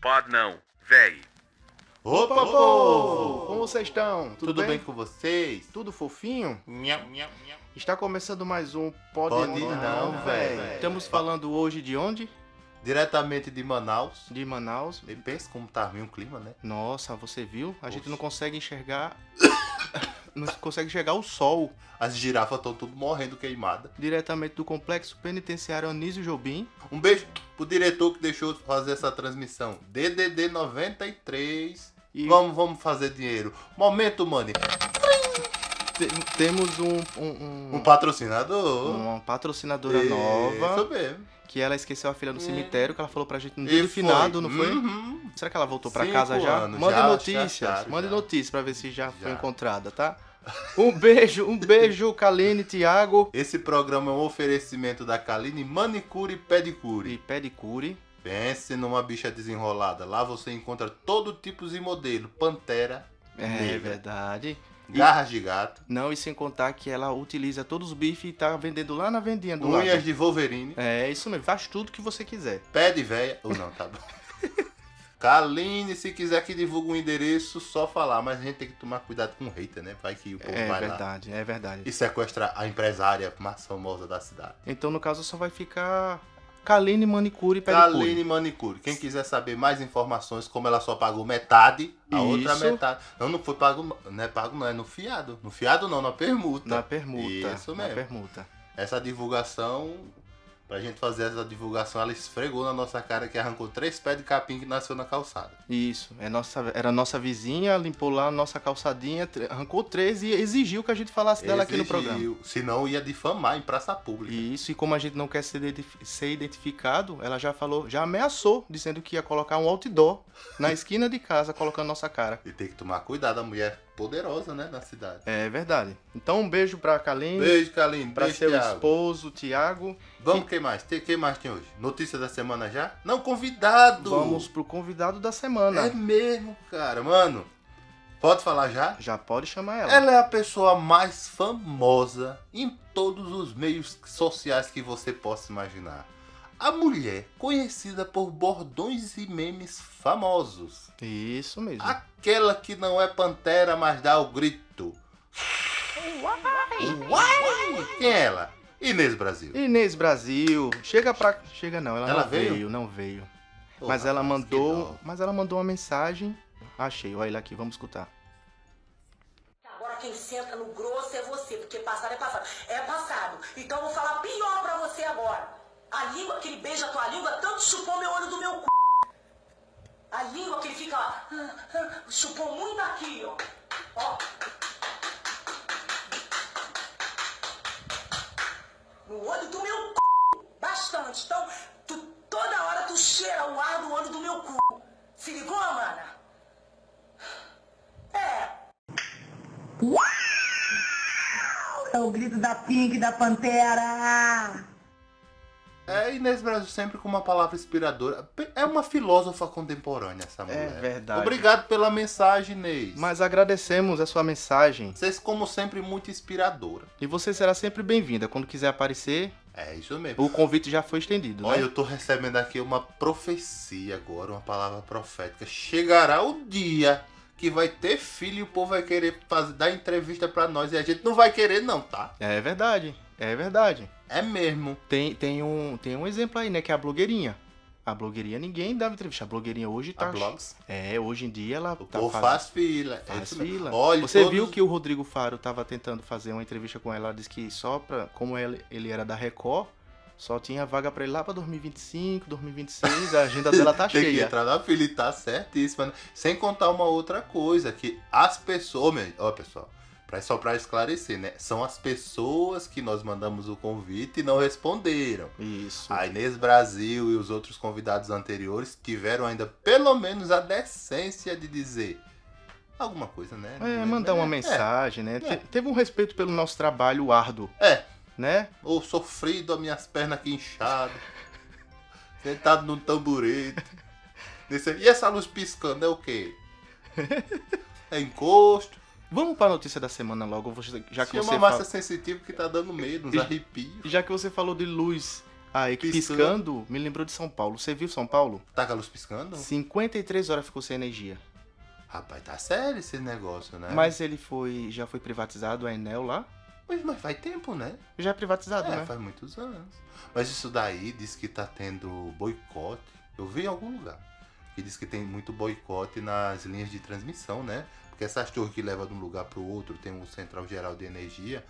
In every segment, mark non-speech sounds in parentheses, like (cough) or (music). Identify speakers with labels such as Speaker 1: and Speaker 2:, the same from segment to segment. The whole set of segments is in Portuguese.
Speaker 1: Pode não, véi.
Speaker 2: Opa,
Speaker 3: Opa,
Speaker 2: povo!
Speaker 3: povo!
Speaker 2: Como vocês estão?
Speaker 3: Tudo, bem? com vocês?
Speaker 2: Tudo fofinho?
Speaker 3: Nham, nham, nham.
Speaker 2: Está começando mais um Pode,
Speaker 3: Pode
Speaker 2: Não,
Speaker 3: Não,
Speaker 2: véi.
Speaker 3: véi.
Speaker 2: Estamos falando hoje de onde?
Speaker 3: Diretamente de Manaus.
Speaker 2: De Manaus.
Speaker 3: E pensa como tá ruim o clima, né?
Speaker 2: Nossa, você viu? A gente
Speaker 3: Oxe.
Speaker 2: não consegue enxergar... (coughs) não consegue enxergar o sol.
Speaker 3: As girafas estão tudo morrendo queimada.
Speaker 2: Diretamente do Complexo Penitenciário Anísio Jobim.
Speaker 3: Um beijo pro diretor que deixou eu fazer essa transmissão. DDD 93.
Speaker 2: E
Speaker 3: Vamos, vamos fazer dinheiro. Momento, money.
Speaker 2: te- temos um... Um, um,
Speaker 3: Um patrocinador.
Speaker 2: uma patrocinadora
Speaker 3: Isso
Speaker 2: nova,
Speaker 3: mesmo.
Speaker 2: que ela esqueceu a filha no cemitério, que ela falou pra gente no
Speaker 3: E
Speaker 2: dia do
Speaker 3: foi.
Speaker 2: finado, não foi?
Speaker 3: Uhum.
Speaker 2: Será que ela voltou pra
Speaker 3: Cinco
Speaker 2: casa já?
Speaker 3: anos,
Speaker 2: Mande
Speaker 3: já,
Speaker 2: notícias,
Speaker 3: já acharam,
Speaker 2: mande
Speaker 3: já.
Speaker 2: notícias pra ver se já, foi
Speaker 3: Já.
Speaker 2: encontrada, tá? Um beijo, um beijo, Kaline, Thiago
Speaker 3: Esse programa é um oferecimento da Kaline Manicure e Pedicure.
Speaker 2: e Pedicure.
Speaker 3: Pense numa bicha desenrolada. Lá você encontra todo tipo de modelo. Pantera,
Speaker 2: É
Speaker 3: Negra.
Speaker 2: verdade. E-
Speaker 3: garras de gato,
Speaker 2: Não, e sem contar que ela utiliza todos os bifes e tá vendendo lá na vendinha do
Speaker 3: unhas
Speaker 2: lado.
Speaker 3: de Wolverine,
Speaker 2: É, isso mesmo, faz tudo que você quiser.
Speaker 3: pé de véia. Ou não,
Speaker 2: (laughs)
Speaker 3: tá bom. Kaline, se quiser que divulgue um endereço, só falar. Mas a gente tem que tomar cuidado com o hater, né? Vai que o povo
Speaker 2: é
Speaker 3: vai lá
Speaker 2: verdade, é verdade.
Speaker 3: e sequestra a empresária mais famosa da cidade.
Speaker 2: Então, no caso, só vai ficar Kaline, Manicure e Pedicure.
Speaker 3: Kaline Manicure. Quem quiser saber mais informações, como ela só pagou metade, a outra
Speaker 2: Isso.
Speaker 3: metade. Não, não foi pago, não é pago, não, é no fiado. No fiado não, na permuta.
Speaker 2: Na permuta,
Speaker 3: Isso
Speaker 2: na
Speaker 3: mesmo.
Speaker 2: permuta.
Speaker 3: essa divulgação, pra gente fazer essa divulgação, ela esfregou na nossa cara que arrancou três pés de capim que nasceu na calçada.
Speaker 2: Isso, é nossa, era nossa vizinha, limpou lá a nossa calçadinha, tre- arrancou três e exigiu que a gente falasse dela aqui no
Speaker 3: Exigiu,
Speaker 2: programa.
Speaker 3: Senão ia difamar em praça pública.
Speaker 2: E isso, e como a gente não quer ser, identi- ser identificado, ela já falou, já ameaçou, dizendo que ia colocar um outdoor na esquina de casa, colocando nossa cara.
Speaker 3: E... tem que tomar cuidado, a mulher é poderosa, né, na cidade.
Speaker 2: É verdade. Então um beijo pra Kaline,
Speaker 3: Beijo, Kaline.
Speaker 2: pra
Speaker 3: Beijo,
Speaker 2: seu
Speaker 3: Thiago.
Speaker 2: esposo, Tiago.
Speaker 3: Vamos, quem mais? Tem, quem mais tem hoje? Notícia da semana já? Não, convidado!
Speaker 2: Vamos pro convidado da semana.
Speaker 3: É mesmo, cara. Mano, pode falar já?
Speaker 2: Já pode chamar ela.
Speaker 3: Ela é a pessoa mais famosa em todos os meios sociais que você possa imaginar. A mulher conhecida por bordões e memes famosos.
Speaker 2: Isso mesmo.
Speaker 3: Aquela que não é pantera, mas dá o grito. Uai! Quem é ela? Inês Brasil.
Speaker 2: Inês Brasil, chega pra. Chega não, ela,
Speaker 3: Ela
Speaker 2: não veio?
Speaker 3: veio?
Speaker 2: não veio.
Speaker 3: Pô,
Speaker 2: mas ela
Speaker 3: rapaz, que
Speaker 2: mandou,
Speaker 3: dó.
Speaker 2: mas ela mandou uma mensagem. Ah, Achei, olha ele aqui, vamos escutar.
Speaker 4: Tá. Agora quem senta no grosso é você, porque passado é passado. É passado. Então eu vou falar pior pra você agora. A língua que ele beija a tua língua tanto chupou meu olho do meu c... A língua que ele fica lá, "Ah, chupou muito aqui, ó. Ó. No olho do meu c... Bastante. Então, tu, toda hora tu cheira o ar do olho do meu cu. Se ligou, mana? É,
Speaker 5: É o grito da Pink, da Pantera.
Speaker 3: É Inês Brasil sempre com uma palavra inspiradora. É uma filósofa contemporânea essa mulher.
Speaker 2: É verdade.
Speaker 3: Obrigado pela mensagem, Inês.
Speaker 2: Mas agradecemos a sua mensagem
Speaker 3: Vocês, como sempre, muito inspiradora.
Speaker 2: e você será sempre bem-vinda quando quiser aparecer.
Speaker 3: É isso mesmo.
Speaker 2: O convite já foi estendido,
Speaker 3: Olha,
Speaker 2: né?
Speaker 3: eu tô recebendo aqui uma profecia agora, uma palavra profética. Chegará o dia que vai ter filho e o povo vai querer fazer, dar entrevista pra nós e a gente não vai querer, não, tá?
Speaker 2: É verdade, é verdade.
Speaker 3: É mesmo.
Speaker 2: Tem, tem um, tem um exemplo aí, né, que é a blogueirinha. A blogueirinha ninguém dava entrevista. A blogueirinha hoje tá
Speaker 3: a blogs.
Speaker 2: É, hoje em dia ela
Speaker 3: O
Speaker 2: tá
Speaker 3: povo
Speaker 2: fazendo
Speaker 3: faz fila. é
Speaker 2: Faz
Speaker 3: isso mesmo.
Speaker 2: fila.
Speaker 3: Olha,
Speaker 2: Você
Speaker 3: todos-
Speaker 2: viu que o Rodrigo Faro tava tentando fazer uma entrevista com ela, disse que só pra, como ele, ele era da Record, só tinha vaga pra ele lá pra 2025, 2026, a agenda dela
Speaker 3: (laughs)
Speaker 2: tá
Speaker 3: Tem que
Speaker 2: cheia.
Speaker 3: entrar na fila e tá certíssima. né? Sem contar uma outra coisa, que as pessoas. meu, Ó, pessoal, pra, só pra esclarecer, né? São as pessoas que nós mandamos o convite e não responderam.
Speaker 2: Isso.
Speaker 3: A Inês Brasil e os outros convidados anteriores tiveram ainda pelo menos a decência de dizer alguma coisa, né? Não
Speaker 2: É,
Speaker 3: lembro,
Speaker 2: mandar uma
Speaker 3: né?
Speaker 2: mensagem, né?
Speaker 3: É.
Speaker 2: Te- Teve um respeito pelo nosso trabalho árduo,
Speaker 3: É, é.
Speaker 2: né?
Speaker 3: ou sofrido, as minhas pernas aqui inchadas, sentado num
Speaker 2: (laughs)
Speaker 3: tamborete. Disse, E essa luz piscando é o quê? É encosto?
Speaker 2: Vamos pra notícia da semana logo, você- já que
Speaker 3: Chama
Speaker 2: você
Speaker 3: massa
Speaker 2: fa-
Speaker 3: sensitiva que tá dando medo, uns arrepios.
Speaker 2: já que você falou de luz, Aí que
Speaker 3: Piscando.
Speaker 2: piscando me lembrou de São Paulo. Você viu São Paulo?
Speaker 3: Taca "Tá a luz piscando?
Speaker 2: 53 horas ficou sem energia.
Speaker 3: Rapaz, tá sério esse negócio, né?
Speaker 2: Mas ele foi. já foi privatizado, a Enel lá.
Speaker 3: Mas, mas faz tempo, né?
Speaker 2: Já é privatizado,
Speaker 3: É,
Speaker 2: né?
Speaker 3: faz muitos anos. Mas isso daí diz que tá tendo boicote. Eu vi em algum lugar. Que diz que tem muito boicote nas linhas de transmissão, né? Porque essas torres que levam de um lugar pro outro, tem um central geral de energia.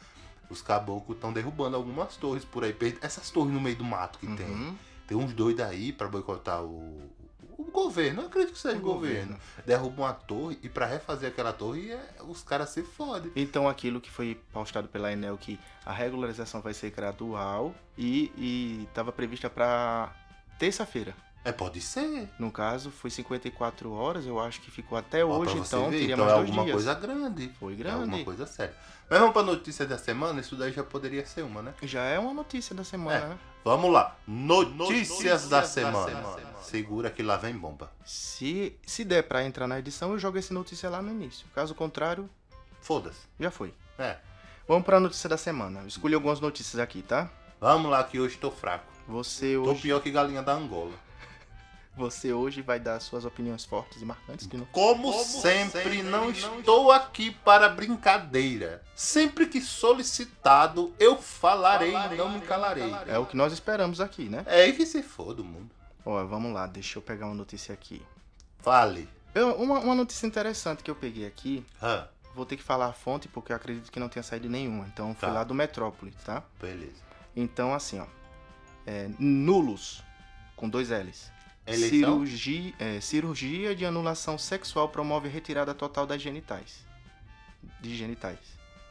Speaker 3: Os caboclos estão derrubando algumas torres por aí. perto- Essas torres no meio do mato que tem.
Speaker 2: Uhum.
Speaker 3: Tem uns doidos aí pra boicotar o, o governo. Eu acredito que seja
Speaker 2: O
Speaker 3: o governo.
Speaker 2: governo.
Speaker 3: Derrubam a torre e pra refazer aquela torre, é- os caras se fodem.
Speaker 2: Então aquilo que foi postado pela Enel que a regularização vai ser gradual e estava prevista para terça-feira.
Speaker 3: É, pode ser.
Speaker 2: No caso, foi 54 horas, eu acho que ficou até
Speaker 3: Ó, pra
Speaker 2: hoje,
Speaker 3: você
Speaker 2: então
Speaker 3: ver,
Speaker 2: teria
Speaker 3: então
Speaker 2: mais
Speaker 3: é
Speaker 2: dois
Speaker 3: alguma
Speaker 2: dias.
Speaker 3: coisa grande.
Speaker 2: Foi
Speaker 3: É
Speaker 2: grande.
Speaker 3: alguma coisa séria. Mas vamos pra notícia da semana, isso daí já poderia ser uma, né?
Speaker 2: Já é uma notícia da semana, né?
Speaker 3: Vamos lá. Notícias,
Speaker 1: Notícias
Speaker 3: da,
Speaker 1: da
Speaker 3: semana.
Speaker 1: semana.
Speaker 3: Segura que lá vem bomba.
Speaker 2: Se, se der pra entrar na edição, eu jogo essa notícia lá no início. Caso contrário,
Speaker 3: Foda-se.
Speaker 2: já foi.
Speaker 3: É.
Speaker 2: Vamos pra notícia da semana. Eu Escolhi algumas notícias aqui, tá?
Speaker 3: Vamos lá que hoje tô fraco.
Speaker 2: Você
Speaker 3: Tô
Speaker 2: hoje,
Speaker 3: pior que galinha da Angola.
Speaker 2: você hoje vai dar suas opiniões fortes e marcantes de novo.
Speaker 3: Como,
Speaker 1: Como
Speaker 3: sempre,
Speaker 1: sempre,
Speaker 3: não,
Speaker 1: não
Speaker 3: estou aqui para brincadeira. Sempre que solicitado, eu falarei, e
Speaker 1: Falarei,
Speaker 3: não me
Speaker 1: não
Speaker 3: calarei.
Speaker 1: me calarei.
Speaker 2: É o que nós esperamos aqui, né?
Speaker 3: É aí que se foda o mundo.
Speaker 2: Ó, vamos lá, deixa eu pegar uma notícia aqui.
Speaker 3: Fale.
Speaker 2: Eu- uma, uma notícia interessante que eu peguei aqui,
Speaker 3: Ah,
Speaker 2: vou ter que falar a fonte porque eu acredito que não tenha saído nenhuma. Então foi
Speaker 3: Tá.
Speaker 2: lá do Metrópole, tá?
Speaker 3: beleza.
Speaker 2: Então, assim, ó. É, nulos, com dois L's.
Speaker 3: Eleição?
Speaker 2: Cirurgia, é, cirurgia de anulação sexual promove retirada total das genitais. De genitais.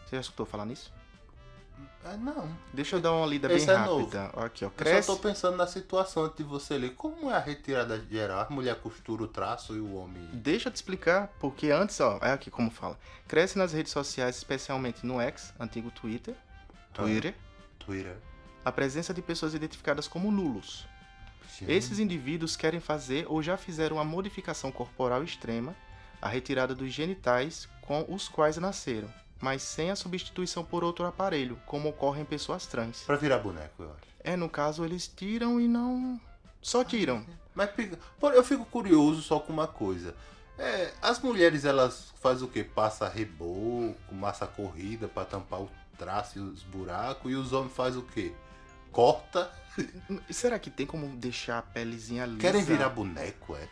Speaker 2: Você já escutou falar nisso?
Speaker 3: Ah, não.
Speaker 2: Deixa eu dar uma lida
Speaker 3: Esse
Speaker 2: bem
Speaker 3: é
Speaker 2: rápida. Aqui, ó.
Speaker 3: Eu
Speaker 2: Cresce.
Speaker 3: só tô pensando na situação antes de você ler. Como é a retirada geral? A mulher costura o traço e o homem.
Speaker 2: Deixa eu te explicar, porque antes, ó, é aqui como fala. Cresce nas redes sociais, especialmente no X, antigo Twitter,
Speaker 3: tá
Speaker 2: Twitter,
Speaker 3: Twitter.
Speaker 2: a presença de pessoas identificadas como nulos.
Speaker 3: Gente,
Speaker 2: Esses indivíduos querem fazer ou já fizeram uma modificação corporal extrema, a retirada dos genitais com os quais nasceram, mas sem a substituição por outro aparelho, como ocorre em pessoas trans.
Speaker 3: Pra virar boneco, eu acho.
Speaker 2: É, no caso, eles tiram e não. Só tiram.
Speaker 3: Mas pica- Pô, eu fico curioso só com uma coisa. É, as mulheres, elas fazem o quê? Passa reboco, massa corrida pra tampar o traço e os buracos. E os homens fazem o quê? Corta.
Speaker 2: Será que tem como deixar a pelezinha lisa?
Speaker 3: Querem virar boneco, é?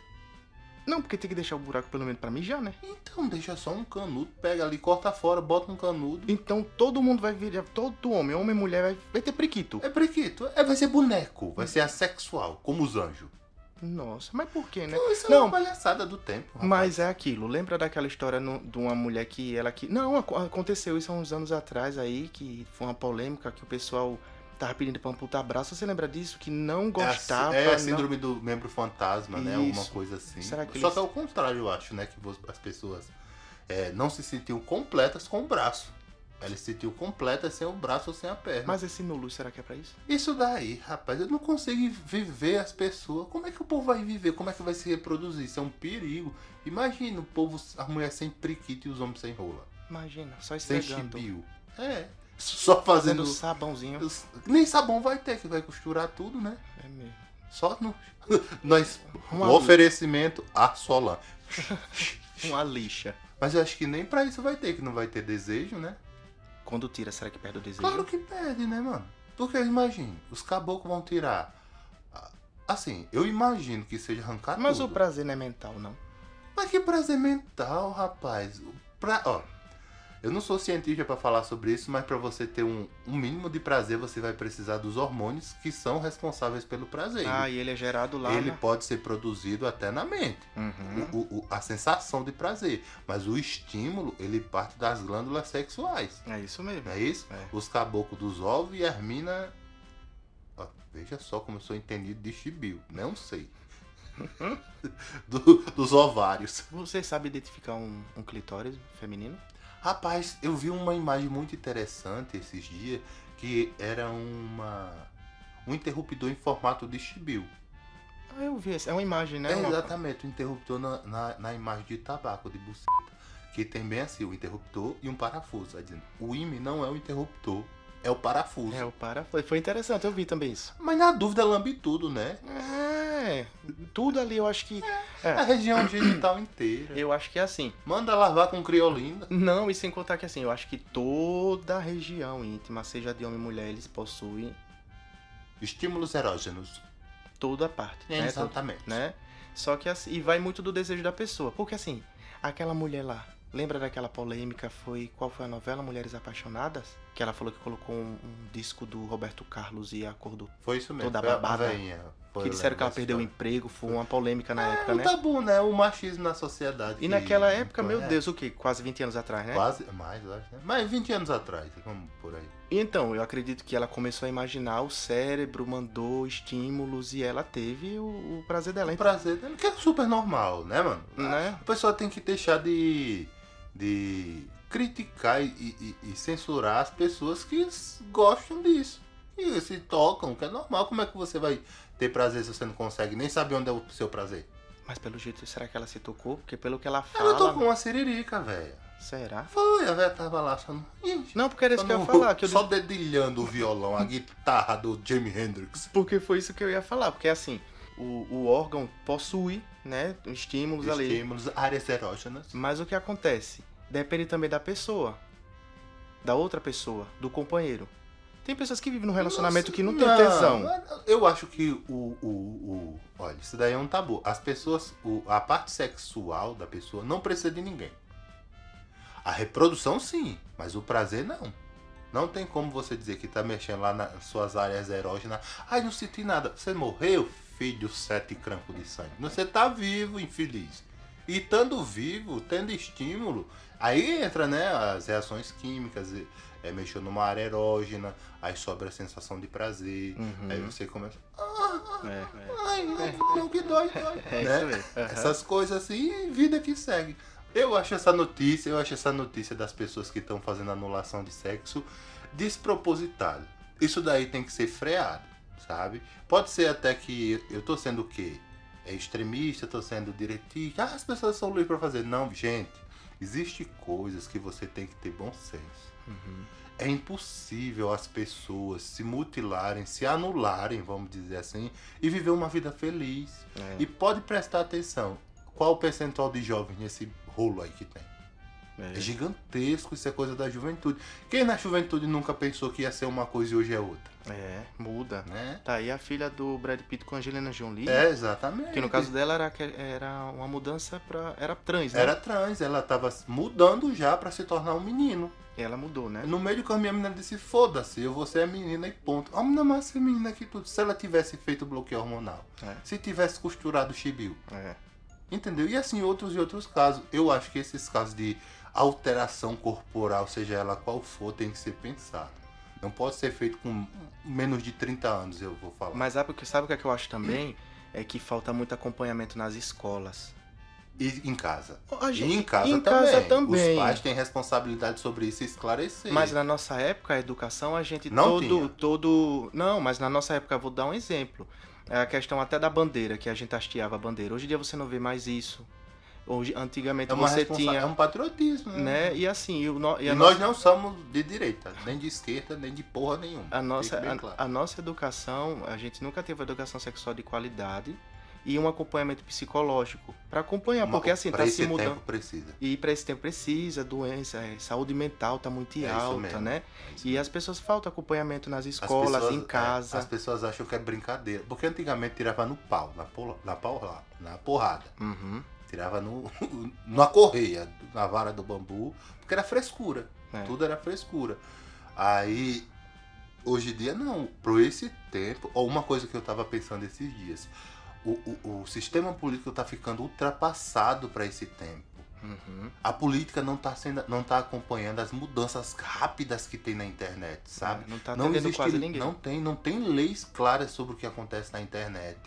Speaker 2: Não, porque tem que deixar o buraco pelo menos pra mijar, né?
Speaker 3: Então deixa só um canudo, pega ali, corta fora, bota um canudo.
Speaker 2: Então todo mundo vai virar. Todo homem, homem e mulher, vai, vai ter priquito.
Speaker 3: É prequito, é, vai ser boneco, vai ser assexual, como os anjos.
Speaker 2: Nossa, mas por quê, né?
Speaker 3: Não, isso é
Speaker 2: Não.
Speaker 3: uma palhaçada do tempo. Rapaz.
Speaker 2: Mas é aquilo, lembra daquela história no- de uma mulher que ela que. Não, ac- aconteceu isso há uns anos atrás aí, que foi uma polêmica que o pessoal tava pedindo pra amputar braço. Você lembra disso? Que não
Speaker 3: É a-
Speaker 2: gostava.
Speaker 3: É a
Speaker 2: não-
Speaker 3: síndrome do membro fantasma, né? Alguma
Speaker 2: Isso.
Speaker 3: coisa assim.
Speaker 2: Será que
Speaker 3: Só
Speaker 2: eles-
Speaker 3: que é o contrário, eu acho, né? Que vo- as pessoas é, não se sentiam completas com o braço. Elas se sentiam completas sem o braço ou sem a perna.
Speaker 2: Mas esse nulo, será que é pra isso?
Speaker 3: Isso daí, rapaz, eu não consigo viver as pessoas. Como é que o povo vai viver? Como é que vai se reproduzir? Isso é um perigo. Imagina o povo, a mulher sem priquito e os homens sem rola.
Speaker 2: Imagina, só
Speaker 3: Sem
Speaker 2: esfregando.
Speaker 3: chibio. É. Só fazendo.
Speaker 2: Fazendo sabãozinho.
Speaker 3: Nem sabão vai ter, que vai costurar tudo, né?
Speaker 2: É mesmo.
Speaker 3: Só no. (laughs) Nós.
Speaker 2: Uma-
Speaker 3: o oferecimento a Solan.
Speaker 2: Uma lixa.
Speaker 3: Mas eu acho que nem pra isso vai ter, que não vai ter desejo, né?
Speaker 2: Quando tira, será que perde o desejo?
Speaker 3: Claro que perde, né, mano? Porque imagina, os caboclos vão tirar. ah, Assim, eu imagino que seja arrancar
Speaker 2: Mas o
Speaker 3: tudo.
Speaker 2: prazer não é mental, não.
Speaker 3: Mas que prazer mental, rapaz. O Pra... Ó, eu não sou cientista pra falar sobre isso, mas pra você ter um, um mínimo de prazer, você vai precisar dos hormônios que são responsáveis pelo prazer.
Speaker 2: Ah, e ele é gerado lá.
Speaker 3: Ele
Speaker 2: né?
Speaker 3: pode ser produzido até na mente.
Speaker 2: Uhum.
Speaker 3: o- o- o- a sensação de prazer. Mas o estímulo, ele parte das glândulas sexuais.
Speaker 2: É isso mesmo.
Speaker 3: Não é isso?
Speaker 2: É.
Speaker 3: Os caboclos dos ovos e as minas. Ó, veja só como eu sou entendido de chibio. Não
Speaker 2: (laughs)
Speaker 3: sei. Do- dos ovários.
Speaker 2: Você sabe identificar um, um clitóris feminino?
Speaker 3: Rapaz, eu vi uma imagem muito interessante esses dias que era uma. Um interruptor em formato de chibio.
Speaker 2: Ah, eu vi. essa- É uma imagem, né?
Speaker 3: É,
Speaker 2: Uma-
Speaker 3: exatamente, o interruptor na, na, na imagem de tabaco, de buceta. tá Que tem bem assim, o interruptor e um parafuso. Aí dizendo, o IME não é um interruptor, é o parafuso.
Speaker 2: É, o para foi, foi interessante, eu vi também isso.
Speaker 3: Mas na dúvida lambe tudo, né?
Speaker 2: É, tudo ali eu acho que.
Speaker 3: A
Speaker 2: É,
Speaker 3: região um genital inteira.
Speaker 2: eu acho que é assim.
Speaker 3: Manda lavar com criolinda.
Speaker 2: Não, e sem contar que assim, eu acho que toda a região íntima, seja de homem e mulher, eles possuem
Speaker 3: Estímulos erógenos.
Speaker 2: toda a parte. né?
Speaker 3: Exatamente.
Speaker 2: né? Só que assim, e vai muito do desejo da pessoa. Porque assim, aquela mulher lá, lembra daquela polêmica? Foi qual foi a novela Mulheres Apaixonadas? Que ela falou que colocou um, um disco do Roberto Carlos e acordou.
Speaker 3: Foi isso mesmo.
Speaker 2: Toda
Speaker 3: foi a
Speaker 2: babada.
Speaker 3: veinha. Foi,
Speaker 2: que disseram que ela
Speaker 3: lembra
Speaker 2: perdeu o
Speaker 3: dessa
Speaker 2: emprego, foi uma polêmica na época,
Speaker 3: história.
Speaker 2: né?
Speaker 3: Não tá bom, né? O machismo na sociedade.
Speaker 2: E
Speaker 3: que-
Speaker 2: naquela época,
Speaker 3: É,
Speaker 2: meu Deus, o que? Quase 20 anos atrás, né?
Speaker 3: Quase, mais, eu acho, né? Mas 20 anos atrás, vamos por aí.
Speaker 2: E Então, eu acredito que ela começou a imaginar, o cérebro mandou estímulos e ela teve o, o prazer dela. Então,
Speaker 3: O prazer dele, que é super normal, né, mano?
Speaker 2: Né?
Speaker 3: A pessoa tem que deixar de, de criticar e, e- e censurar as pessoas que s- gostam disso. E se tocam, que é normal. Como é que você vai ter prazer se você não consegue nem saber onde é o seu prazer?
Speaker 2: Mas pelo jeito, será que ela se tocou? Porque pelo que ela fala.
Speaker 3: Ela tocou uma siririca, velho.
Speaker 2: Será?
Speaker 3: Foi, a velha tava lá achando. "Ih,
Speaker 2: Não, porque era É isso
Speaker 3: eu
Speaker 2: que eu ia
Speaker 3: não-
Speaker 2: falar. Que eu
Speaker 3: Só dedilhando o violão, a guitarra do Jimi Hendrix.
Speaker 2: Porque foi isso que eu ia falar, porque assim, o, o órgão possui, né, estímulos ali.
Speaker 3: Estímulos, áreas erógenas.
Speaker 2: Mas o que acontece? Depende também da pessoa, da outra pessoa, do companheiro. Tem pessoas que vivem num relacionamento que não tem tesão.
Speaker 3: é Eu acho que o, o, o- Olha, isso daí é um tabu. As pessoas. o- a parte sexual da pessoa não precisa de ninguém. A reprodução, sim, mas o prazer, não. Não tem como você dizer que tá mexendo lá nas suas áreas erógenas. Ai, não senti nada. Você morreu, filho, sete crancos de sangue. Você tá vivo, infeliz. E estando vivo, tendo estímulo, aí entra, né, as reações químicas, e- é, mexeu numa área erógena, aí sobra a sensação de prazer,
Speaker 2: Uhum.
Speaker 3: aí você começa. Ah,
Speaker 2: É, é.
Speaker 3: ai, não, não, que dói, dói.
Speaker 2: (laughs) É
Speaker 3: né?
Speaker 2: isso mesmo. Aham.
Speaker 3: Essas coisas assim, e vida que segue. Eu acho essa notícia, eu acho essa notícia das pessoas que estão fazendo anulação de sexo despropositada. Isso daí tem que ser freado, sabe? Pode ser até que eu tô sendo o quê? É extremista, tô sendo direitista. Ah, as pessoas são livres pra fazer. Não, gente. Existem coisas que você tem que ter bom senso.
Speaker 2: Uhum.
Speaker 3: É impossível as pessoas se mutilarem, se anularem, vamos dizer assim, e viver uma vida feliz.
Speaker 2: É,
Speaker 3: E pode prestar atenção, qual o percentual de jovens nesse rolo aí que tem?
Speaker 2: é.
Speaker 3: É gigantesco, isso é coisa da juventude. Quem na juventude nunca pensou que ia ser uma coisa e hoje é outra,
Speaker 2: É, muda.
Speaker 3: né?
Speaker 2: Tá aí a filha do Brad Pitt com a Angelina Jolie.
Speaker 3: É, exatamente.
Speaker 2: Que no caso dela era, que- era uma mudança pra. Era trans, né?
Speaker 3: Era trans, ela tava mudando já pra se tornar um menino.
Speaker 2: E ela mudou, né?
Speaker 3: No meio do caminho a menina disse, foda-se, eu vou ser a menina e ponto. A menina mais menina que tudo. Se ela tivesse feito bloqueio hormonal,
Speaker 2: É.
Speaker 3: se tivesse costurado o chibio,
Speaker 2: É.
Speaker 3: Entendeu? E assim, outros e outros casos. Eu acho que esses casos de alteração corporal, seja ela qual for, tem que ser pensado. Não pode ser feito com menos de 30 anos, eu vou falar.
Speaker 2: Mas sabe, o que- sabe o que, é que eu acho também? É que falta muito acompanhamento nas escolas.
Speaker 3: E em casa.
Speaker 2: A
Speaker 3: e em casa
Speaker 2: em
Speaker 3: também.
Speaker 2: casa também.
Speaker 3: Os pais têm responsabilidade sobre isso e esclarecer.
Speaker 2: Mas na nossa época, a educação, a gente
Speaker 3: Não
Speaker 2: todo,
Speaker 3: tinha.
Speaker 2: todo. Não, mas na nossa época, eu vou dar um exemplo. É a questão até da bandeira, que a gente hasteava a bandeira. Hoje em dia você não vê mais isso. Hoje, antigamente
Speaker 3: é, uma
Speaker 2: você
Speaker 3: responsa- é
Speaker 2: tinha.
Speaker 3: um patriotismo, né?
Speaker 2: Né? E assim, e, o no- e
Speaker 3: E,
Speaker 2: a
Speaker 3: nós
Speaker 2: nossa-
Speaker 3: não somos de direita, nem de esquerda, nem de porra nenhuma.
Speaker 2: A nossa,
Speaker 3: Fique bem
Speaker 2: a,
Speaker 3: claro.
Speaker 2: a nossa educação, a gente nunca teve uma educação sexual de qualidade e um acompanhamento psicológico Pra acompanhar,
Speaker 3: Uma-
Speaker 2: porque assim,
Speaker 3: pra
Speaker 2: tá
Speaker 3: esse
Speaker 2: se mudando.
Speaker 3: Tempo precisa.
Speaker 2: E pra esse tempo precisa, doença, é, saúde mental tá muito em
Speaker 3: É isso
Speaker 2: alta,
Speaker 3: mesmo.
Speaker 2: né?
Speaker 3: É isso
Speaker 2: E as pessoas faltam acompanhamento nas
Speaker 3: As
Speaker 2: escolas,
Speaker 3: pessoas-
Speaker 2: em
Speaker 3: é,
Speaker 2: casa.
Speaker 3: as pessoas acham que é brincadeira. Porque antigamente tirava no pau, na, pola, na, pau, lá, na porrada.
Speaker 2: Uhum,
Speaker 3: Tirava no, (laughs) na correia, na vara do bambu. Porque era frescura.
Speaker 2: é.
Speaker 3: Tudo era frescura. Aí, hoje em dia, não. Por esse tempo, ou uma coisa que eu tava pensando esses dias. O, o- o sistema político tá ficando ultrapassado para esse tempo.
Speaker 2: Uhum,
Speaker 3: A política não tá, sendo, não tá acompanhando as mudanças rápidas que tem na internet, sabe?
Speaker 2: é, Não tá
Speaker 3: não
Speaker 2: atendendo
Speaker 3: existe,
Speaker 2: quase ninguém.
Speaker 3: não tem, não tem leis claras sobre o que acontece na internet.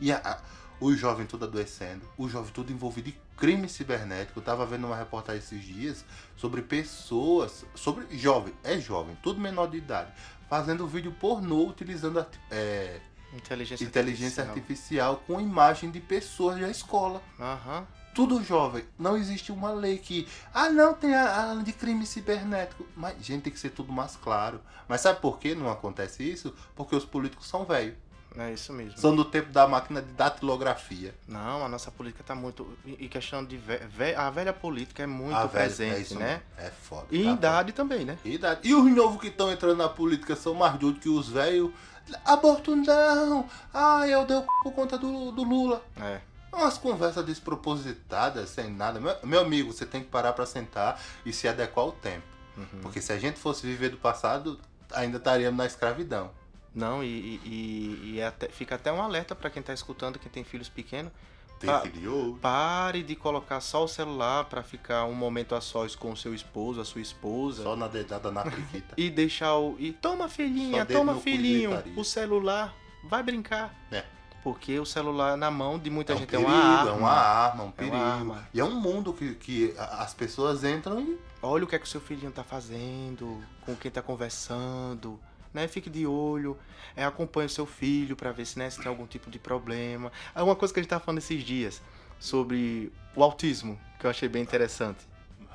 Speaker 3: E a, a, o jovem tudo adoecendo, o jovem tudo envolvido em crime cibernético. Eu tava vendo uma reportagem esses dias sobre pessoas, sobre jovem, é jovem, tudo menor de idade, fazendo vídeo pornô utilizando arti- é,
Speaker 2: Inteligência,
Speaker 3: inteligência
Speaker 2: artificial.
Speaker 3: artificial com imagem de pessoas da escola.
Speaker 2: Aham.
Speaker 3: Tudo jovem. Não existe uma lei que. Ah, não, tem a, a de crime cibernético. Mas, gente, tem que ser tudo mais claro. Mas sabe por que não acontece isso? Porque os políticos são velhos.
Speaker 2: É isso mesmo.
Speaker 3: São do tempo da máquina de datilografia.
Speaker 2: Não, a nossa política tá muito. E e questão de. ve- ve- A velha política é muito
Speaker 3: Ah, velho,
Speaker 2: presente,
Speaker 3: é isso
Speaker 2: né?
Speaker 3: mesmo. É foda.
Speaker 2: E
Speaker 3: tá
Speaker 2: idade também, né?
Speaker 3: E idade. E os novos que estão entrando na política são mais doidos que os velhos. Aborto não! Ah, eu dei o c... por conta do, do Lula.
Speaker 2: É.
Speaker 3: Umas conversas despropositadas, sem nada. Meu, meu amigo, você tem que parar pra sentar e se adequar ao tempo.
Speaker 2: Uhum.
Speaker 3: Porque se a gente fosse viver do passado, ainda estaríamos na escravidão.
Speaker 2: Não, e, e- e- e até- fica até um alerta pra quem tá escutando, quem tem filhos pequenos.
Speaker 3: Tem
Speaker 2: Ah.
Speaker 3: criou.
Speaker 2: Pare de colocar só o celular pra ficar um momento a sós com o seu esposo, a sua esposa.
Speaker 3: Só na dedada na
Speaker 2: (laughs)
Speaker 3: periquita.
Speaker 2: E deixar o. E toma
Speaker 3: Só
Speaker 2: filhinha,
Speaker 3: dedo
Speaker 2: toma
Speaker 3: no cu e
Speaker 2: filhinho.
Speaker 3: gritaria.
Speaker 2: O celular, vai brincar.
Speaker 3: É.
Speaker 2: Porque o celular na mão de muita
Speaker 3: é um
Speaker 2: gente
Speaker 3: perigo,
Speaker 2: é uma arma.
Speaker 3: é uma arma, um
Speaker 2: É uma
Speaker 3: perigo.
Speaker 2: arma.
Speaker 3: E é um mundo que, que a- as pessoas entram e
Speaker 2: Olha o que é que o seu filhinho tá fazendo, com quem tá conversando, né? Fique de olho, é, acompanhe o seu filho pra ver se, né, se tem algum tipo de problema. É uma coisa que a gente tá falando esses dias sobre o autismo, que eu achei bem interessante,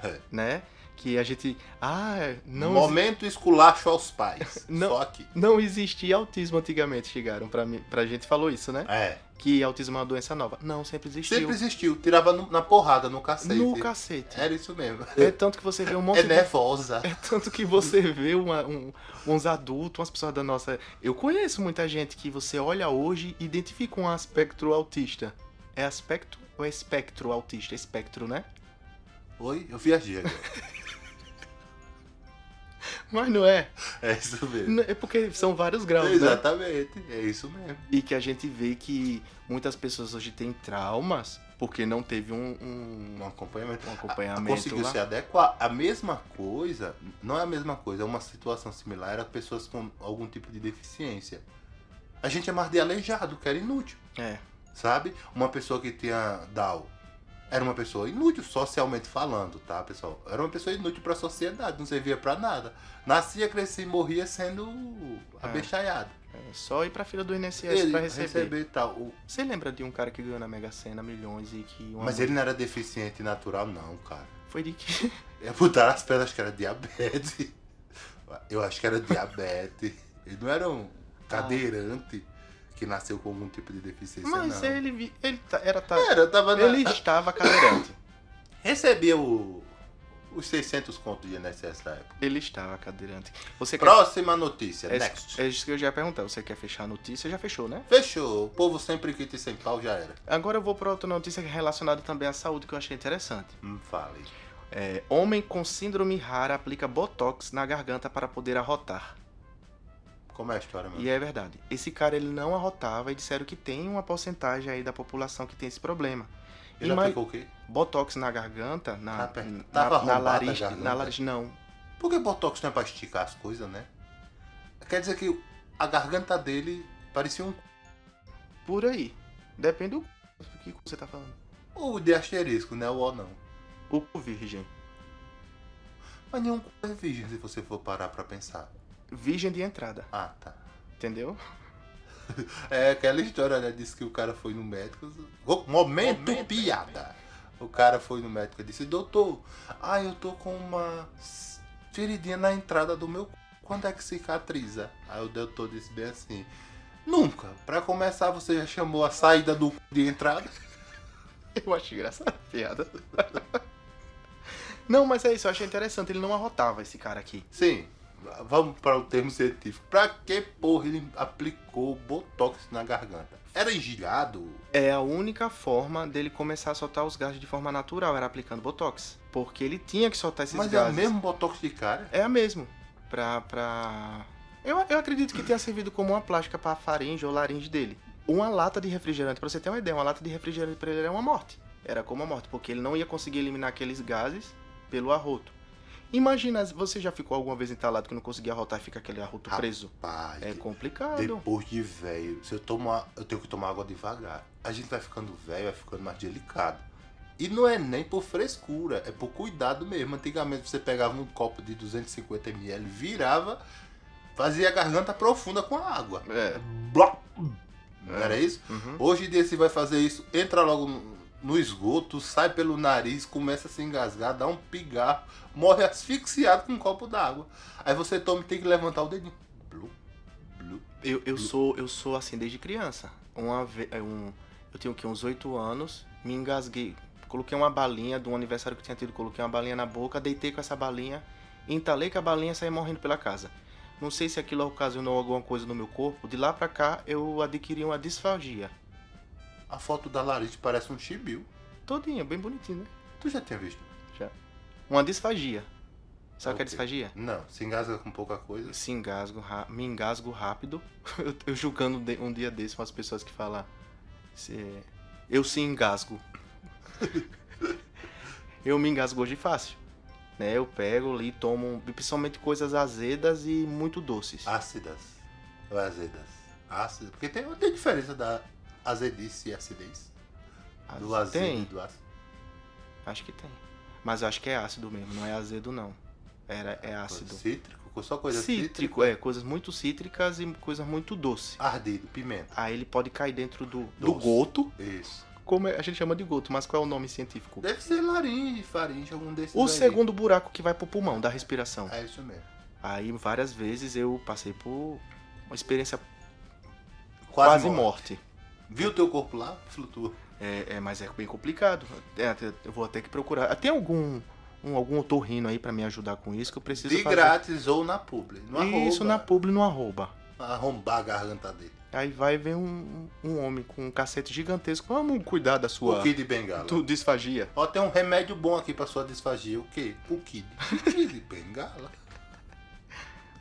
Speaker 3: É.
Speaker 2: né? Que a gente, ah, não
Speaker 3: Momento esculacho aos pais.
Speaker 2: (laughs) Não.
Speaker 3: Só aqui.
Speaker 2: não existia autismo antigamente, chegaram pra mim, pra gente falou isso, né?
Speaker 3: É.
Speaker 2: Que autismo é uma doença nova. Não, sempre existiu.
Speaker 3: Sempre existiu. Tirava no- na porrada, no cacete.
Speaker 2: no cacete.
Speaker 3: Era isso mesmo. (laughs)
Speaker 2: É tanto que você vê um monte
Speaker 3: É
Speaker 2: de
Speaker 3: nervosa.
Speaker 2: É tanto que você vê uma- um- uns adultos, umas pessoas da nossa. Eu conheço muita gente que você olha hoje e identifica um aspecto autista. É aspecto ou é espectro autista? Espectro, né? (laughs)
Speaker 3: Oi? Eu viajei agora.
Speaker 2: Mas não é.
Speaker 3: É isso mesmo.
Speaker 2: N- É porque são vários graus, né?
Speaker 3: Exatamente. É isso mesmo.
Speaker 2: E que a gente vê que muitas pessoas hoje têm traumas porque não teve um, um-
Speaker 3: Um acompanhamento.
Speaker 2: um acompanhamento
Speaker 3: Conseguiu
Speaker 2: lá.
Speaker 3: se adequar. A mesma coisa, não é a mesma coisa, é uma situação similar a pessoas com algum tipo de deficiência. A gente é mais de aleijado, que era inútil.
Speaker 2: É.
Speaker 3: sabe? Uma pessoa que tinha Down era uma pessoa inútil socialmente falando, tá, pessoal? Era uma pessoa inútil pra sociedade, não servia pra nada. Nascia, crescia e morria sendo abestalhado.
Speaker 2: É só ir pra fila do INSS
Speaker 3: Ele
Speaker 2: pra receber.
Speaker 3: receber e tal. O-
Speaker 2: Você lembra de um cara que ganhou na Mega Sena milhões e que. uma
Speaker 3: Mas
Speaker 2: mulher-
Speaker 3: ele não era deficiente natural, não, cara.
Speaker 2: Foi de que.
Speaker 3: É botaram as pedras, acho que era diabetes. Eu acho que era diabetes. Ele não era um cadeirante que nasceu com algum tipo de deficiência,
Speaker 2: Mas
Speaker 3: não.
Speaker 2: ele, vi- ele tá- era. Tá...
Speaker 3: Era, tava na...
Speaker 2: Ele estava cadeirante.
Speaker 3: Recebia o... os 600 contos de INSS da época.
Speaker 2: Ele estava cadeirante. Você quer...
Speaker 3: Próxima notícia,
Speaker 2: é,
Speaker 3: next.
Speaker 2: é isso que eu já ia perguntar. Você quer fechar a notícia? Já fechou, né?
Speaker 3: Fechou, o povo sempre quita e sem pau já era.
Speaker 2: Agora eu vou para outra notícia relacionada também à saúde que eu achei interessante.
Speaker 3: Hum, fale.
Speaker 2: É, homem com síndrome rara aplica botox na garganta para poder arrotar.
Speaker 3: Como é a história, meu?
Speaker 2: E é verdade. Esse cara ele não arrotava e disseram que tem uma porcentagem aí da população que tem esse problema.
Speaker 3: Ele
Speaker 2: ima-
Speaker 3: aplicou o quê?
Speaker 2: Botox na garganta, na,
Speaker 3: Na perna.
Speaker 2: na-
Speaker 3: Tava né?
Speaker 2: na
Speaker 3: arrombada a
Speaker 2: laringe,
Speaker 3: garganta?
Speaker 2: na laringe não.
Speaker 3: Porque Botox não é pra esticar as coisas, né? Quer dizer que a garganta dele parecia um... c****.
Speaker 2: Por aí. Depende do c- que você tá falando.
Speaker 3: O de asterisco, né? O O não.
Speaker 2: O cu virgem.
Speaker 3: Mas nenhum c*** é virgem, se você for parar pra pensar.
Speaker 2: Virgem de entrada,
Speaker 3: Ah, tá.
Speaker 2: entendeu? (laughs)
Speaker 3: É aquela história, né? Disse que o cara foi no médico. Ô, Momento, piada! O cara foi no médico e disse: Doutor, ah, eu tô com uma s- feridinha na entrada do meu. cu. Quando é que cicatriza? Aí o doutor disse bem assim: Nunca. Pra começar, você já chamou a saída do cu de entrada?
Speaker 2: Eu acho engraçada a piada. Não, mas é isso, eu achei interessante. Ele não arrotava esse cara aqui.
Speaker 3: Sim. v- Vamos para o termo científico. Pra que porra ele aplicou botox na garganta? Era engilhado?
Speaker 2: É a única forma dele começar a soltar os gases de forma natural, era aplicando botox. Porque ele tinha que soltar esses
Speaker 3: Mas é o
Speaker 2: gases.
Speaker 3: mesmo botox de cara?
Speaker 2: É a mesmo. Pra. pra... Eu, eu acredito que tenha servido como uma plástica pra faringe ou laringe dele. Uma lata de refrigerante, pra você ter uma ideia, uma lata de refrigerante pra ele era uma morte. Era como uma morte, porque ele não ia conseguir eliminar aqueles gases pelo arroto. Imagina, você já ficou alguma vez entalado que não conseguia arrotar e fica aquele arroto
Speaker 3: Rapaz,
Speaker 2: preso.
Speaker 3: Pai,
Speaker 2: É
Speaker 3: que
Speaker 2: complicado.
Speaker 3: Depois de velho, se eu tomar, eu tenho que tomar água devagar. A gente vai ficando velho, vai ficando mais delicado. E não é nem por frescura, é por cuidado mesmo. Antigamente você pegava um copo de 250ml, virava, fazia a garganta profunda com a água.
Speaker 2: É.
Speaker 3: Blop! Não era isso?
Speaker 2: Uhum.
Speaker 3: Hoje em dia você vai fazer isso, entra logo no, no esgoto, sai pelo nariz, começa a se engasgar, dá um pigarro, morre asfixiado com um copo d'água. Aí você toma e tem que levantar o dedinho. Blu, blu.
Speaker 2: Eu, eu sou eu sou assim desde criança. Uma ve- é, um, eu tenho que uns 8 anos, me engasguei, coloquei uma balinha do aniversário que tinha tido, coloquei uma balinha na boca, deitei com essa balinha, entalei com a balinha e saí morrendo pela casa. Não sei se aquilo ocasionou alguma coisa no meu corpo, de lá pra cá eu adquiri uma disfagia.
Speaker 3: A foto da Larissa parece um chibiu.
Speaker 2: Todinha, bem bonitinho, né?
Speaker 3: Tu já tinha visto?
Speaker 2: Uma disfagia. Sabe o que
Speaker 3: Ok.
Speaker 2: é disfagia?
Speaker 3: Não, se engasga com pouca coisa.
Speaker 2: Se engasgo, ra- me engasgo rápido. (laughs) Eu, eu julgando de- um dia desse umas pessoas que falam. "Se- eu se engasgo. (laughs) eu me engasgo hoje fácil. Né? Eu pego ali, tomo. Principalmente coisas azedas e muito doces.
Speaker 3: Ácidas. Ou é azedas? Ácidas. Porque tem, tem diferença da azedice e acidez. Do
Speaker 2: Az-
Speaker 3: azedo e
Speaker 2: Tem?
Speaker 3: do ácido.
Speaker 2: Acho que tem. Mas eu acho que é ácido mesmo, não é azedo não. Era, é ácido.
Speaker 3: Cítrico, só coisa cítrica.
Speaker 2: Cítrico, é, coisas muito cítricas e coisas muito doce.
Speaker 3: Ardido, pimenta.
Speaker 2: Aí ele pode cair dentro do, do
Speaker 3: Doce.
Speaker 2: goto,
Speaker 3: Isso.
Speaker 2: como a gente chama de goto, mas qual é o nome científico?
Speaker 3: Deve ser laringe, faringe, algum desses.
Speaker 2: O
Speaker 3: aí.
Speaker 2: segundo buraco que vai pro pulmão da respiração.
Speaker 3: É isso mesmo.
Speaker 2: Aí várias vezes eu passei por uma experiência
Speaker 3: Quase,
Speaker 2: quase,
Speaker 3: morre.
Speaker 2: morte.
Speaker 3: Viu teu corpo lá? Flutua.
Speaker 2: É, é, mas é bem complicado. É, até- eu vou ter que procurar. Ah, Tem algum um, algum otorrino aí pra me ajudar com isso que eu preciso
Speaker 3: De
Speaker 2: fazer.
Speaker 3: grátis ou na publi. No
Speaker 2: Isso na
Speaker 3: arroba.
Speaker 2: publi no arroba.
Speaker 3: Arrombar a garganta dele.
Speaker 2: Aí vai ver um, um homem com um cacete gigantesco. Vamos cuidar da
Speaker 3: O
Speaker 2: sua
Speaker 3: Kid Bengala.
Speaker 2: tu, disfagia.
Speaker 3: Ó, tem um remédio bom aqui pra sua disfagia. O quê? O Kid. (laughs) O Kid Bengala.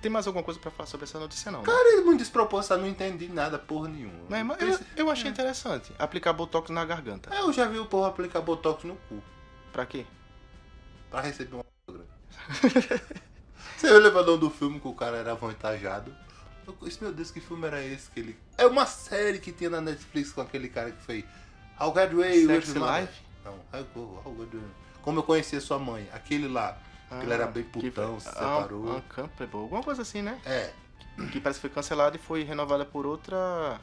Speaker 2: Tem mais alguma coisa pra falar sobre essa notícia não? né?
Speaker 3: Cara, ele é muito desproporcionado, não entendi nada porra nenhuma.
Speaker 2: Né, mas
Speaker 3: Esse-
Speaker 2: eu, eu achei interessante. Aplicar botox na garganta.
Speaker 3: É, eu já vi o povo aplicar botox no cu
Speaker 2: Pra quê?
Speaker 3: pra receber uma grana. (laughs) Você viu o levadão do filme que o cara era avantajado? Eu, esse, meu Deus, que filme era esse que ele. É uma série que tinha na Netflix com aquele cara que foi. How God Way
Speaker 2: Sex Life?
Speaker 3: Não, How Go- How God Way. Como eu conhecia sua mãe, aquele lá. que ele era bem putão,
Speaker 2: Ah, que-
Speaker 3: se separou.
Speaker 2: Un- Uncomfortable, alguma coisa assim, né?
Speaker 3: É.
Speaker 2: Que parece que foi cancelada e foi renovada por outra.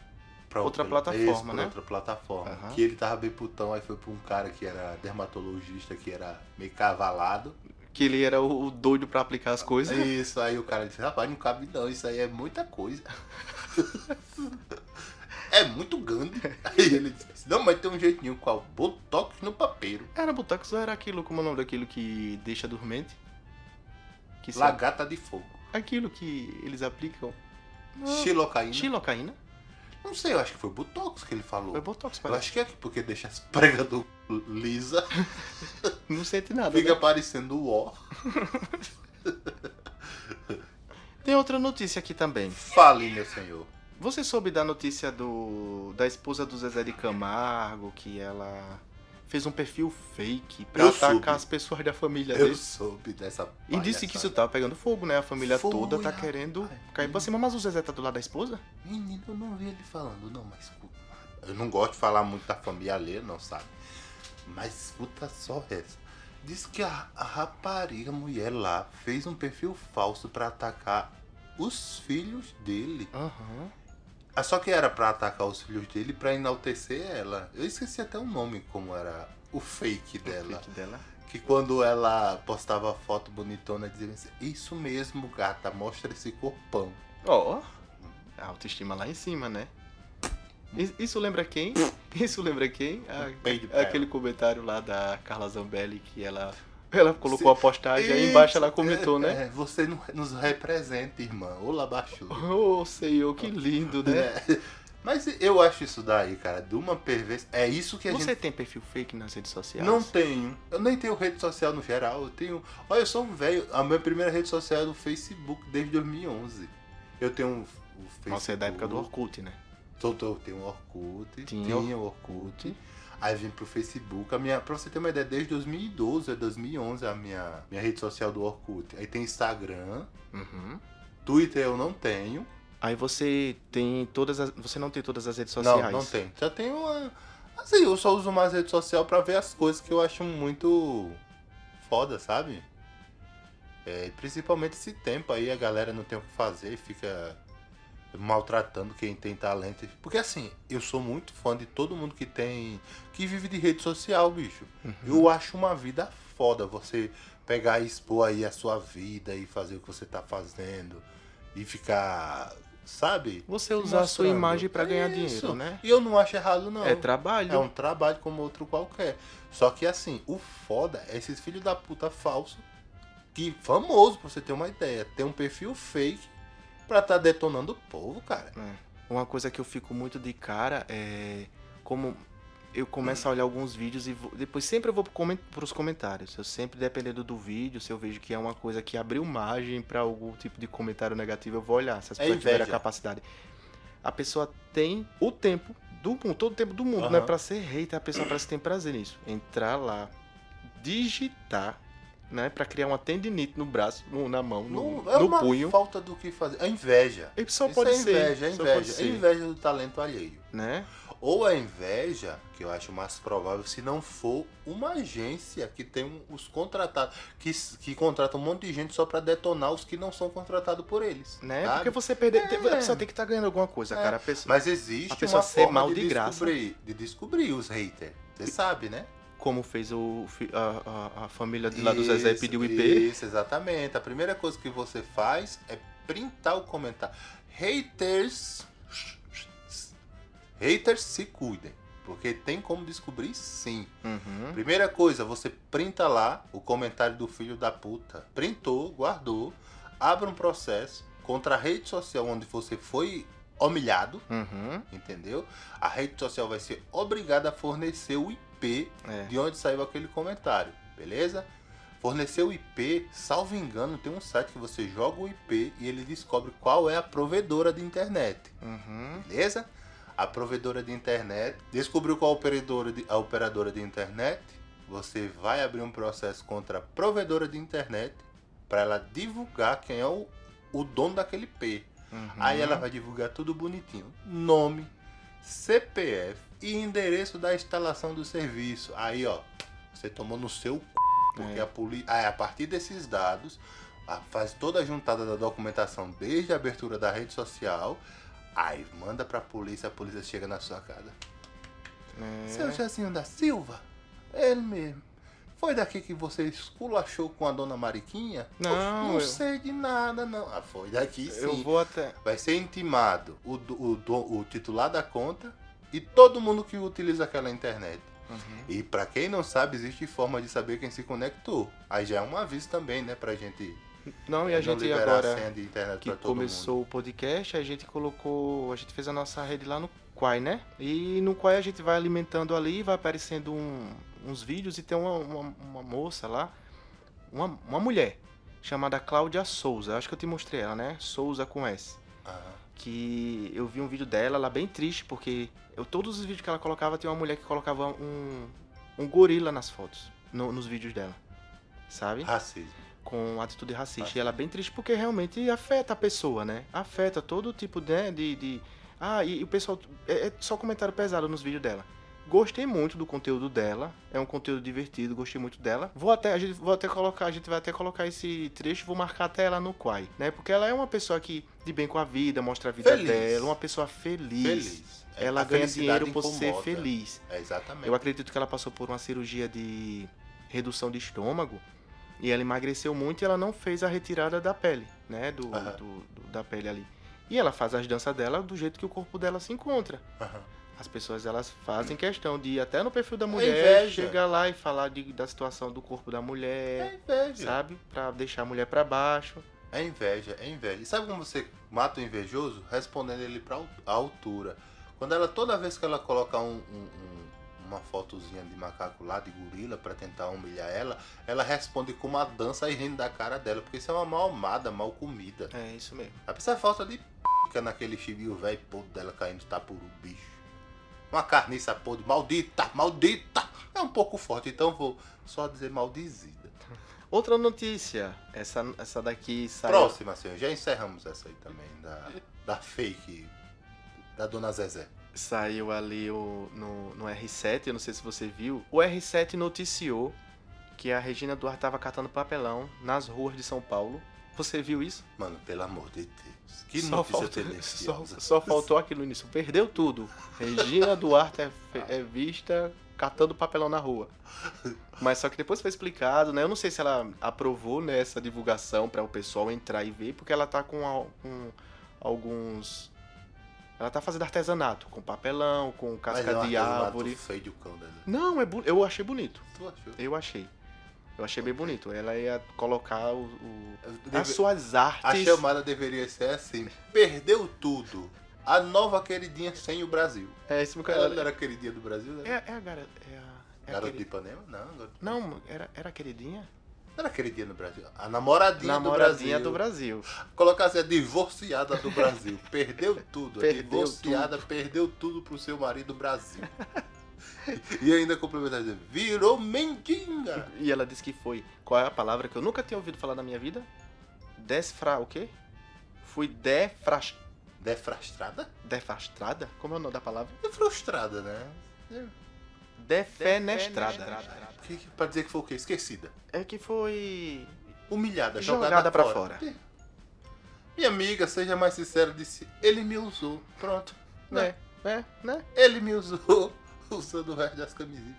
Speaker 3: pra
Speaker 2: Outra
Speaker 3: pela-
Speaker 2: plataforma,
Speaker 3: esse, por
Speaker 2: né?
Speaker 3: Outra plataforma.
Speaker 2: Aham.
Speaker 3: Que ele tava bem putão, aí foi pra um cara que era dermatologista, que era meio cavalado.
Speaker 2: Que ele era o o doido pra aplicar as coisas.
Speaker 3: Isso, aí o cara disse, rapaz, não cabe não, isso aí é muita coisa. é muito grande. Aí ele disse, não, mas tem um jeitinho qual? Botox no papeiro.
Speaker 2: Era Botox ou era aquilo, como é o nome daquilo que deixa dormente? Que se-
Speaker 3: Lagarta de fogo.
Speaker 2: Aquilo que eles aplicam.
Speaker 3: Xilocaína.
Speaker 2: Xilocaína?
Speaker 3: Não sei, eu acho que foi Botox que ele falou.
Speaker 2: Foi Botox,
Speaker 3: Eu
Speaker 2: parece.
Speaker 3: acho que é porque deixa as pregas do cu lisa,
Speaker 2: Ah, Não sente nada.
Speaker 3: fica
Speaker 2: né?
Speaker 3: parecendo o ó.
Speaker 2: né? Tem outra notícia aqui também.
Speaker 3: Fale, meu senhor.
Speaker 2: Você soube da notícia do da esposa do Zezé de Camargo, que ela fez um perfil fake pra
Speaker 3: Eu
Speaker 2: atacar
Speaker 3: soube.
Speaker 2: as pessoas da família dele?
Speaker 3: Eu soube dessa
Speaker 2: E disse que isso
Speaker 3: palhaçada.
Speaker 2: tava pegando fogo, né? A família
Speaker 3: Foi,
Speaker 2: toda tá
Speaker 3: rapaz.
Speaker 2: querendo cair pra cima, mas o Zezé tá do lado da esposa?
Speaker 3: Menino, eu não vi ele falando, não, mas escuta. Eu não gosto de falar muito da família alheia, não, sabe? Mas escuta só essa. Diz que a, a rapariga, a mulher lá, fez um perfil falso pra atacar os filhos dele.
Speaker 2: Aham.
Speaker 3: Ah, Só que era pra atacar os filhos dele pra enaltecer ela. Eu esqueci até o nome, como era o fake dela.
Speaker 2: Fake dela.
Speaker 3: Que quando ela postava a foto bonitona, dizia assim, isso mesmo, gata, mostra esse corpão.
Speaker 2: Ó. A autoestima lá em cima, né? Is- Isso lembra quem? (laughs) Isso lembra quem? A-
Speaker 3: Peido pra
Speaker 2: É aquele comentário lá da Carla Zambelli que ela, ela colocou a postagem aí embaixo ela comentou, né?
Speaker 3: É, você não- nos representa, irmã. Olá, baixou.
Speaker 2: Oh, senhor, que lindo, (laughs) né?
Speaker 3: É. Mas eu acho isso daí, cara, de uma perversa. É isso que a
Speaker 2: Você
Speaker 3: gente.
Speaker 2: tem perfil fake nas redes sociais?
Speaker 3: Não tenho. Eu nem tenho rede social no geral. Eu tenho. Olha, eu sou um velho. A minha primeira rede social é no Facebook desde 2011. Eu tenho um. o Facebook.
Speaker 2: Nossa, é da época do Orkut, né?
Speaker 3: Tô- tô- Eu tenho o Orkut.
Speaker 2: Tinha
Speaker 3: Tinha o Orkut. Aí vim pro Facebook. A minha, pra você ter uma ideia, desde 2012 a 2011 a minha, minha rede social do Orkut. Aí tem Instagram.
Speaker 2: Uhum.
Speaker 3: Twitter eu não tenho.
Speaker 2: Aí você tem todas as. Você não tem todas as redes
Speaker 3: Não,
Speaker 2: sociais?
Speaker 3: não tem. Já tem uma. Assim, eu só uso mais rede social pra ver as coisas que eu acho muito foda, sabe? É, principalmente esse tempo aí, a galera não tem o que fazer, fica maltratando quem tem talento. Porque assim, eu sou muito fã de todo mundo que tem. que vive de rede social, bicho. Eu acho uma vida foda você pegar e expor aí a sua vida e fazer o que você tá fazendo e ficar. Sabe?
Speaker 2: Você usar a sua
Speaker 3: Mostrando.
Speaker 2: imagem pra ganhar
Speaker 3: É Isso.
Speaker 2: dinheiro, né?
Speaker 3: E eu não acho errado, não.
Speaker 2: É trabalho.
Speaker 3: É um trabalho como outro qualquer. Só que assim, o foda é esses filhos da puta falso que famoso, pra você ter uma ideia, tem um perfil fake pra tá detonando o povo, cara.
Speaker 2: Uma coisa que eu fico muito de cara é como eu começo a olhar alguns vídeos e vou- depois sempre eu vou pro comen- pros comentários. Eu sempre, dependendo do vídeo, se eu vejo que é uma coisa que abriu margem pra algum tipo de comentário negativo, eu vou olhar. Se as
Speaker 3: É
Speaker 2: pessoas tiverem a
Speaker 3: inveja.
Speaker 2: capacidade. A pessoa tem o tempo do mundo, todo o tempo do mundo,
Speaker 3: Aham.
Speaker 2: não é pra ser hater, a pessoa parece que tem prazer nisso. Entrar lá, digitar, né? Pra criar uma tendinite no braço, no- na mão, no,
Speaker 3: Não, é
Speaker 2: no
Speaker 3: uma
Speaker 2: punho.
Speaker 3: falta do que fazer. A inveja.
Speaker 2: E só
Speaker 3: Isso
Speaker 2: pode
Speaker 3: é
Speaker 2: ser.
Speaker 3: inveja, é
Speaker 2: só pode
Speaker 3: inveja. É
Speaker 2: ser,
Speaker 3: inveja do talento alheio.
Speaker 2: né?
Speaker 3: Ou a inveja, que eu acho mais provável, se não for uma agência que tem um- os contratados, que, s- que contrata um monte de gente só pra detonar os que não são contratados por eles.
Speaker 2: Né?
Speaker 3: sabe?
Speaker 2: Porque você perder.
Speaker 3: É.
Speaker 2: tem- A pessoa tem que estar ganhando alguma coisa,
Speaker 3: É.
Speaker 2: cara. A pessoa-
Speaker 3: Mas existe
Speaker 2: A pessoa
Speaker 3: uma
Speaker 2: ser
Speaker 3: forma
Speaker 2: mal
Speaker 3: de,
Speaker 2: de graça.
Speaker 3: descobrir, de descobrir os haters. Você sabe, né?
Speaker 2: Como fez o, fi- a, a- a família de lá do Zezé e
Speaker 3: Isso,
Speaker 2: pediu o IP.
Speaker 3: Isso, exatamente. A primeira coisa que você faz é printar o comentário. Haters. Haters se cuidem. Porque tem como descobrir sim.
Speaker 2: Uhum.
Speaker 3: Primeira coisa, você printa lá o comentário do filho da puta. Printou, guardou, abre um processo contra a rede social onde você foi humilhado,
Speaker 2: Uhum.
Speaker 3: entendeu? A rede social vai ser obrigada a fornecer o IP
Speaker 2: É.
Speaker 3: de onde saiu aquele comentário, beleza? Fornecer o IP, salvo engano, tem um site que você joga o IP e ele descobre qual é a provedora de internet,
Speaker 2: Uhum.
Speaker 3: beleza? A provedora de internet, descobriu qual a operadora de, a operadora de internet, você vai abrir um processo contra a provedora de internet para ela divulgar quem é o, o dono daquele IP.
Speaker 2: Uhum.
Speaker 3: Aí ela vai divulgar tudo bonitinho. Nome, CPF e endereço da instalação do serviço. Aí, ó, você tomou no seu c... Porque
Speaker 2: É.
Speaker 3: a polícia. Aí, a partir desses dados, a- faz toda a juntada da documentação desde a abertura da rede social. Aí manda pra polícia, a polícia chega na sua casa.
Speaker 2: É.
Speaker 3: Seu Jazinho da Silva? Ele mesmo. Foi daqui que você esculachou com a dona Mariquinha?
Speaker 2: Não,
Speaker 3: não
Speaker 2: eu-
Speaker 3: sei de nada, não. Ah, foi daqui sim.
Speaker 2: Eu vou até.
Speaker 3: Vai ser intimado o, do- o do- o titular da conta e todo mundo que utiliza aquela internet.
Speaker 2: Uhum.
Speaker 3: E pra quem não sabe, existe forma de saber quem se conectou. Aí já é um aviso também, né? Pra gente
Speaker 2: Não, e a
Speaker 3: não
Speaker 2: gente
Speaker 3: liberar a
Speaker 2: agora
Speaker 3: senha de internet
Speaker 2: que
Speaker 3: pra todo mundo.
Speaker 2: começou o podcast, a gente colocou. A gente fez a nossa rede lá no Quai, né? E no Quai a gente vai alimentando ali, vai aparecendo um- uns vídeos e tem uma, uma, uma moça lá, uma, uma mulher, chamada Cláudia Souza. Acho que eu te mostrei ela, né? Souza com S.
Speaker 3: Ah,
Speaker 2: que eu vi um vídeo dela, ela bem triste, porque eu, todos os vídeos que ela colocava, tem uma mulher que colocava um, um gorila nas fotos, no- nos vídeos dela, sabe?
Speaker 3: racismo.
Speaker 2: Com atitude racista.
Speaker 3: Racista.
Speaker 2: E ela é bem triste porque realmente afeta a pessoa, né? Afeta todo tipo né, de, de... Ah, e, e o pessoal... É, é só comentário pesado nos vídeos dela. Gostei muito do conteúdo dela, é um conteúdo divertido, gostei muito dela. Vou até, a gente, vou até colocar, a gente vai até colocar esse trecho, vou marcar até ela no Quai, né? Porque ela é uma pessoa que de bem com a vida, mostra a vida
Speaker 3: Feliz.
Speaker 2: dela, uma pessoa feliz.
Speaker 3: Feliz. É,
Speaker 2: Ela
Speaker 3: a
Speaker 2: ganha
Speaker 3: felicidade
Speaker 2: dinheiro por ser
Speaker 3: incomoda.
Speaker 2: feliz.
Speaker 3: É, exatamente.
Speaker 2: Eu acredito que ela passou por uma cirurgia de redução de estômago e ela emagreceu muito e ela não fez a retirada da pele, né? Do,
Speaker 3: Aham.
Speaker 2: do- do- da pele ali. E ela faz as danças dela do jeito que o corpo dela se encontra.
Speaker 3: Aham.
Speaker 2: As pessoas elas fazem questão de ir até no perfil da
Speaker 3: inveja.
Speaker 2: mulher, chegar lá e falar de- da situação do corpo da
Speaker 3: É
Speaker 2: mulher,
Speaker 3: inveja.
Speaker 2: sabe? Pra deixar a mulher pra baixo.
Speaker 3: É inveja, é inveja. E sabe como você mata o invejoso? Respondendo ele pra al- a altura. Quando ela, toda vez que ela coloca um- um- um- uma fotozinha de macaco lá, de gorila, pra tentar humilhar ela, ela responde com uma dança e rindo da cara dela, porque isso é uma malmada, mal comida.
Speaker 2: É isso mesmo.
Speaker 3: A pessoa é falta de p naquele chibio velho podre dela caindo tapuru, bicho. Uma carniça podre, maldita, maldita! É um pouco forte, então vou só dizer maldizida.
Speaker 2: Outra notícia. Essa, essa daqui saiu.
Speaker 3: Próxima, senhor. Já encerramos essa aí também, da, da fake, da Dona Zezé.
Speaker 2: saiu ali o- no, no R7, eu não sei se você viu, o R7 noticiou que a Regina Duarte estava catando papelão nas ruas de São Paulo Você viu isso?
Speaker 3: Mano, pelo amor de Deus. Que
Speaker 2: só
Speaker 3: notícia
Speaker 2: faltou, só,
Speaker 3: tendenciosa.
Speaker 2: só faltou aqui no início. Perdeu tudo. Regina (laughs) Duarte é, fe- é vista catando papelão na rua. Mas só que depois foi explicado, né? Eu não sei se ela aprovou né, essa divulgação pra o pessoal entrar e ver, porque ela tá com, al- com alguns. Ela tá fazendo artesanato, com papelão, com
Speaker 3: Mas
Speaker 2: casca
Speaker 3: é um
Speaker 2: de
Speaker 3: artesanato
Speaker 2: árvore.
Speaker 3: feio de cão dela.
Speaker 2: Não, é bu- eu achei bonito.
Speaker 3: Tu achou?
Speaker 2: Eu achei. Eu achei bem bonito. Ela ia colocar o, o-
Speaker 3: Deve-
Speaker 2: as suas artes.
Speaker 3: A chamada deveria ser assim: perdeu tudo. A nova queridinha sem o Brasil.
Speaker 2: É, isso me
Speaker 3: Ela não era queridinha do Brasil, né?
Speaker 2: É, é a garota. É a, é a
Speaker 3: Garota
Speaker 2: queri-
Speaker 3: de Ipanema? Não, garota-
Speaker 2: Não, era, era a queridinha?
Speaker 3: não era queridinha do Brasil. A namoradinha,
Speaker 2: Namoradinha
Speaker 3: do
Speaker 2: do
Speaker 3: Brasil.
Speaker 2: Brasil.
Speaker 3: Colocasse a divorciada do
Speaker 2: (laughs)
Speaker 3: Brasil. Perdeu tudo. A
Speaker 2: Perdeu
Speaker 3: divorciada perdeu tudo pro seu marido Brasil. e ainda complementar dizendo, virou mendiga.
Speaker 2: E ela disse que foi. Qual é a palavra que eu nunca tinha ouvido falar na minha vida? Desfra. o quê? Fui defras,
Speaker 3: Defrastrada?
Speaker 2: defrastrada? Como é o nome da palavra?
Speaker 3: É frustrada, né?
Speaker 2: Defenestrada.
Speaker 3: Que, que- pra dizer que foi o quê? Esquecida.
Speaker 2: É que foi.
Speaker 3: Humilhada, jogada,
Speaker 2: Jogada
Speaker 3: pra
Speaker 2: pra
Speaker 3: fora. Minha amiga, seja mais sincera, disse, ele me usou. Pronto.
Speaker 2: Né? Né? Né?
Speaker 3: Ele me usou (laughs) usando o resto das camisinhas.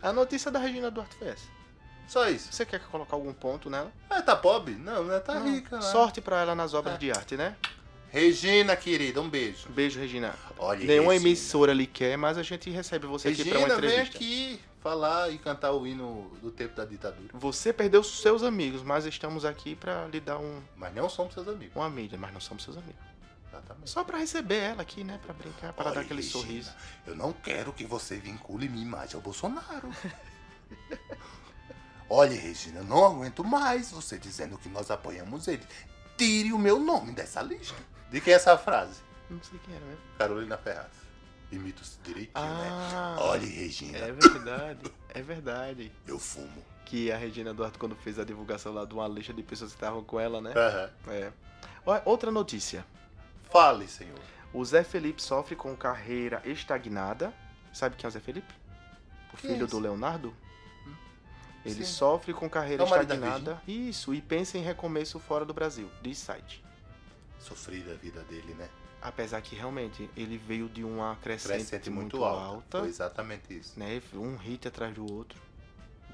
Speaker 2: A notícia da Regina Duarte foi essa.
Speaker 3: Só isso.
Speaker 2: Você quer colocar algum ponto nela?
Speaker 3: Ah, tá pobre? Não, né? Tá
Speaker 2: Não.
Speaker 3: rica, né?
Speaker 2: Sorte pra ela nas obras de arte, né?
Speaker 3: Regina, querida, um beijo.
Speaker 2: Beijo, Regina.
Speaker 3: Olha
Speaker 2: Nenhuma
Speaker 3: Regina.
Speaker 2: emissora lhe quer, mas a gente recebe você aqui pra uma
Speaker 3: Regina, vem
Speaker 2: entrevista.
Speaker 3: aqui falar e cantar o hino do tempo da ditadura.
Speaker 2: Você perdeu seus amigos, mas estamos aqui pra lhe dar um,
Speaker 3: Mas não somos seus amigos.
Speaker 2: uma mídia, mas não somos seus amigos.
Speaker 3: Exatamente.
Speaker 2: Só pra receber ela aqui, né? Pra brincar, pra
Speaker 3: Olha,
Speaker 2: dar aquele
Speaker 3: Regina,
Speaker 2: sorriso.
Speaker 3: Eu não quero que você vincule minha imagem ao (laughs) Bolsonaro. Olha, Regina, eu não aguento mais você dizendo que nós apoiamos ele. Tire o meu nome dessa lista. De quem é essa frase?
Speaker 2: Não sei quem era mesmo.
Speaker 3: Carolina Ferraz. Imito-se direitinho, né?
Speaker 2: Ah,
Speaker 3: Olha, Regina,
Speaker 2: é verdade, é verdade.
Speaker 3: eu fumo.
Speaker 2: Que a Regina Duarte, quando fez a divulgação lá de uma lista de pessoas que estavam com ela, né?
Speaker 3: Aham.
Speaker 2: É. Ó, Outra notícia.
Speaker 3: Fale, senhor.
Speaker 2: O Zé Felipe sofre com carreira estagnada. Sabe quem é o Zé Felipe? O
Speaker 3: Quem é esse?
Speaker 2: filho
Speaker 3: Hum?
Speaker 2: do Leonardo? Ele
Speaker 3: Sim.
Speaker 2: sofre com carreira
Speaker 3: É o marido da
Speaker 2: estagnada. Isso, e pensa em recomeço fora do Brasil, diz site.
Speaker 3: Sofrida a vida dele, né?
Speaker 2: Apesar que realmente ele veio de uma crescente,
Speaker 3: Crescente
Speaker 2: muito,
Speaker 3: muito, alta. Foi exatamente isso.
Speaker 2: né? Um hit atrás do outro.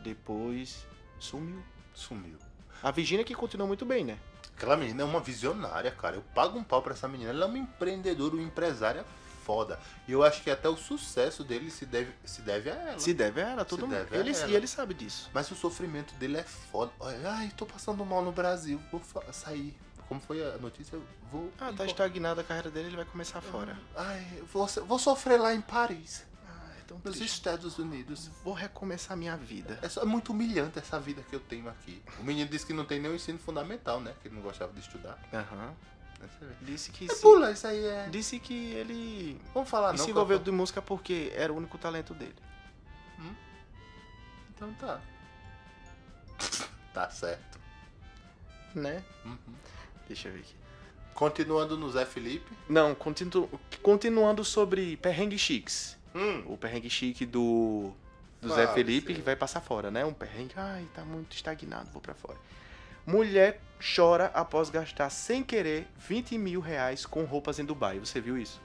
Speaker 2: Depois sumiu.
Speaker 3: Sumiu.
Speaker 2: A Virginia que continuou muito bem, né?
Speaker 3: Aquela menina é uma visionária, cara. Eu pago um pau pra essa menina. Ela é uma empreendedora, uma empresária foda. E eu acho que até o sucesso dele se deve, se deve a ela.
Speaker 2: Se deve a ela,
Speaker 3: Se
Speaker 2: todo mundo.
Speaker 3: deve a
Speaker 2: Ele,
Speaker 3: ela.
Speaker 2: E ele sabe disso.
Speaker 3: Mas o sofrimento dele é foda. Olha, ai, tô passando mal no Brasil. Vou fa- sair. Como foi a notícia? Eu Vou.
Speaker 2: Ah, tá estagnada a carreira dele, ele vai começar fora.
Speaker 3: Ai, eu vou, vou sofrer lá em Paris,
Speaker 2: Ah, é tão
Speaker 3: nos
Speaker 2: triste.
Speaker 3: Estados Unidos.
Speaker 2: Vou recomeçar minha vida.
Speaker 3: É, só, é muito humilhante essa vida que eu tenho aqui. O menino disse que não tem nenhum ensino fundamental, né? Que ele não gostava de estudar.
Speaker 2: Aham.
Speaker 3: Né? Você vê.
Speaker 2: Disse que
Speaker 3: É,
Speaker 2: se-
Speaker 3: Pula, isso aí é.
Speaker 2: disse que ele
Speaker 3: Vamos falar não.
Speaker 2: se envolveu
Speaker 3: Cafá?
Speaker 2: de música porque era o único talento dele.
Speaker 3: Então tá. (laughs) tá certo.
Speaker 2: Né?
Speaker 3: Uhum.
Speaker 2: Deixa eu ver aqui.
Speaker 3: Continuando no Zé Felipe.
Speaker 2: Não, continu- continuando sobre perrengue chiques.
Speaker 3: Hum.
Speaker 2: O perrengue chique do, do Zé
Speaker 3: Fala,
Speaker 2: Felipe
Speaker 3: senhor.
Speaker 2: que vai passar fora, né? Um perrengue. Ai, tá muito estagnado, vou pra fora. Mulher chora após gastar sem querer 20 mil reais com roupas em Dubai. Você viu isso?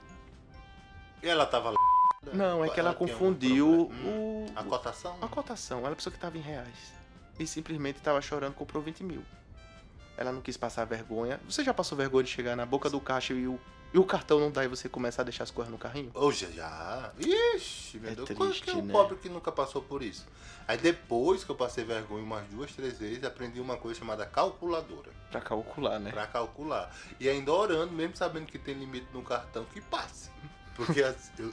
Speaker 3: E ela tava né? lá.
Speaker 2: Não, é que ela
Speaker 3: tem algum
Speaker 2: confundiu
Speaker 3: problema. Hum.
Speaker 2: o,
Speaker 3: A cotação?
Speaker 2: Uma cotação, ela pensou que tava em reais. E simplesmente tava chorando, comprou 20 mil. Ela não quis passar vergonha. Você já passou vergonha de chegar na boca do caixa e o, e o cartão não dá e você começar a deixar as coisas no carrinho?
Speaker 3: Hoje é já. Ixi, meu
Speaker 2: É
Speaker 3: Deus.
Speaker 2: triste,
Speaker 3: Qual que é o
Speaker 2: né?
Speaker 3: pobre que nunca passou por isso? Aí depois que eu passei vergonha umas duas, três vezes, aprendi uma coisa chamada calculadora.
Speaker 2: Pra calcular, né?
Speaker 3: Pra calcular. E ainda orando, mesmo sabendo que tem limite no cartão, que passe. (laughs) Porque as- eu,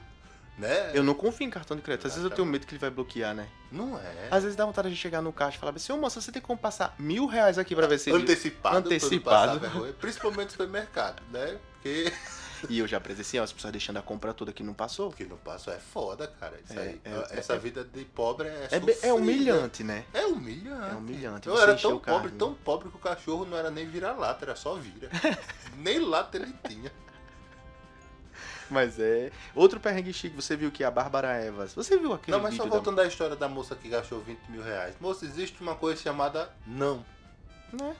Speaker 3: né?
Speaker 2: Eu não confio em cartão de crédito. Às vezes eu tenho medo que ele vai bloquear, né?
Speaker 3: Não é.
Speaker 2: Às vezes dá vontade de chegar no caixa e falar assim, ô moça, você tem como passar mil reais aqui pra ver se...
Speaker 3: antecipado,
Speaker 2: Antecipado.
Speaker 3: antecipado. Vergonha, principalmente no supermercado, né? Porque
Speaker 2: E eu já presenciei ó, as pessoas deixando a compra toda que não passou.
Speaker 3: o que não passou é foda, cara. Isso
Speaker 2: É,
Speaker 3: aí,
Speaker 2: é,
Speaker 3: essa
Speaker 2: é.
Speaker 3: vida de pobre é,
Speaker 2: É, be- é
Speaker 3: sofrida.
Speaker 2: humilhante, né?
Speaker 3: É humilhante.
Speaker 2: É humilhante,
Speaker 3: Eu
Speaker 2: você
Speaker 3: era
Speaker 2: encher
Speaker 3: tão
Speaker 2: o
Speaker 3: pobre,
Speaker 2: carrinho.
Speaker 3: tão pobre que o cachorro não era nem vira-lata, era só
Speaker 2: (laughs)
Speaker 3: vira. nem lata ele tinha.
Speaker 2: Mas é... Outro perrengue chique, você viu que a Bárbara Evas... Você viu aquele
Speaker 3: não, mas só
Speaker 2: vídeo da-
Speaker 3: voltando à história da moça que gastou 20 mil reais. Moça, existe uma coisa chamada não.
Speaker 2: Né?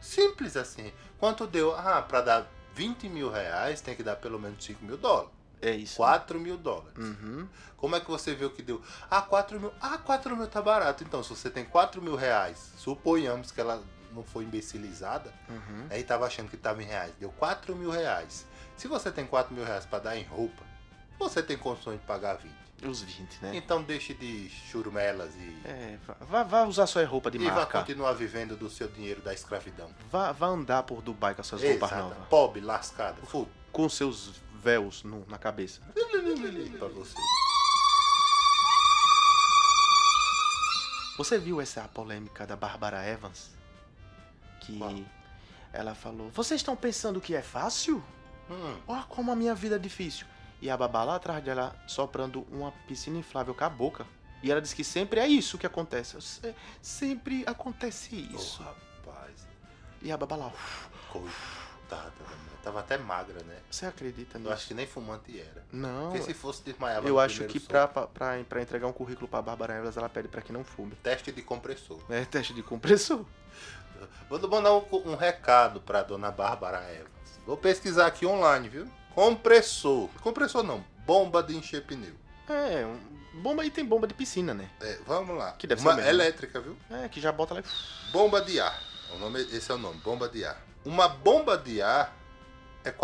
Speaker 3: Simples assim. Quanto deu? Ah, pra dar 20 mil reais tem que dar pelo menos 5 mil dólares.
Speaker 2: É isso.
Speaker 3: 4 mil dólares.
Speaker 2: Uhum.
Speaker 3: Como é que você viu que deu? Ah, 4 mil. Ah, 4 mil tá barato. Então, se você tem 4 mil reais, suponhamos que ela não foi imbecilizada,
Speaker 2: Uhum.
Speaker 3: aí tava achando que tava em reais. Deu 4 mil reais. Se você tem 4 mil reais pra dar em roupa, você tem condições de pagar 20.
Speaker 2: Os 20, né?
Speaker 3: Então deixe de churumelas e,
Speaker 2: É, vá- vá, vá usar sua roupa de
Speaker 3: e vá
Speaker 2: marca.
Speaker 3: continuar vivendo do seu dinheiro da escravidão.
Speaker 2: Vá, vá andar por Dubai com suas roupas
Speaker 3: Exata.
Speaker 2: novas.
Speaker 3: Pobre, lascado, futo.
Speaker 2: Com seus véus no- na cabeça.
Speaker 3: pra você.
Speaker 2: Você viu essa polêmica da Bárbara Evans? Que
Speaker 3: Qual?
Speaker 2: ela falou: Vocês estão pensando que é fácil?
Speaker 3: Hum,
Speaker 2: Olha como a minha vida é difícil. E a babá lá atrás dela soprando uma piscina inflável com a boca. E ela disse que sempre é isso que acontece. Eu se- Sempre acontece isso.
Speaker 3: oh, rapaz.
Speaker 2: E a babá lá, "Uf,
Speaker 3: Coitada da mulher. Tava até magra, né?
Speaker 2: você acredita
Speaker 3: Eu
Speaker 2: nisso?
Speaker 3: acho que nem fumante era.
Speaker 2: Não.
Speaker 3: Porque se fosse desmaiava
Speaker 2: Eu
Speaker 3: no
Speaker 2: acho
Speaker 3: primeiro
Speaker 2: que
Speaker 3: soco.
Speaker 2: pra, pra, pra- pra entregar um currículo pra Bárbara Evans, ela pede pra que não fume.
Speaker 3: Teste de compressor.
Speaker 2: É (laughs) teste de compressor.
Speaker 3: Vou mandar um, um recado pra dona Bárbara Evans. Vou pesquisar aqui online, viu? Compressor. Compressor não. Bomba de encher pneu.
Speaker 2: É, um- bomba aí tem bomba de piscina, né?
Speaker 3: É, vamos lá.
Speaker 2: Que deve ser
Speaker 3: Uma
Speaker 2: mesmo.
Speaker 3: elétrica, viu?
Speaker 2: É, que já bota lá. e-
Speaker 3: Bomba de ar. O nome, esse é o nome, bomba de ar. Uma bomba de ar é R$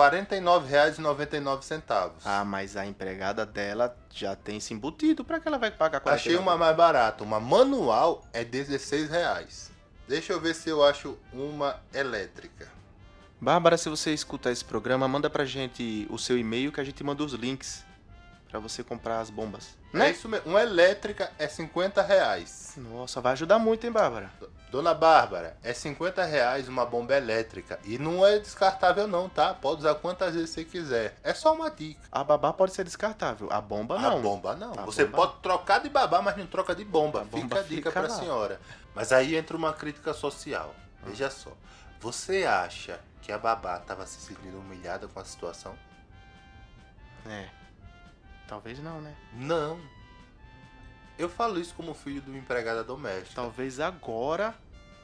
Speaker 3: 49,99.
Speaker 2: Ah, mas a empregada dela já tem se embutido. Pra que ela vai pagar 49?
Speaker 3: Achei uma mais barata. Uma manual é R$16,00. Deixa eu ver se eu acho uma elétrica.
Speaker 2: Bárbara, se você escutar esse programa, manda pra gente o seu e-mail que a gente manda os links pra você comprar as bombas.
Speaker 3: É
Speaker 2: Né?
Speaker 3: isso mesmo. Uma elétrica é 50 reais.
Speaker 2: Nossa, vai ajudar muito, hein, Bárbara?
Speaker 3: Dona Bárbara, é 50 reais uma bomba elétrica. E não é descartável não, tá? Pode usar quantas vezes você quiser. É só uma dica.
Speaker 2: A babá pode ser descartável, a bomba Ah, não.
Speaker 3: A bomba não.
Speaker 2: A
Speaker 3: você
Speaker 2: bomba
Speaker 3: pode trocar de babá, mas não troca de bomba.
Speaker 2: A
Speaker 3: fica
Speaker 2: bomba
Speaker 3: a dica
Speaker 2: fica
Speaker 3: pra
Speaker 2: lá. Ah.
Speaker 3: senhora. Mas aí entra uma crítica social. Veja só. Você acha que a babá estava se sentindo humilhada com a situação?
Speaker 2: É. Talvez não, né?
Speaker 3: Não. Eu falo isso como filho de uma empregada doméstica.
Speaker 2: Talvez agora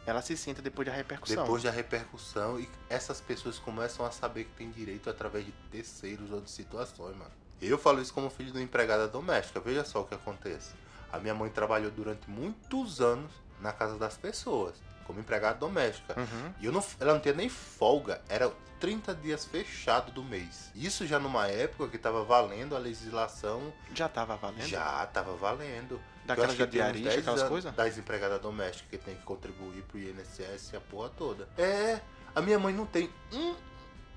Speaker 2: ela se sinta depois da repercussão.
Speaker 3: Depois da repercussão, e essas pessoas começam a saber que tem direito através de terceiros ou de situações, mano. Eu falo isso como filho de uma empregada doméstica, veja só o que acontece. A minha mãe trabalhou durante muitos anos na casa das pessoas, como empregada doméstica.
Speaker 2: Uhum.
Speaker 3: E eu não, ela não tinha nem folga, era 30 dias fechado do mês. Isso já numa época que tava valendo a legislação,
Speaker 2: Já tava valendo?
Speaker 3: já tava valendo. Eu
Speaker 2: Daquelas
Speaker 3: acho que
Speaker 2: da
Speaker 3: tem uns
Speaker 2: diarista,
Speaker 3: 10
Speaker 2: aquelas
Speaker 3: anos
Speaker 2: coisas?
Speaker 3: Das empregadas domésticas que tem que contribuir pro INSS e a porra toda. É, a minha mãe não tem um,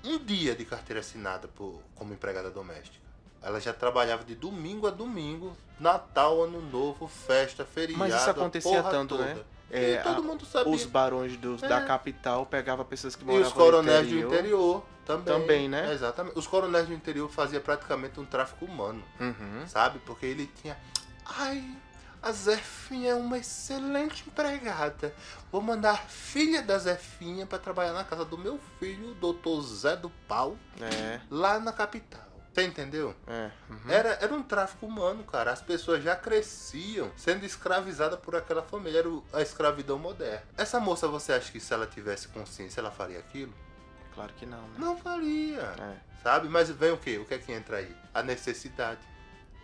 Speaker 3: um dia de carteira assinada por- como empregada doméstica. Ela já trabalhava de domingo a domingo, Natal, Ano Novo, festa, feriado.
Speaker 2: Mas isso
Speaker 3: a
Speaker 2: acontecia
Speaker 3: porra
Speaker 2: tanto,
Speaker 3: toda.
Speaker 2: né?
Speaker 3: E
Speaker 2: É,
Speaker 3: todo
Speaker 2: a-
Speaker 3: mundo sabia.
Speaker 2: Os barões dos- da
Speaker 3: É.
Speaker 2: capital pegavam pessoas que
Speaker 3: E
Speaker 2: moravam
Speaker 3: os coronéis
Speaker 2: no interior.
Speaker 3: do interior também.
Speaker 2: Também, né?
Speaker 3: Exatamente. Os coronéis do interior faziam praticamente um tráfico humano
Speaker 2: Uhum.
Speaker 3: sabe? Porque ele tinha. Ai, a Zefinha é uma excelente empregada. Vou mandar a filha da Zefinha pra trabalhar na casa do meu filho, o doutor Zé do Pau,
Speaker 2: É,
Speaker 3: lá na capital. Você entendeu?
Speaker 2: é. uhum.
Speaker 3: Era, era um tráfico humano, cara. As pessoas já cresciam sendo escravizadas por aquela família. Era o- a escravidão moderna. Essa moça, você acha que se ela tivesse consciência, ela faria aquilo?
Speaker 2: Claro que não, né?
Speaker 3: Não faria
Speaker 2: É.
Speaker 3: sabe? Mas vem o quê? O que é que entra aí? A necessidade,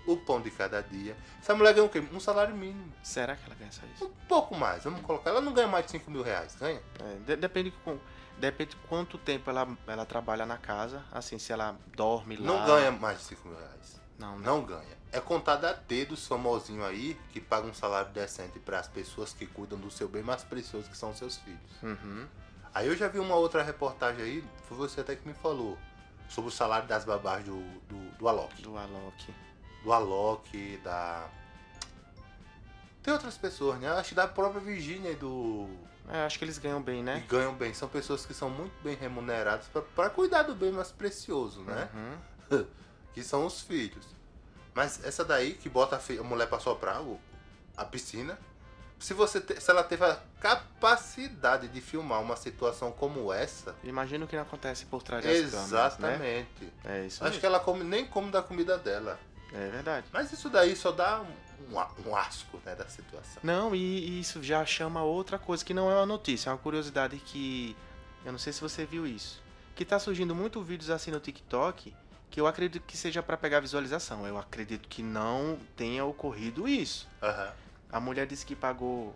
Speaker 3: o pão de cada dia. Essa mulher ganha o quê? Um salário mínimo.
Speaker 2: Será que ela ganha só isso?
Speaker 3: Um pouco mais, vamos colocar. Ela não ganha mais de 5 mil reais, ganha?
Speaker 2: É, de- depende com depende quanto tempo ela, ela trabalha na casa, assim, se ela dorme lá.
Speaker 3: Não ganha mais de 5 mil reais.
Speaker 2: Não, né?
Speaker 3: Não ganha. É contada a dedo os famosinhos aí que pagam um salário decente para as pessoas que cuidam do seu bem mais precioso, que são seus filhos.
Speaker 2: Uhum.
Speaker 3: Aí eu já vi uma outra reportagem aí, foi você até que me falou, sobre o salário das babás do, do, do Alok.
Speaker 2: Do Alok.
Speaker 3: do Alok, da. Tem outras pessoas, né? Acho que da própria Virginia e do.
Speaker 2: É, acho que eles ganham bem,
Speaker 3: E
Speaker 2: né?
Speaker 3: ganham bem. São pessoas que são muito bem remuneradas pra- pra cuidar do bem mais precioso, né?
Speaker 2: Uhum.
Speaker 3: Que são os filhos. Mas essa daí que bota a, fi- a mulher pra soprar o- a piscina. Se, você te- se ela teve a capacidade de filmar uma situação como essa.
Speaker 2: Imagina o que não acontece por trás das câmeras, né?
Speaker 3: Exatamente.
Speaker 2: É isso
Speaker 3: Acho que ela come- nem come da comida dela.
Speaker 2: É verdade.
Speaker 3: Mas isso daí só dá um, um a- um asco né, da situação.
Speaker 2: Não, e, e isso já chama outra coisa que não é uma notícia, é uma curiosidade que. Eu não sei se você viu isso. Que tá surgindo muito vídeos assim no TikTok que eu acredito que seja pra pegar visualização. Eu acredito que não tenha ocorrido isso.
Speaker 3: Aham.
Speaker 2: A mulher disse que pagou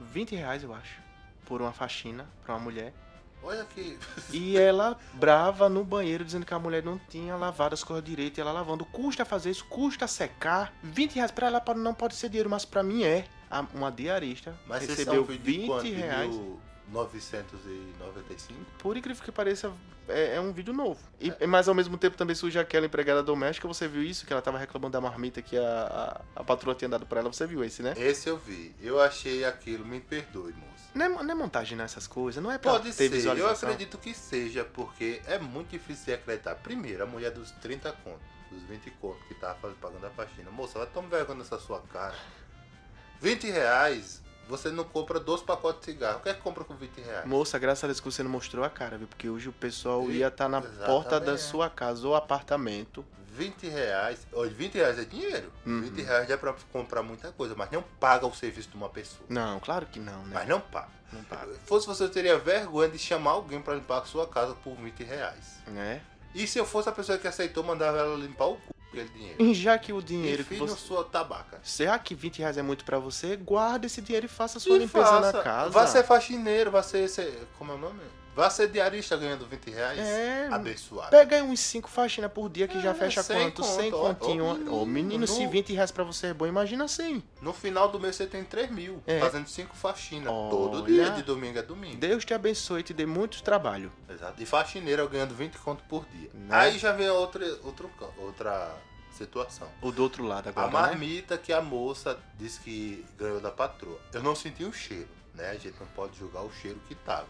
Speaker 2: 20 reais, eu acho, por uma faxina pra uma mulher.
Speaker 3: Olha que.
Speaker 2: E ela brava no banheiro dizendo que a mulher não tinha lavado as coisas direito e ela lavando. Custa fazer isso, custa secar. 20 reais pra ela não pode ser dinheiro, mas pra mim é. A- Uma diarista
Speaker 3: Mas vocês são
Speaker 2: recebeu
Speaker 3: um vídeo
Speaker 2: 20
Speaker 3: de quanto? De
Speaker 2: reais.
Speaker 3: 1995?
Speaker 2: Por incrível que pareça, é, é um vídeo novo. E, Mas ao mesmo tempo também surge aquela empregada doméstica, você viu isso? Que ela tava reclamando da marmita que a, a, a patroa tinha dado pra ela, você viu esse, né?
Speaker 3: Esse eu vi. Eu achei aquilo, me perdoe, moço.
Speaker 2: Não é, não é montagem nessas coisas, não é pra
Speaker 3: Pode
Speaker 2: ter
Speaker 3: ser, eu
Speaker 2: visualização.
Speaker 3: acredito que seja, porque é muito difícil de acreditar. Primeiro, a mulher dos 30 contos, dos 20 contos que tava faz- pagando a faxina. Moça, vai tomar vergonha nessa sua cara. 20 reais, você não compra dois pacotes de cigarro. O que é que compra com 20 reais?
Speaker 2: Moça, graças a Deus que você não mostrou a cara, viu? Porque hoje o pessoal
Speaker 3: E-
Speaker 2: ia estar na
Speaker 3: exatamente.
Speaker 2: porta da sua casa ou apartamento.
Speaker 3: 20 reais. Olha, 20 reais é dinheiro.
Speaker 2: Uhum.
Speaker 3: 20 reais é pra comprar muita coisa, mas não paga o serviço de uma pessoa.
Speaker 2: Não, claro que não, né?
Speaker 3: Mas não paga.
Speaker 2: Não paga.
Speaker 3: Fosse você, eu teria vergonha de chamar alguém pra limpar a sua casa por 20 reais.
Speaker 2: Né?
Speaker 3: E se eu fosse a pessoa que aceitou, mandava ela limpar o cu com aquele dinheiro.
Speaker 2: E já que o Um dinheiro que
Speaker 3: Enfim, na
Speaker 2: você.
Speaker 3: sua tabaca.
Speaker 2: Será que 20 reais é muito pra você? Guarda esse dinheiro e faça a sua
Speaker 3: E
Speaker 2: limpeza
Speaker 3: faça.
Speaker 2: na casa.
Speaker 3: Vá ser faxineiro, vá ser, ser- Como é o nome? Vá ser diarista ganhando 20 reais.
Speaker 2: É.
Speaker 3: Abençoado.
Speaker 2: Pega aí uns 5 faxinas por dia que
Speaker 3: É,
Speaker 2: já fecha
Speaker 3: sem
Speaker 2: quanto?
Speaker 3: conto,
Speaker 2: 100
Speaker 3: ó.
Speaker 2: continho. Ô
Speaker 3: Ô,
Speaker 2: menino,
Speaker 3: menino,
Speaker 2: se
Speaker 3: no-
Speaker 2: 20 reais pra você é bom, imagina 100.
Speaker 3: No final do mês você tem 3 mil.
Speaker 2: É.
Speaker 3: Fazendo 5 faxinas.
Speaker 2: Olha.
Speaker 3: Todo dia, de domingo a domingo.
Speaker 2: Deus te abençoe e te dê muito trabalho.
Speaker 3: Exato. E faxineiro ganhando 20 conto por dia.
Speaker 2: Né?
Speaker 3: Aí já vem outra, outro, can- outra situação.
Speaker 2: O do outro lado
Speaker 3: A
Speaker 2: agora. né?
Speaker 3: marmita que a moça disse que ganhou da patroa. Eu não senti o cheiro, né? A gente não pode julgar o cheiro que tava.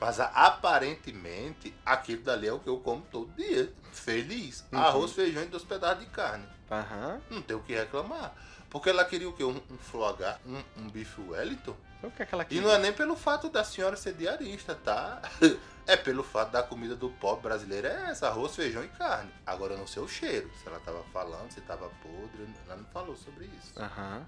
Speaker 3: Mas a- aparentemente, aquilo dali é o que eu como todo dia. Feliz.
Speaker 2: Uhum.
Speaker 3: Arroz, feijão e dois pedaços de carne.
Speaker 2: Aham.
Speaker 3: Não tem o que reclamar. Porque ela queria o quê? Um, um flogá, um, um bife Wellington?
Speaker 2: Então, o que é aquela
Speaker 3: E
Speaker 2: que-
Speaker 3: não é nem pelo fato da senhora ser diarista, tá? (laughs) É pelo fato da comida do pobre brasileiro é essa, arroz, feijão e carne. Agora eu não sei o cheiro, se ela tava falando, se tava podre, ela não falou sobre isso.
Speaker 2: Aham.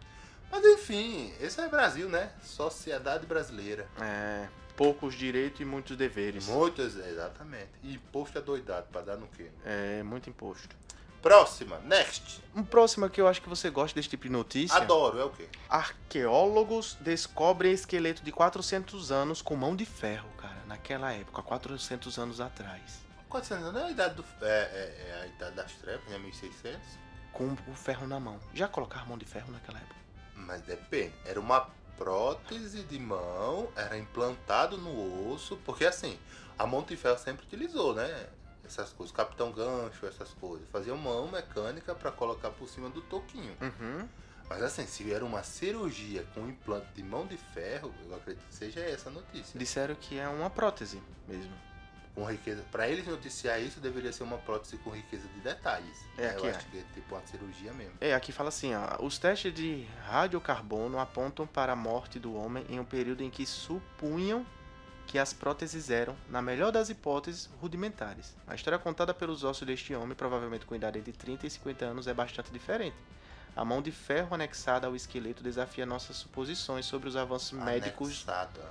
Speaker 3: Mas enfim, esse é Brasil, né? Sociedade brasileira.
Speaker 2: É, poucos direitos e muitos deveres.
Speaker 3: Muitos, exatamente. E imposto é doidado, pra dar no quê? né?
Speaker 2: É, muito imposto.
Speaker 3: Próxima, next.
Speaker 2: Um próximo que eu acho que você gosta desse tipo de notícia.
Speaker 3: Adoro, é o quê?
Speaker 2: Arqueólogos descobrem esqueleto de 400 anos com mão de ferro, cara. Naquela época, 400 anos atrás.
Speaker 3: 400 anos é a idade, do, é, é- é a idade das trevas, né? 1600.
Speaker 2: Com o ferro na mão. Já colocar mão de ferro naquela época?
Speaker 3: Mas depende. Era uma prótese de mão, era implantado no osso, porque assim, a mão de ferro sempre utilizou, né? Essas coisas, capitão gancho, essas coisas. Fazia mão mecânica pra colocar por cima do toquinho.
Speaker 2: Uhum.
Speaker 3: Mas assim, se era uma cirurgia com um implante de mão de ferro, eu acredito que seja essa a notícia.
Speaker 2: Disseram que é uma prótese mesmo.
Speaker 3: Com riqueza, para eles noticiar isso, deveria ser uma prótese com riqueza de detalhes.
Speaker 2: É,
Speaker 3: né?
Speaker 2: aqui
Speaker 3: eu
Speaker 2: é.
Speaker 3: acho que é tipo uma cirurgia mesmo.
Speaker 2: É, aqui fala assim, ó, os testes de radiocarbono apontam para a morte do homem em um período em que supunham que as próteses eram, na melhor das hipóteses, rudimentares. A história contada pelos ossos deste homem, provavelmente com idade entre 30 e 50 anos, é bastante diferente. A mão de ferro anexada ao esqueleto desafia nossas suposições sobre os avanços médicos
Speaker 3: Anexado, ó.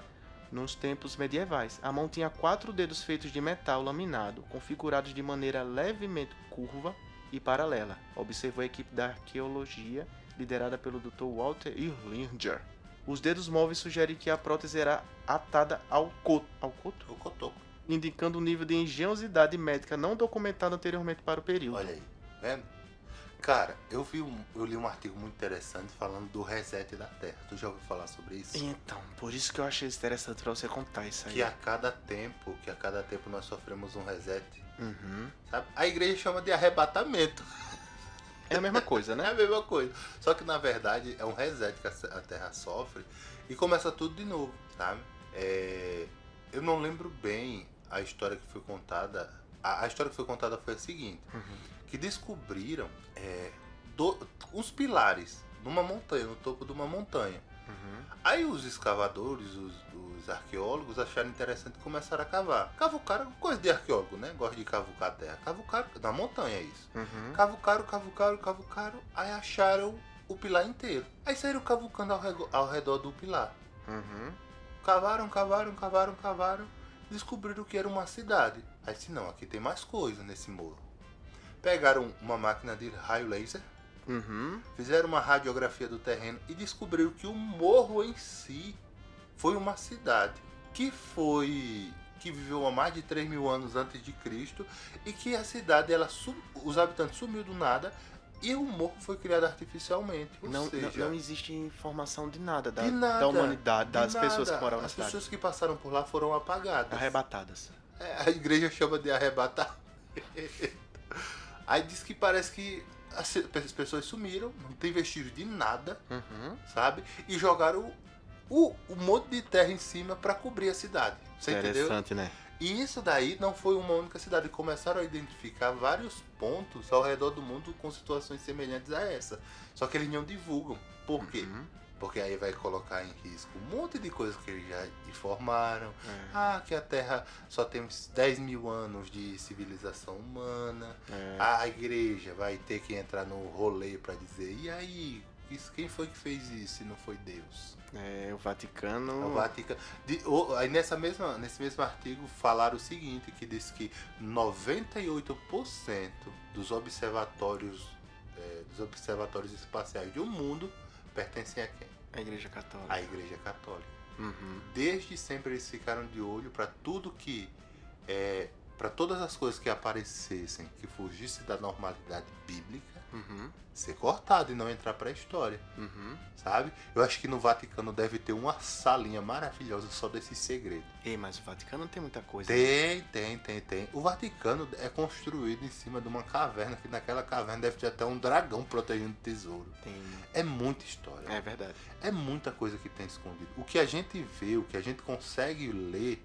Speaker 2: nos tempos medievais. A mão tinha quatro dedos feitos de metal laminado, configurados de maneira levemente curva e paralela, observou a equipe da arqueologia liderada pelo Dr. Walter Irlinger. Os dedos móveis sugerem que a prótese era atada ao coto, ao coto?
Speaker 3: O cotoco.
Speaker 2: indicando um nível de engenhosidade médica não documentado anteriormente para o período.
Speaker 3: Olha aí, tá vendo? Cara, eu vi um, eu li um artigo muito interessante falando do reset da Terra. Tu já ouviu falar sobre isso?
Speaker 2: Então, por isso que eu achei interessante pra você contar isso aí.
Speaker 3: Que a cada tempo, que a cada tempo nós sofremos um reset,
Speaker 2: Uhum.
Speaker 3: sabe? A igreja chama de arrebatamento. (laughs)
Speaker 2: É a mesma coisa,
Speaker 3: É a
Speaker 2: né?
Speaker 3: mesma coisa. Só que na verdade é um reset que a se- a Terra sofre e começa tudo de novo, sabe? É, Eu não lembro bem a história que foi contada. A, a história que foi contada foi a seguinte:
Speaker 2: Uhum.
Speaker 3: que descobriram é, do- os pilares numa montanha, no topo de uma montanha.
Speaker 2: Uhum.
Speaker 3: Aí os escavadores, os, os arqueólogos acharam interessante e começaram a cavar. Cavucaram, coisa de arqueólogo, né? Gosta de cavucar a terra. Cavucaram, na montanha é isso.
Speaker 2: Uhum.
Speaker 3: Cavucaram, cavucaram, cavucaram, aí acharam o pilar inteiro. Aí saíram cavucando ao rego- ao redor do pilar.
Speaker 2: Uhum.
Speaker 3: Cavaram, cavaram, cavaram, cavaram. Descobriram que era uma cidade. Aí disse, não, aqui tem mais coisa nesse morro. Pegaram uma máquina de raio laser,
Speaker 2: Uhum.
Speaker 3: fizeram uma radiografia do terreno e descobriram que o morro em si foi uma cidade que foi que viveu há mais de 3 mil anos antes de Cristo e que a cidade ela sum- os habitantes sumiu do nada e o morro foi criado artificialmente ou
Speaker 2: Não,
Speaker 3: seja,
Speaker 2: não, não existe informação de nada da,
Speaker 3: De nada,
Speaker 2: da humanidade,
Speaker 3: de
Speaker 2: das
Speaker 3: nada.
Speaker 2: pessoas que moram na
Speaker 3: As
Speaker 2: cidade. Tá
Speaker 3: pessoas que passaram por lá foram apagadas.
Speaker 2: Arrebatadas.
Speaker 3: É, a igreja chama de arrebatar. Aí diz que parece que as se- as pessoas sumiram, não tem vestígio de nada,
Speaker 2: Uhum.
Speaker 3: sabe? E jogaram o, o monte de terra em cima pra cobrir a cidade. Você entendeu?
Speaker 2: Interessante, né?
Speaker 3: E isso daí não foi uma única cidade. Começaram a identificar vários pontos ao redor do mundo com situações semelhantes a essa. Só que eles não divulgam. Por quê?
Speaker 2: Uhum.
Speaker 3: Porque aí vai colocar em risco um monte de coisa que eles já informaram.
Speaker 2: É.
Speaker 3: Ah, que a Terra só tem uns 10 mil anos de civilização humana.
Speaker 2: É.
Speaker 3: A igreja vai ter que entrar no rolê pra dizer, e aí, isso, quem foi que fez isso se não foi Deus?
Speaker 2: É, o Vaticano.
Speaker 3: O Vaticano. de- o- aí nessa mesma, nesse mesmo artigo falaram o seguinte, que diz que 98% dos observatórios, eh, dos observatórios espaciais do mundo pertencem a quem?
Speaker 2: é A Igreja Católica.
Speaker 3: A Igreja Católica
Speaker 2: Uhum.
Speaker 3: desde sempre eles ficaram de olho para tudo que é para todas as coisas que aparecessem que fugisse da normalidade bíblica
Speaker 2: Uhum.
Speaker 3: ser cortado e não entrar para a história
Speaker 2: Uhum.
Speaker 3: sabe eu acho que no Vaticano deve ter uma salinha maravilhosa só desses segredos
Speaker 2: Ei, mas o Vaticano tem muita coisa. né?
Speaker 3: tem tem tem tem o Vaticano é construído em cima de uma caverna que naquela caverna deve ter até um dragão protegendo o tesouro
Speaker 2: Tem.
Speaker 3: é muita história
Speaker 2: É verdade.
Speaker 3: é muita coisa que tem escondido. O que a gente vê, o que a gente consegue ler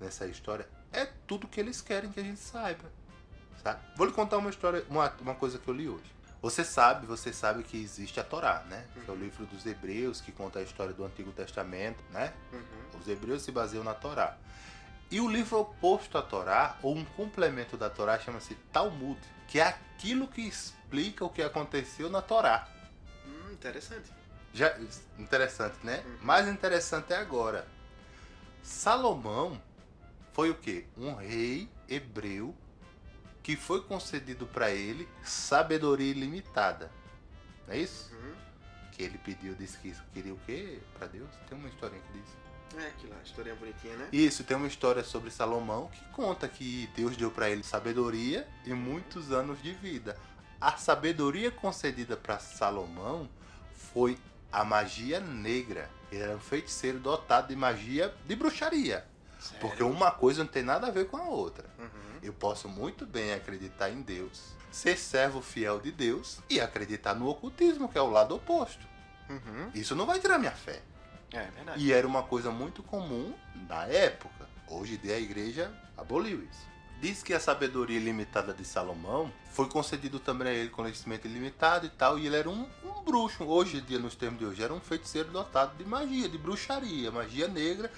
Speaker 3: nessa história é tudo que eles querem que a gente saiba. Sabe? Vou lhe contar uma história, uma, uma coisa que eu li hoje. Você sabe, você sabe que existe a Torá, né? Que é o livro dos Hebreus que conta a história do Antigo Testamento, né?
Speaker 2: Uhum.
Speaker 3: Os Hebreus se baseiam na Torá. E o livro oposto à Torá, ou um complemento da Torá, chama-se Talmud, que é aquilo que explica o que aconteceu na Torá.
Speaker 2: Hum, interessante.
Speaker 3: Já, interessante, né?
Speaker 2: Uhum.
Speaker 3: Mais interessante é agora. Salomão foi o quê? Um rei hebreu que foi concedido para ele sabedoria ilimitada. Não é isso?
Speaker 2: Uhum.
Speaker 3: Que ele pediu, disse que queria o quê para Deus? Tem uma historinha que diz.
Speaker 2: É aquilo lá, historinha bonitinha, né?
Speaker 3: Isso, tem uma história sobre Salomão que conta que Deus deu para ele sabedoria e muitos anos de vida. A sabedoria concedida para Salomão foi a magia negra. Ele era um feiticeiro dotado de magia de bruxaria.
Speaker 2: Sério?
Speaker 3: Porque uma coisa não tem nada a ver com a outra.
Speaker 2: Uhum.
Speaker 3: Eu posso muito bem acreditar em Deus, ser servo fiel de Deus e acreditar no ocultismo, que é o lado oposto.
Speaker 2: Uhum.
Speaker 3: Isso não vai tirar minha fé.
Speaker 2: É verdade.
Speaker 3: E era uma coisa muito comum na época. Hoje em dia a igreja aboliu isso. Diz que a sabedoria ilimitada de Salomão foi concedido também a ele conhecimento ilimitado e tal, e ele era um, um bruxo. Hoje em dia, nos termos de hoje, era um feiticeiro dotado de magia, de bruxaria, magia negra,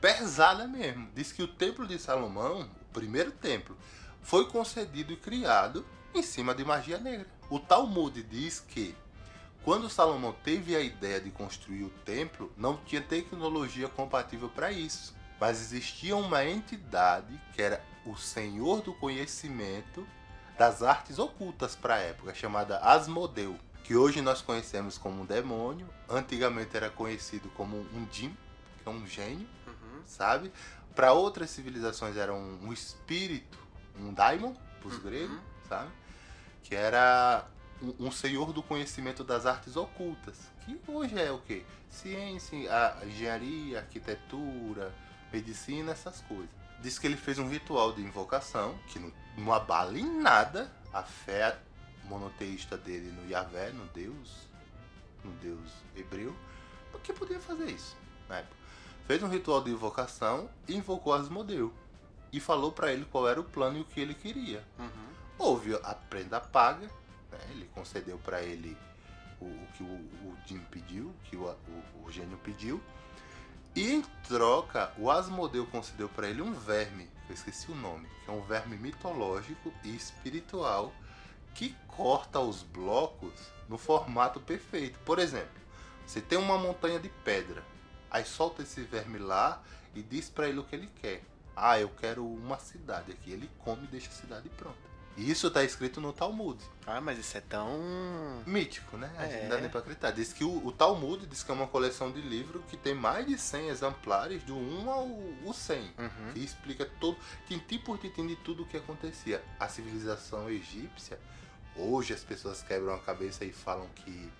Speaker 3: pesada mesmo. Diz que o templo de Salomão, o primeiro templo, foi concedido e criado em cima de magia negra. O Talmud diz que quando Salomão teve a ideia de construir o templo, não tinha tecnologia compatível para isso. Mas existia uma entidade que era o senhor do conhecimento das artes ocultas para a época, chamada Asmodeu, que hoje nós conhecemos como um demônio, antigamente era conhecido como um Jim, que é um gênio,
Speaker 2: Uhum.
Speaker 3: sabe? Para outras civilizações era um, um espírito, um daimon, para os
Speaker 2: Uhum.
Speaker 3: gregos, sabe? Que era um, um senhor do conhecimento das artes ocultas, que hoje é o quê? Ciência, a- engenharia, arquitetura, medicina, essas coisas. Diz que ele fez um ritual de invocação, que não, não abala em nada a fé monoteísta dele no Yahvé, no Deus, no Deus hebreu, porque podia fazer isso na época. Fez um ritual de invocação e invocou Asmodeu. E falou pra ele qual era o plano e o que ele queria
Speaker 2: Uhum.
Speaker 3: houve a prenda paga, né? ele concedeu para ele o, o que o, o Jim pediu, o que o, o, o Ifigênio pediu. E em troca, o Asmodeu concedeu para ele um verme, que eu esqueci o nome, que é um verme mitológico e espiritual que corta os blocos no formato perfeito. Por exemplo, você tem uma montanha de pedra, aí solta esse verme lá e diz para ele o que ele quer. Ah, eu quero uma cidade aqui. Ele come e deixa a cidade pronta. E isso tá escrito no Talmud.
Speaker 2: Ah, mas isso é tão.
Speaker 3: Mítico, né? A gente
Speaker 2: É.
Speaker 3: Não dá nem pra acreditar. Diz que o, o Talmud diz que é uma coleção de livros que tem mais de 100 exemplares, do 1 ao, ao 100.
Speaker 2: Uhum.
Speaker 3: Que explica todo, tintim por tintim de tudo o que acontecia. A civilização egípcia, hoje as pessoas quebram a cabeça e falam que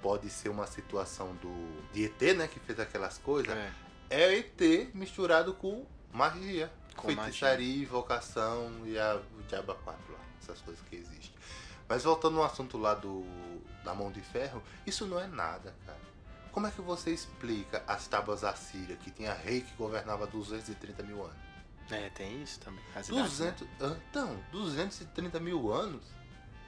Speaker 3: pode ser uma situação do de ET, né? Que fez aquelas coisas.
Speaker 2: É.
Speaker 3: É, ET misturado com magia.
Speaker 2: Com
Speaker 3: feitiçaria, invocação e a o Diaba 4 lá. Essas coisas que existem. Mas voltando ao assunto lá do da mão de ferro, isso não é nada, cara. Como é que você explica as tábuas assíria que tinha rei que governava 230 mil anos?
Speaker 2: É, tem isso também. As idades, né?
Speaker 3: 200, ah, então, 230 mil anos (laughs)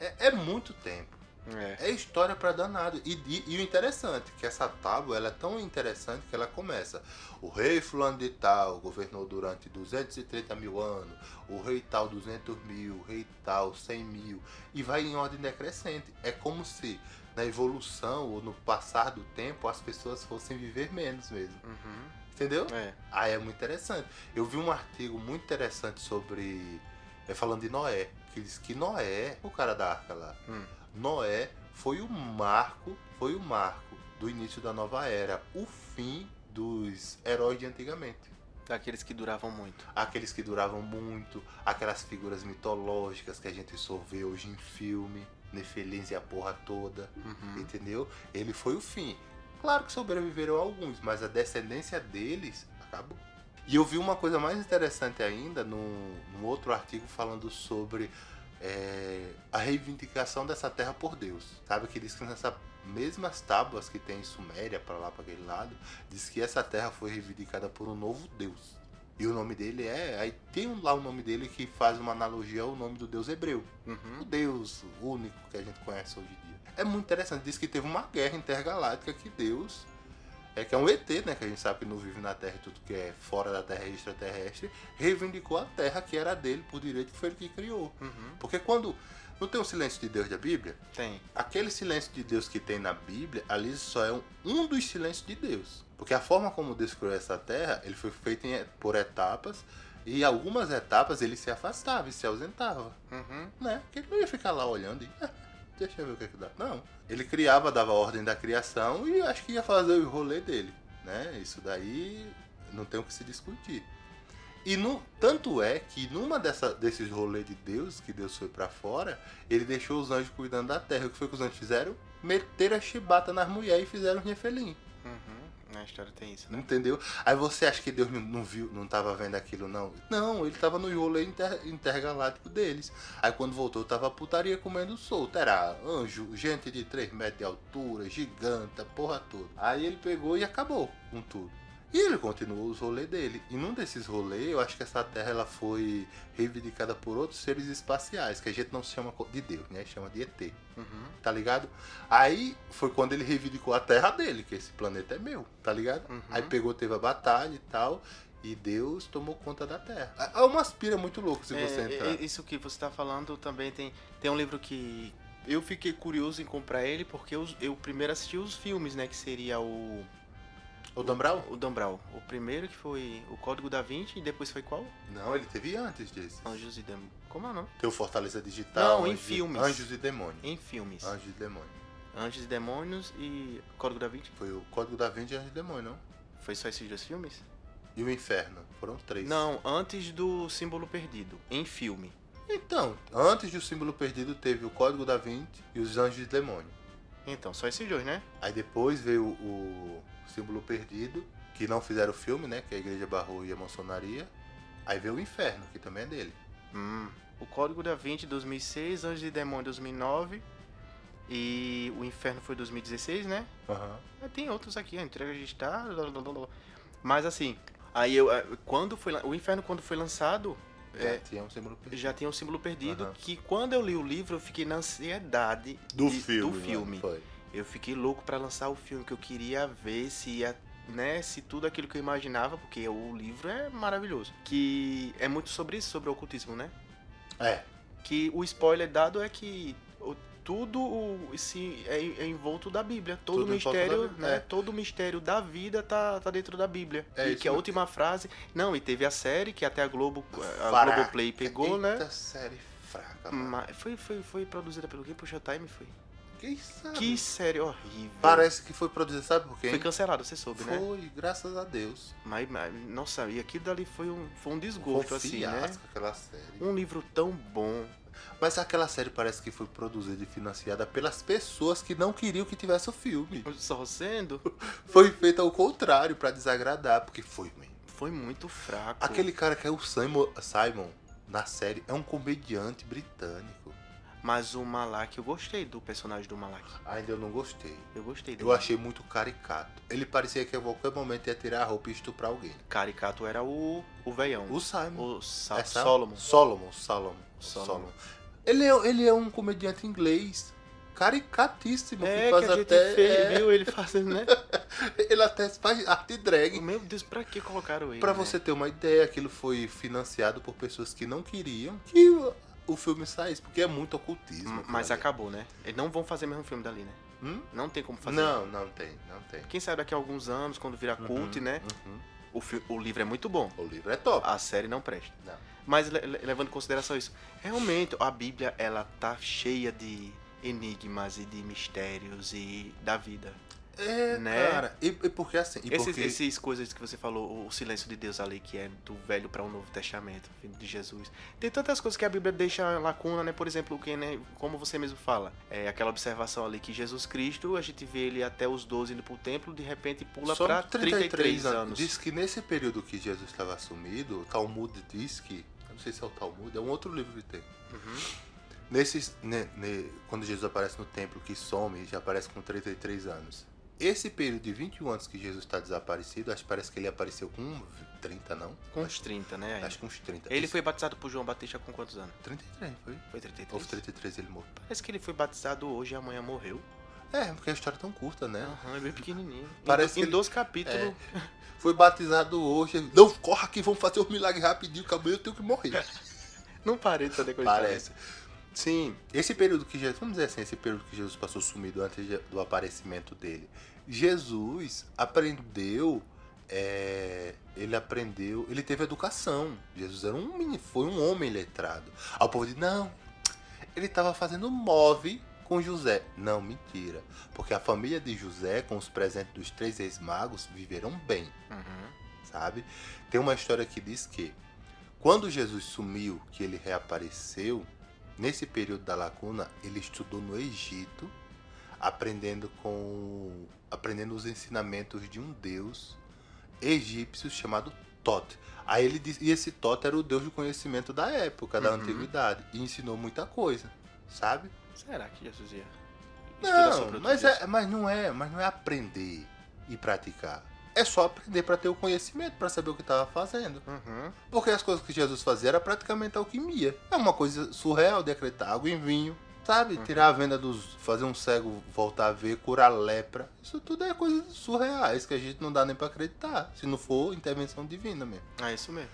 Speaker 3: é, é muito tempo.
Speaker 2: É.
Speaker 3: É história pra danado. E, e- e o interessante, que essa tábua ela é tão interessante que ela começa. O rei fulano de tal governou durante 230 mil anos. O rei tal 200 mil. O rei tal 100 mil. E vai em ordem decrescente. É como se na evolução ou no passar do tempo as pessoas fossem viver menos mesmo.
Speaker 2: Uhum.
Speaker 3: Entendeu?
Speaker 2: É.
Speaker 3: Ah, é muito interessante. Eu vi um artigo muito interessante sobre. É, falando de Noé. Que diz que Noé, o cara da arca lá,
Speaker 2: Hum.
Speaker 3: Noé foi o marco, foi o marco do início da nova era, o fim dos heróis de antigamente.
Speaker 2: Daqueles que duravam muito.
Speaker 3: Aqueles que duravam muito, aquelas figuras mitológicas que a gente só vê hoje em filme, Nefelins e a porra toda.
Speaker 2: Uhum.
Speaker 3: Entendeu? Ele foi o fim. Claro que sobreviveram alguns, mas a descendência deles acabou. E eu vi uma coisa mais interessante ainda num, num outro artigo falando sobre é, a reivindicação dessa terra por Deus. Sabe que diz que nessas mesmas tábuas que tem em Suméria, para lá, para aquele lado, diz que essa terra foi reivindicada por um novo Deus. E o nome dele é. Aí tem lá o nome dele que faz uma analogia ao nome do Deus hebreu Hum? o
Speaker 2: Uhum.
Speaker 3: Deus único que a gente conhece hoje em dia. É muito interessante. Diz que teve uma guerra intergaláctica que Deus. É que é um ET, né? Que a gente sabe que não vive na Terra e tudo que é fora da Terra é extraterrestre. Reivindicou a Terra que era dele por direito que foi ele que criou. Hum?
Speaker 2: Uhum.
Speaker 3: Porque quando. Não tem o silêncio de Deus da Bíblia?
Speaker 2: Tem.
Speaker 3: Aquele silêncio de Deus que tem na Bíblia, ali só é um, um dos silêncios de Deus. Porque a forma como Deus criou essa terra, ele foi feito em- por etapas. E algumas etapas ele se afastava e se ausentava
Speaker 2: Uhum.
Speaker 3: né? Que ele não ia ficar lá olhando e. "Ah, Deixa eu ver o que, é que dá. Não. Ele criava, dava ordem da criação e acho que ia fazer o rolê dele. Né? Isso daí não tem o que se discutir. E no, tanto é que numa dessa, desses rolês de Deus, que Deus foi pra fora, ele deixou os anjos cuidando da terra. O que foi que os anjos fizeram? Meteram a chibata nas mulheres e fizeram os nefelim.
Speaker 2: Uhum. Na história tem isso, né?
Speaker 3: Entendeu? Aí você acha que Deus não- não viu, não tava vendo aquilo, não? Não, ele tava no rolê inter- intergaláctico deles. Aí quando voltou, tava a putaria comendo solto. Era anjo, gente de 3 metros de altura, giganta, porra toda. Aí ele pegou e acabou com tudo. E ele continuou os rolês dele. E num desses rolês, eu acho que essa terra ela foi reivindicada por outros seres espaciais, que a gente não chama co- de Deus, né? Chama de ET,
Speaker 2: Uhum.
Speaker 3: tá ligado? Aí foi quando ele reivindicou a terra dele, que esse planeta é meu, tá ligado?
Speaker 2: Uhum.
Speaker 3: Aí pegou, teve a batalha e tal, e Deus tomou conta da terra. É uma aspira muito louco se você
Speaker 2: É,
Speaker 3: entrar.
Speaker 2: é, Isso que você tá falando também tem. Tem um livro que. Eu fiquei curioso em comprar ele porque eu, eu primeiro assisti os filmes, né? Que seria o.
Speaker 3: O Dan Brown?
Speaker 2: O Dan Brown. O primeiro que foi o Código da Vinci e depois foi qual?
Speaker 3: Não, ele teve antes disso.
Speaker 2: Anjos e Demônios. Como é o nome?
Speaker 3: Tem o Fortaleza Digital.
Speaker 2: Não, em
Speaker 3: Anjos-
Speaker 2: filmes.
Speaker 3: Anjos e Demônios.
Speaker 2: Em filmes.
Speaker 3: Anjos e Demônios.
Speaker 2: Anjos e Demônios e Código da Vinci.
Speaker 3: Foi o Código da Vinci e Anjos e Demônios, não?
Speaker 2: Foi só esses dois filmes?
Speaker 3: E o Inferno. Foram três.
Speaker 2: Não, antes do Símbolo Perdido. Em filme.
Speaker 3: Então, antes do Símbolo Perdido teve o Código da Vinci e os Anjos e Demônios.
Speaker 2: Então, só esses dois, né?
Speaker 3: Aí depois veio o Símbolo Perdido, que não fizeram o filme, né? Que a Igreja barrou e a maçonaria. Aí veio o Inferno, que também é dele.
Speaker 2: Hum. O Código da Vinci 2006, Anjos e Demônios 2009 e o Inferno foi 2016, né?
Speaker 3: Aham.
Speaker 2: Mas Tem outros aqui, a entrega digital. blá, blá, blá, blá. Mas assim, aí eu eh, quando foi lan- o Inferno quando foi lançado,
Speaker 3: É,
Speaker 2: É.
Speaker 3: tinha um símbolo perdido.
Speaker 2: já tinha um símbolo perdido
Speaker 3: Aham.
Speaker 2: que quando eu li o livro eu fiquei na ansiedade de- do filme. né?
Speaker 3: Foi.
Speaker 2: Eu fiquei louco pra lançar o filme que eu queria ver se ia, né, se tudo aquilo que eu imaginava, porque o livro é maravilhoso. Que é muito sobre isso, sobre o ocultismo, né?
Speaker 3: É.
Speaker 2: Que o spoiler dado é que o- tudo o- se é, é envolto da Bíblia, todo
Speaker 3: Tudo
Speaker 2: o
Speaker 3: em volta da
Speaker 2: mistério,
Speaker 3: Bíblia,
Speaker 2: né?
Speaker 3: é.
Speaker 2: Todo o mistério da vida tá, tá dentro da Bíblia.
Speaker 3: É
Speaker 2: e
Speaker 3: isso
Speaker 2: que a
Speaker 3: mesmo.
Speaker 2: última frase, não, e teve a série que até a Globo, a
Speaker 3: Fraca.
Speaker 2: Globoplay pegou, né?
Speaker 3: Eita série fraca, mano.
Speaker 2: Mas foi, foi, foi produzida pelo quê? Puxa Time foi.
Speaker 3: Quem sabe?
Speaker 2: Que série horrível.
Speaker 3: Ah, Parece que foi produzida, sabe por quem?
Speaker 2: Foi cancelado, você soube, né?
Speaker 3: Foi, graças a Deus.
Speaker 2: Mas, mas, nossa, e aquilo dali foi um, foi um desgosto,
Speaker 3: Foi um
Speaker 2: assim, né?
Speaker 3: fiasco aquela série.
Speaker 2: Um livro tão bom.
Speaker 3: Mas aquela série parece que foi produzida e financiada pelas pessoas que não queriam que tivesse o filme.
Speaker 2: Só sendo,
Speaker 3: Foi feita ao contrário, pra desagradar, porque foi ruim.
Speaker 2: foi muito fraco.
Speaker 3: Aquele cara que é o Simon, Simon na série é um comediante britânico.
Speaker 2: Mas o Malak, eu gostei do personagem do Malak.
Speaker 3: Ainda eu não gostei.
Speaker 2: Eu gostei dele.
Speaker 3: Eu achei muito caricato. Ele parecia que a qualquer momento ia tirar a roupa e estuprar alguém.
Speaker 2: Caricato era o, o veião.
Speaker 3: O Simon.
Speaker 2: O Sa
Speaker 3: É Sa-
Speaker 2: Solomon.
Speaker 3: Solomon, Solomon.
Speaker 2: Solomon.
Speaker 3: Solomon. Ele, é, ele é um comediante inglês caricatíssimo.
Speaker 2: É,
Speaker 3: que
Speaker 2: que a
Speaker 3: faz
Speaker 2: gente
Speaker 3: até.
Speaker 2: fez,
Speaker 3: é,
Speaker 2: viu ele fazendo,
Speaker 3: (laughs)
Speaker 2: né?
Speaker 3: ele até faz arte drag.
Speaker 2: Meu Deus, pra que colocaram ele?
Speaker 3: Pra
Speaker 2: né?
Speaker 3: você ter uma ideia, aquilo foi financiado por pessoas que não queriam que o- o filme saísse, porque é muito ocultismo.
Speaker 2: M-
Speaker 3: aquilo
Speaker 2: Mas
Speaker 3: ali.
Speaker 2: acabou, né? Eles não vão fazer mesmo filme dali, né?
Speaker 3: Hum?
Speaker 2: Não tem como fazer.
Speaker 3: Não, não tem, não tem.
Speaker 2: Quem sabe daqui a alguns anos, quando virar cult,
Speaker 3: Uhum,
Speaker 2: né?
Speaker 3: uhum.
Speaker 2: O, fi- o livro é muito bom.
Speaker 3: O livro é top.
Speaker 2: A série não presta.
Speaker 3: Não.
Speaker 2: Mas le- le- levando em consideração isso, realmente a Bíblia ela tá cheia de enigmas e de mistérios e da vida.
Speaker 3: é,
Speaker 2: né?
Speaker 3: cara. E, e porque assim. E
Speaker 2: Esses,
Speaker 3: porque...
Speaker 2: esses coisas que você falou, o silêncio de Deus ali, que é do Velho para o Novo Testamento, vindo de Jesus. Tem tantas coisas que a Bíblia deixa lacuna, né? Por exemplo, que, né, como você mesmo fala, é aquela observação ali que Jesus Cristo, a gente vê ele até os 12 indo pro templo, de repente pula
Speaker 3: Só
Speaker 2: para
Speaker 3: 33 anos.
Speaker 2: anos.
Speaker 3: Diz que nesse período que Jesus estava assumido, o Talmud diz que. Eu não sei se é o Talmud, é um outro livro que tem.
Speaker 2: Uhum.
Speaker 3: Nesses, né, né, quando Jesus aparece no templo que some, já aparece com 33 anos. Esse período de 21 anos que Jesus está desaparecido, acho que parece que ele apareceu com 30, não?
Speaker 2: Com uns 30, né? ainda.
Speaker 3: Acho que uns 30.
Speaker 2: Ele
Speaker 3: Isso,
Speaker 2: foi batizado por João Batista com quantos anos?
Speaker 3: 33, foi?
Speaker 2: Foi 33?
Speaker 3: Ou 33 ele morreu.
Speaker 2: Parece que ele foi batizado hoje e amanhã morreu.
Speaker 3: É, porque a história é tão curta, né?
Speaker 2: Aham, é bem pequenininho.
Speaker 3: Parece
Speaker 2: em,
Speaker 3: que
Speaker 2: em
Speaker 3: ele- É.
Speaker 2: 12 capítulos.
Speaker 3: Foi batizado hoje. ele, Não, corra aqui, vamos fazer os milagres rapidinho, que amanhã eu tenho que
Speaker 2: (laughs)
Speaker 3: morrer.
Speaker 2: Não parei de saber coisa
Speaker 3: Parece. Sim, esse período que Jesus, vamos dizer assim, esse período que Jesus passou sumido antes de- do aparecimento dele, Jesus aprendeu, é, ele aprendeu, ele teve educação. Jesus era um menino, foi um homem letrado. Aí o povo diz, não, ele estava fazendo move com José. Não, mentira, porque a família de José, com os presentes dos três ex-magos, viveram bem
Speaker 2: Uhum.
Speaker 3: sabe? Tem uma história que diz que quando Jesus sumiu, que ele reapareceu, nesse período da lacuna, ele estudou no Egito, aprendendo com aprendendo os ensinamentos de um deus egípcio chamado Tot. Aí ele diz, e esse Tot era o deus do conhecimento da época, da
Speaker 2: Uhum.
Speaker 3: antiguidade, e ensinou muita coisa, sabe?
Speaker 2: Será que Jesus ia estudar sobre
Speaker 3: Não,
Speaker 2: outro
Speaker 3: mas,
Speaker 2: Deus?
Speaker 3: é, mas não é, mas não é aprender e praticar. É só aprender para ter o conhecimento, para saber o que estava fazendo.
Speaker 2: Uhum.
Speaker 3: Porque as coisas que Jesus fazia era praticamente alquimia. É uma coisa surreal decretar água em vinho, sabe?
Speaker 2: Uhum.
Speaker 3: Tirar a venda dos. fazer um cego voltar a ver, curar lepra. Isso tudo é coisa surreais que a gente não dá nem pra acreditar. Se não for intervenção divina mesmo.
Speaker 2: Ah, isso mesmo.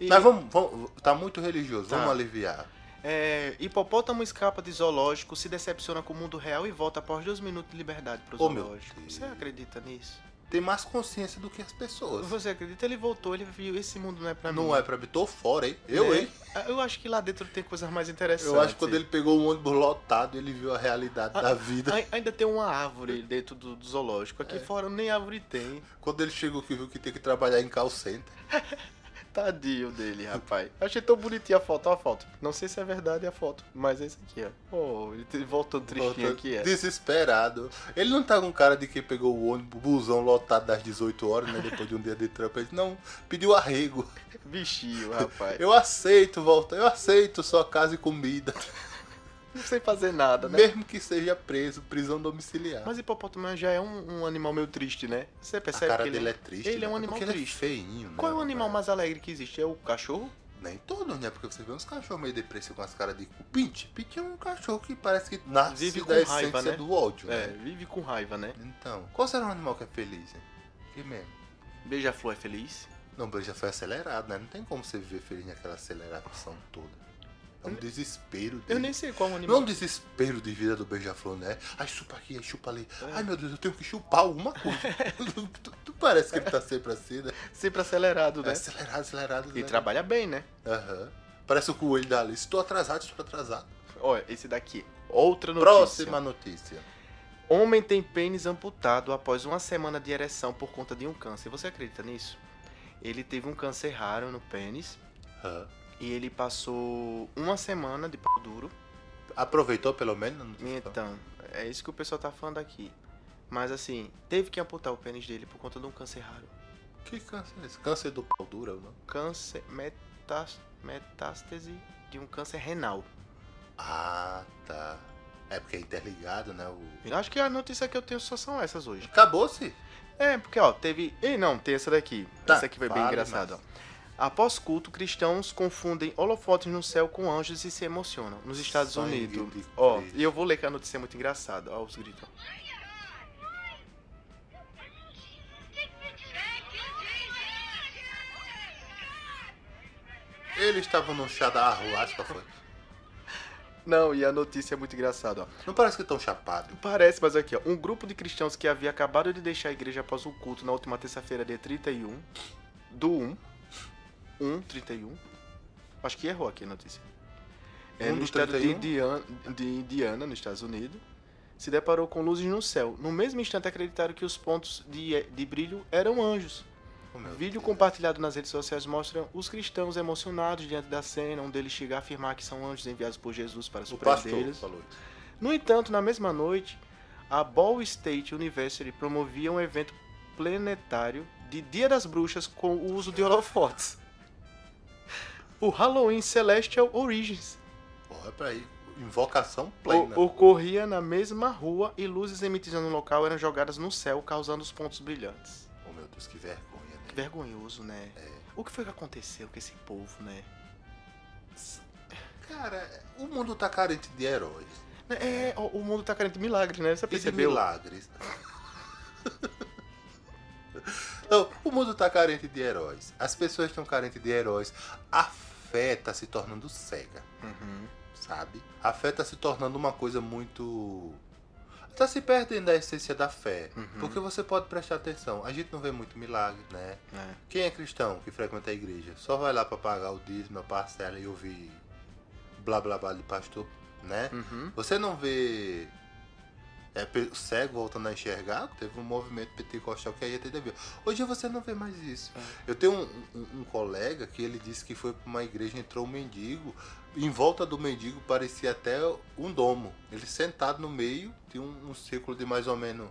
Speaker 2: E,
Speaker 3: Mas vamos, vamos- Tá muito religioso,
Speaker 2: Tá.
Speaker 3: vamos aliviar.
Speaker 2: é, hipopótamo escapa de zoológico, se decepciona com o mundo real e volta após dois minutos de liberdade pro
Speaker 3: Oh, meu
Speaker 2: zoológico.
Speaker 3: Deus.
Speaker 2: Você acredita nisso?
Speaker 3: Tem mais consciência do que as pessoas.
Speaker 2: Você acredita? Ele voltou, ele viu, esse mundo não é pra mim.
Speaker 3: Não é pra mim, tô fora, hein? Eu,
Speaker 2: Né?
Speaker 3: hein?
Speaker 2: Eu acho que lá dentro tem coisas mais interessantes.
Speaker 3: Eu acho que quando ele pegou um ônibus lotado, ele viu a realidade
Speaker 2: Ah,
Speaker 3: da vida.
Speaker 2: Ai- Ainda tem uma árvore dentro do, do zoológico. Aqui fora nem árvore tem.
Speaker 3: Quando ele chegou que viu que tem que trabalhar em call center.
Speaker 2: Tadinho dele, rapaz. (laughs) Achei tão bonitinha a foto, ó a foto. Não sei se é verdade a foto, mas é isso aqui, ó. Oh, ele te- voltando tristinho
Speaker 3: Voltando,
Speaker 2: aqui, é.
Speaker 3: Desesperado. Ele não tá com cara de quem pegou o ônibus, busão lotado das 18 horas, né? Depois de um dia de trampo. Ele não pediu arrego.
Speaker 2: (laughs) Bichinho, rapaz. Eu
Speaker 3: Eu aceito, volta. Eu aceito sua casa e comida.
Speaker 2: não sei fazer nada, né?
Speaker 3: Mesmo que seja preso, prisão domiciliar.
Speaker 2: Mas hipopótamo já é um, um animal meio triste, né? Você
Speaker 3: a
Speaker 2: percebe
Speaker 3: cara
Speaker 2: que
Speaker 3: dele
Speaker 2: ele...
Speaker 3: é triste.
Speaker 2: ele é
Speaker 3: né?
Speaker 2: um animal
Speaker 3: Porque
Speaker 2: triste.
Speaker 3: Ele é feinho, né,
Speaker 2: Qual é o
Speaker 3: rapaz?
Speaker 2: animal mais alegre que existe? É o cachorro?
Speaker 3: Nem todo, né? Porque você vê uns cachorros meio depressivos com as caras de cu. Pinte, Pinte é um cachorro que parece que nasce
Speaker 2: Vive com
Speaker 3: da essência
Speaker 2: raiva, né?
Speaker 3: do ódio,
Speaker 2: É,
Speaker 3: né?
Speaker 2: vive com raiva, né?
Speaker 3: Então, qual será um animal que é feliz? Hein? Que mesmo?
Speaker 2: Beija-flor é feliz.
Speaker 3: Não, mas já foi acelerado, né? Não tem como você viver feliz naquela aceleração toda. É um desespero dele.
Speaker 2: Eu nem sei qual é o
Speaker 3: Não é
Speaker 2: animal.
Speaker 3: um desespero de vida do beija-flor, né? Ai, chupa aqui, ai, chupa ali.
Speaker 2: É.
Speaker 3: Ai, meu Deus, eu tenho que chupar alguma
Speaker 2: (laughs)
Speaker 3: coisa. tu, tu parece que ele tá sempre assim, né?
Speaker 2: Sempre acelerado,
Speaker 3: É
Speaker 2: né?
Speaker 3: acelerado, acelerado.
Speaker 2: E
Speaker 3: acelerado.
Speaker 2: trabalha bem, né?
Speaker 3: Aham. Parece o coelho da Alice. Estou atrasado, estou atrasado.
Speaker 2: Olha, esse daqui. Outra notícia.
Speaker 3: Próxima notícia.
Speaker 2: Homem tem pênis amputado após uma semana de ereção por conta de um câncer. Você acredita nisso? Ele teve um câncer raro no pênis
Speaker 3: Aham.
Speaker 2: e ele passou uma semana de p duro.
Speaker 3: Aproveitou pelo menos? a notificação?
Speaker 2: Então, é isso que o pessoal tá falando aqui. Mas assim, teve que amputar o pênis dele por conta de um câncer raro.
Speaker 3: Que câncer é esse? Câncer do pau dura ou não?
Speaker 2: Câncer metas, metástase de um câncer renal.
Speaker 3: Ah, tá. É porque é interligado, né? O...
Speaker 2: Eu acho que a notícia que eu tenho só são essas hoje.
Speaker 3: Acabou-se.
Speaker 2: É, porque ó, teve. Ei, não, tem essa daqui.
Speaker 3: Tá,
Speaker 2: essa aqui foi bem
Speaker 3: fale
Speaker 2: engraçada, ó.
Speaker 3: mais.
Speaker 2: Após culto, cristãos confundem holofotes no céu com anjos e se emocionam. Nos Estados
Speaker 3: Sangue
Speaker 2: Unidos.
Speaker 3: de
Speaker 2: Ó,
Speaker 3: Cristo.
Speaker 2: e eu vou ler que a notícia é muito engraçada. Ó, os gritos. ó.
Speaker 3: Eles estavam num chá da rua, acho que foi.
Speaker 2: Não, e a notícia é muito engraçada, ó.
Speaker 3: Não parece que estão chapados.
Speaker 2: Parece, mas aqui, ó. Um grupo de cristãos que havia acabado de deixar a igreja após o culto na última terça-feira, dia 31. Do 1. 1, 31. Acho que errou aqui a notícia. É,
Speaker 3: 1
Speaker 2: no
Speaker 3: do
Speaker 2: estado de
Speaker 3: 31?
Speaker 2: Indiana, de Indiana, nos Estados Unidos, se deparou com luzes no céu. No mesmo instante, acreditaram que os pontos de, de brilho eram anjos.
Speaker 3: Oh, meu
Speaker 2: Vídeo
Speaker 3: Deus.
Speaker 2: compartilhado nas redes sociais mostra os cristãos emocionados diante da cena. Um deles chega a afirmar que são anjos enviados por Jesus para
Speaker 3: O
Speaker 2: surpreendê
Speaker 3: pastor
Speaker 2: los
Speaker 3: falou isso.
Speaker 2: no entanto, na mesma noite, a Ball State University promovia um evento planetário de Dia das Bruxas com o uso de holofotes. O Halloween Celestial Origins
Speaker 3: Porra, é pra ir. Invocação plena.
Speaker 2: o- ocorria na mesma rua e luzes emitidas no local eram jogadas no céu, causando os pontos brilhantes.
Speaker 3: Oh, meu Deus, que vergonha,
Speaker 2: Que
Speaker 3: né?
Speaker 2: vergonhoso, né? O que foi que aconteceu com esse povo, né?
Speaker 3: Cara, o mundo tá carente de heróis.
Speaker 2: É, o o mundo tá querendo de milagre, né? Você
Speaker 3: E de
Speaker 2: percebeu?
Speaker 3: milagres. Não, o mundo tá carente de heróis. As pessoas estão carentes de heróis. A fé tá se tornando cega,
Speaker 2: Uhum.
Speaker 3: sabe? A fé tá se tornando uma coisa muito. Tá se perdendo a essência da fé.
Speaker 2: Uhum.
Speaker 3: Porque você pode prestar atenção. A gente não vê muito milagre, né?
Speaker 2: É.
Speaker 3: Quem é cristão que frequenta a igreja só vai lá pra pagar o dízimo, a parcela e ouvir blá blá blá de pastor, né?
Speaker 2: Uhum.
Speaker 3: Você não vê é, pe- cego voltando a enxergar? Teve um movimento pentecostal que a gente ainda viu. Hoje você não vê mais isso. Eu tenho um, um- um colega que ele disse que foi pra uma igreja, entrou um mendigo. Em volta do mendigo parecia até um domo. Ele sentado no meio, tinha um, um círculo de mais ou menos.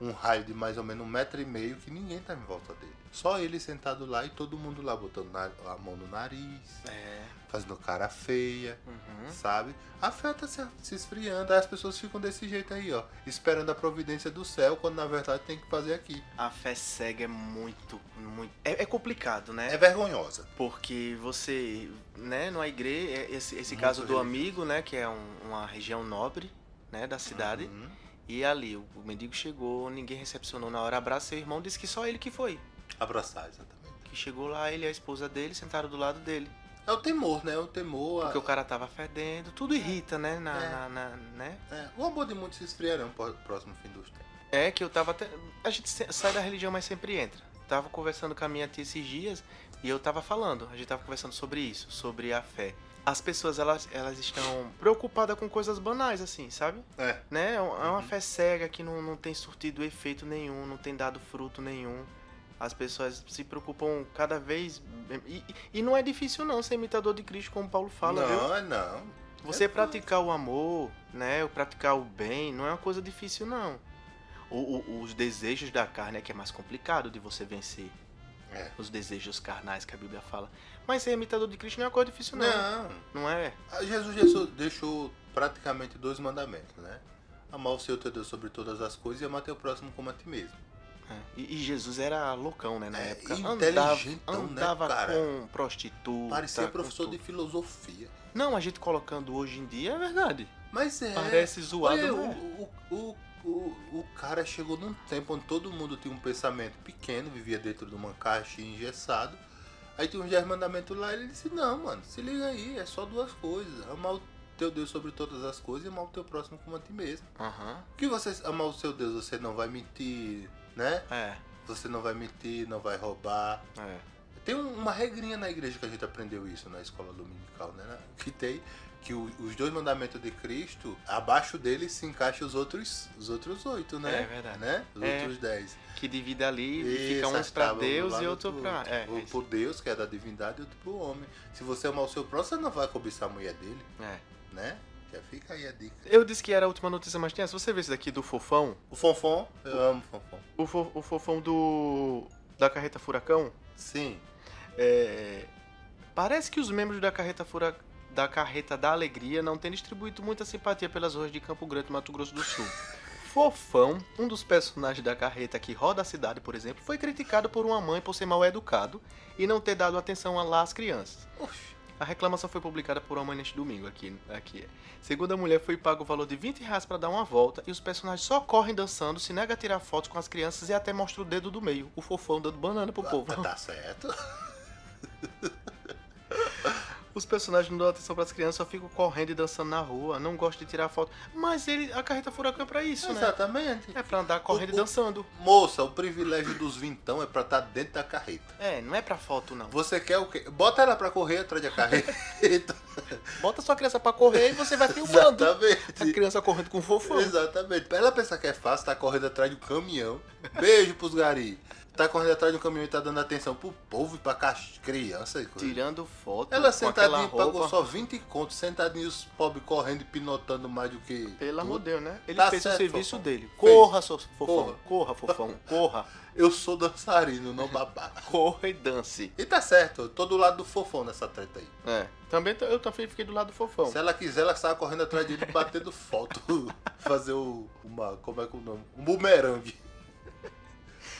Speaker 3: Um raio de mais ou menos um metro e meio que ninguém tá em volta dele. Só ele sentado lá e todo mundo lá botando na- a mão no nariz,
Speaker 2: É.
Speaker 3: fazendo cara feia
Speaker 2: Uhum.
Speaker 3: sabe? A fé tá se, se esfriando, aí as pessoas ficam desse jeito aí, ó, esperando a providência do céu, quando na verdade tem que fazer aqui.
Speaker 2: A fé cega é muito, muito. É, é complicado, né?
Speaker 3: É vergonhosa.
Speaker 2: Porque você, né, numa igreja, esse, esse
Speaker 3: Muito
Speaker 2: caso do
Speaker 3: religioso.
Speaker 2: amigo, né, que é um- uma região nobre, né, da cidade,
Speaker 3: Uhum.
Speaker 2: e ali o, o mendigo chegou, ninguém recepcionou na hora, abraça seu irmão, disse que só ele que foi.
Speaker 3: Abraçar, exatamente.
Speaker 2: Que chegou lá, ele e a esposa dele sentaram do lado dele.
Speaker 3: É o temor, né? É o temor.
Speaker 2: Porque
Speaker 3: A...
Speaker 2: o cara tava fedendo, tudo irrita, né, na,
Speaker 3: É.
Speaker 2: na- na- né?
Speaker 3: É, o amor de muitos se esfriarão pro próximo fim dos tempos.
Speaker 2: É que eu tava até... A gente se- sai da religião, mas sempre entra. Tava conversando com a minha tia esses dias e eu tava falando, a gente tava conversando sobre isso, sobre a fé. As pessoas, elas, elas estão preocupadas com coisas banais, assim, sabe?
Speaker 3: É.
Speaker 2: né? É uma é uma
Speaker 3: Uhum.
Speaker 2: fé cega que não, não tem surtido efeito nenhum, não tem dado fruto nenhum. As pessoas se preocupam cada vez. E, e não é difícil não ser imitador de Cristo, como Paulo fala, viu?
Speaker 3: não, é não.
Speaker 2: Você
Speaker 3: é
Speaker 2: praticar o amor, né? o Praticar o bem, não é uma coisa difícil, não. O- o- os desejos da carne é que é mais complicado de você vencer.
Speaker 3: É.
Speaker 2: Os desejos carnais que a Bíblia fala. Mas ser imitador de Cristo não é uma coisa difícil, não. Não,
Speaker 3: Não.
Speaker 2: é?
Speaker 3: Ah, Jesus deixou, deixou praticamente dois mandamentos, né? Amar o seu teu Deus sobre todas as coisas e amar teu próximo como a ti mesmo.
Speaker 2: É, E, e Jesus era loucão, né, na
Speaker 3: É,
Speaker 2: época. Andava,
Speaker 3: inteligentão, né,
Speaker 2: andava
Speaker 3: cara?
Speaker 2: com prostituta.
Speaker 3: Parecia
Speaker 2: com
Speaker 3: professor de
Speaker 2: tudo.
Speaker 3: filosofia.
Speaker 2: Não, a gente colocando hoje em dia é verdade.
Speaker 3: Mas é.
Speaker 2: Parece zoado,
Speaker 3: Olha,
Speaker 2: né?
Speaker 3: o, o, o, o, o cara chegou num tempo onde todo mundo tinha um pensamento pequeno, vivia dentro de uma caixa engessado. Aí tinha uns 10 mandamentos lá e ele disse, não, mano, se liga aí, é só duas coisas. Amar o teu Deus sobre todas as coisas e amar o teu próximo como a ti mesmo.
Speaker 2: Aham.
Speaker 3: Que você amar o seu Deus, você não vai mentir, né?
Speaker 2: É,
Speaker 3: Você não vai mentir, não vai roubar.
Speaker 2: é.
Speaker 3: Tem um- uma regrinha na igreja que a gente aprendeu isso na escola dominical, né? né? Que tem que o- os dois mandamentos de Cristo, abaixo deles se encaixa os outros, os outros oito, né?
Speaker 2: É verdade.
Speaker 3: Né? Os
Speaker 2: É.
Speaker 3: outros dez.
Speaker 2: Que divide ali e
Speaker 3: Isso,
Speaker 2: fica
Speaker 3: as
Speaker 2: uns pra
Speaker 3: tábuas
Speaker 2: Deus
Speaker 3: do
Speaker 2: e
Speaker 3: lado
Speaker 2: outro
Speaker 3: do
Speaker 2: pra.
Speaker 3: outro.
Speaker 2: É,
Speaker 3: um pro Deus, que é da divindade, e outro pro homem. Se você amar o seu próximo, você não vai cobiçar a mulher dele,
Speaker 2: é.
Speaker 3: né? Já fica aí a dica.
Speaker 2: Eu disse que era a última notícia, mas tinha. Se você vê isso daqui do Fofão,
Speaker 3: O Fonfon, eu amo o Fonfon.
Speaker 2: o, fo- o Fofão do. da Carreta Furacão,
Speaker 3: Sim.
Speaker 2: é. Parece que os membros da Carreta Fura... da Carreta da Alegria não têm distribuído muita simpatia pelas ruas de Campo Grande, Mato Grosso do Sul. Fofão, um dos personagens da carreta que roda a cidade, por exemplo, foi criticado por uma mãe por ser mal educado e não ter dado atenção a lá às crianças.
Speaker 3: Oxi.
Speaker 2: A reclamação foi publicada por uma neste domingo aqui. aqui. é. Segundo a mulher, foi pago o valor de 20 reais pra dar uma volta e os personagens só correm dançando, se nega a tirar fotos com as crianças e até mostra o dedo do meio, o fofão dando banana
Speaker 3: (laughs)
Speaker 2: pro povo. É.
Speaker 3: Tá, tá
Speaker 2: (laughs)
Speaker 3: certo.
Speaker 2: Os personagens não dão atenção pras crianças, só ficam correndo e dançando na rua, não gostam de tirar foto. Mas ele, a carreta furacão é pra isso, né?
Speaker 3: Exatamente.
Speaker 2: É pra andar correndo e
Speaker 3: O- o-
Speaker 2: dançando.
Speaker 3: Moça, o privilégio dos vintão é pra estar dentro da carreta.
Speaker 2: É, não é pra foto, não.
Speaker 3: Você quer o quê? Bota ela pra correr atrás da Então,
Speaker 2: (laughs)
Speaker 3: carreta.
Speaker 2: Bota sua criança pra correr e você vai filmando. A
Speaker 3: Exatamente.
Speaker 2: criança correndo com o fofão.
Speaker 3: Exatamente. Pra ela pensar que é fácil, tá correndo atrás de um caminhão. Beijo pros gari. Tá correndo atrás de um caminhão e tá dando atenção pro povo e pra ca- criança e coisa.
Speaker 2: Tirando foto.
Speaker 3: Ela
Speaker 2: com aquela
Speaker 3: sentadinha pagou
Speaker 2: roupa.
Speaker 3: só 20 contos, sentadinha os pobres correndo e pinotando mais do que.
Speaker 2: Pelo amor
Speaker 3: tudo.
Speaker 2: de Deus, né? Ele
Speaker 3: Tá
Speaker 2: fez
Speaker 3: certo,
Speaker 2: o serviço
Speaker 3: Fofão.
Speaker 2: dele.
Speaker 3: Fez.
Speaker 2: Corra, so- fofão.
Speaker 3: Corra.
Speaker 2: Corra. fofão. Corra.
Speaker 3: Eu sou dançarino, não babá.
Speaker 2: Corra e dance.
Speaker 3: E tá certo, eu tô do lado do fofão nessa treta aí.
Speaker 2: É. Também t- eu também fiquei do lado do fofão.
Speaker 3: Se ela quiser, ela sai correndo atrás dele batendo foto. (laughs) Fazer o. Uma. Como é que é o nome? Um bumerangue. (laughs)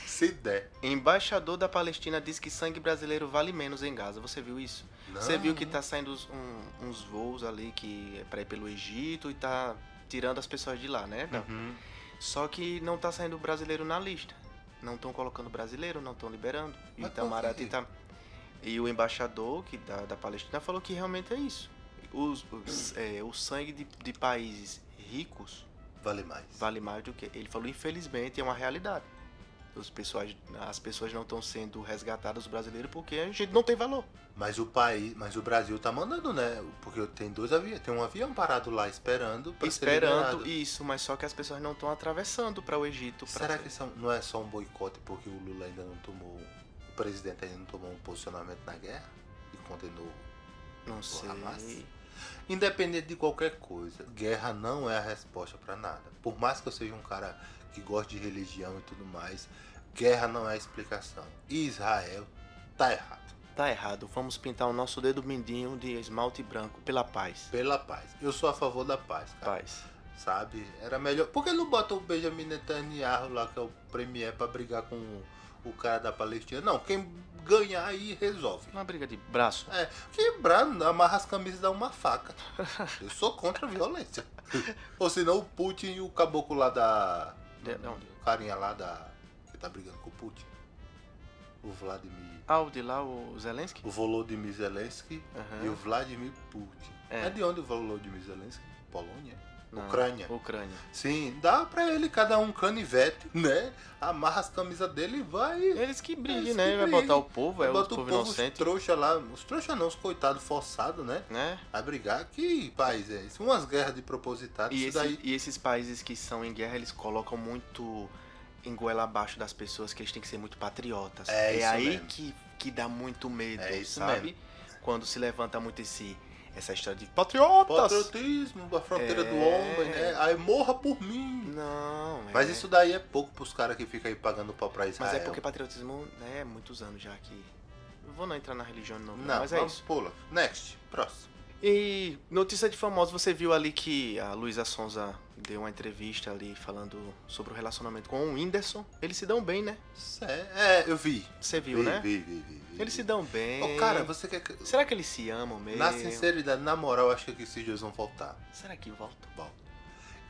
Speaker 3: Se der.
Speaker 2: Embaixador da Palestina diz que sangue brasileiro vale menos em Gaza. Você viu isso?
Speaker 3: Não.
Speaker 2: Você viu que tá saindo uns, um- uns voos ali que é pra ir pelo Egito e tá tirando as pessoas de lá, né?
Speaker 3: Uhum.
Speaker 2: Só que não tá saindo brasileiro na lista. Não estão colocando brasileiro, não estão liberando. E o
Speaker 3: Mas por quê?
Speaker 2: Itamaraty tá. E o embaixador que da, da Palestina falou que realmente é isso. Os, os, é, o sangue de, de países ricos
Speaker 3: Vale mais.
Speaker 2: vale mais do que. Ele falou, infelizmente, é uma realidade. Os pessoas, as pessoas não estão sendo resgatadas, os brasileiros, porque a gente não tem valor.
Speaker 3: Mas o país. Mas o Brasil tá mandando, né? Porque tem dois aviões. Tem um avião parado lá esperando. Pra Ser
Speaker 2: Esperando
Speaker 3: liberado.
Speaker 2: isso, mas só que as pessoas não estão atravessando para o Egito. pra-
Speaker 3: Será que isso não é só um boicote porque o Lula ainda não tomou. O presidente ainda não tomou um posicionamento na guerra? E condenou
Speaker 2: Não
Speaker 3: Porra,
Speaker 2: sei.
Speaker 3: mas- Independente de qualquer coisa, guerra não é a resposta pra nada. Por mais que eu seja um cara que gosta de religião e tudo mais, guerra não é a explicação. E Israel tá errado.
Speaker 2: Tá errado, vamos pintar o nosso dedo mindinho de esmalte branco pela paz.
Speaker 3: Pela paz. Eu sou a favor da paz, cara.
Speaker 2: Paz.
Speaker 3: Sabe? Era melhor. Por que não bota o Benjamin Netanyahu lá, que é o premier, pra brigar com o cara da Palestina? Não, quem ganhar aí resolve.
Speaker 2: Uma briga de braço.
Speaker 3: É, quebrar, amarra as camisas e dá uma faca. Eu sou contra a violência. Ou senão o Putin e o caboclo lá da.
Speaker 2: De- É, não.
Speaker 3: O carinha lá da. Que tá brigando com o Putin. O Vladimir.
Speaker 2: Ah, o de lá, o Zelensky?
Speaker 3: O Volodymyr Zelensky
Speaker 2: Aham.
Speaker 3: e o Vladimir Putin. É.
Speaker 2: É.
Speaker 3: de onde o Volodymyr Zelensky? Polônia?
Speaker 2: Não,
Speaker 3: Ucrânia.
Speaker 2: Ucrânia.
Speaker 3: Sim, dá pra ele cada um canivete, né? Amarra as camisas dele e vai.
Speaker 2: Eles que briguem,
Speaker 3: Eles
Speaker 2: né?
Speaker 3: que
Speaker 2: Vai
Speaker 3: briguem.
Speaker 2: botar o povo, é
Speaker 3: bota o
Speaker 2: o povo
Speaker 3: povo, os
Speaker 2: inocente,
Speaker 3: trouxa lá. Os trouxa não, os coitados forçados, né?
Speaker 2: né?
Speaker 3: a brigar. Que país é esse? Umas guerras de propositado,
Speaker 2: E,
Speaker 3: isso
Speaker 2: esse-
Speaker 3: daí.
Speaker 2: e esses países que são em guerra, eles colocam muito em goela abaixo das pessoas que eles têm que ser muito patriotas.
Speaker 3: É isso
Speaker 2: aí
Speaker 3: mesmo.
Speaker 2: Que, que dá muito medo,
Speaker 3: É isso
Speaker 2: sabe? Quando se levanta muito esse, essa história de patriotas.
Speaker 3: Patriotismo, a fronteira do
Speaker 2: É.
Speaker 3: homem, né? Aí morra por mim.
Speaker 2: Não, é.
Speaker 3: Mas isso daí é pouco pros caras que ficam aí pagando pau pra Israel.
Speaker 2: Mas é porque patriotismo né, é muitos anos já que. Eu vou não entrar na religião de novo,
Speaker 3: Não,
Speaker 2: mas é
Speaker 3: vamos,
Speaker 2: isso.
Speaker 3: pula. Next, próximo.
Speaker 2: E notícia de famosa, você viu ali que a Luísa Sonza deu uma entrevista ali falando sobre o relacionamento com o Whindersson. Eles se dão bem, né?
Speaker 3: Sé- É, eu vi.
Speaker 2: Você viu,
Speaker 3: vi,
Speaker 2: né?
Speaker 3: vi, vi, vi, vi.
Speaker 2: Eles se dão bem.
Speaker 3: Ô, cara, você quer que.
Speaker 2: Será que eles se amam mesmo?
Speaker 3: Na sinceridade, na moral, eu acho que esses dias vão voltar.
Speaker 2: Será que voltam?
Speaker 3: Bom.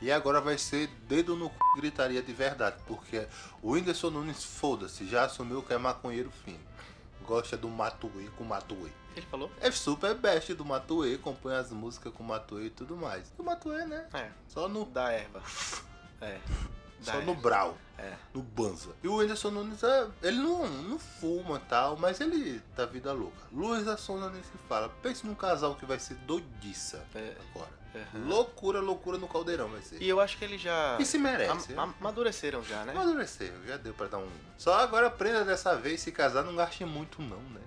Speaker 3: E agora vai ser dedo no c... gritaria de verdade, porque o Whindersson Nunes, foda-se, já assumiu que é maconheiro fino. Gosta do Matuê com Matuê.
Speaker 2: Ele falou?
Speaker 3: É super best do Matuê, compõe as músicas com Matuê e tudo mais. E o Matuê, né?
Speaker 2: É,
Speaker 3: Só no,
Speaker 2: da erva. É. Da
Speaker 3: só no
Speaker 2: erva.
Speaker 3: Brau.
Speaker 2: É.
Speaker 3: No Banza. E o Whindersson Nunes, é- ele não, não fuma e tal, mas ele tá vida louca. Luísa Sonza nem se fala. Pense num casal que vai ser doidiça
Speaker 2: É.
Speaker 3: agora.
Speaker 2: Aham.
Speaker 3: Loucura, loucura no caldeirão vai ser.
Speaker 2: E eu acho que eles já
Speaker 3: E se merece. né?
Speaker 2: am- amadureceram já, né?
Speaker 3: Amadureceu, Tá já deu pra dar um. Só agora aprenda dessa vez, se casar não gaste muito, não, né?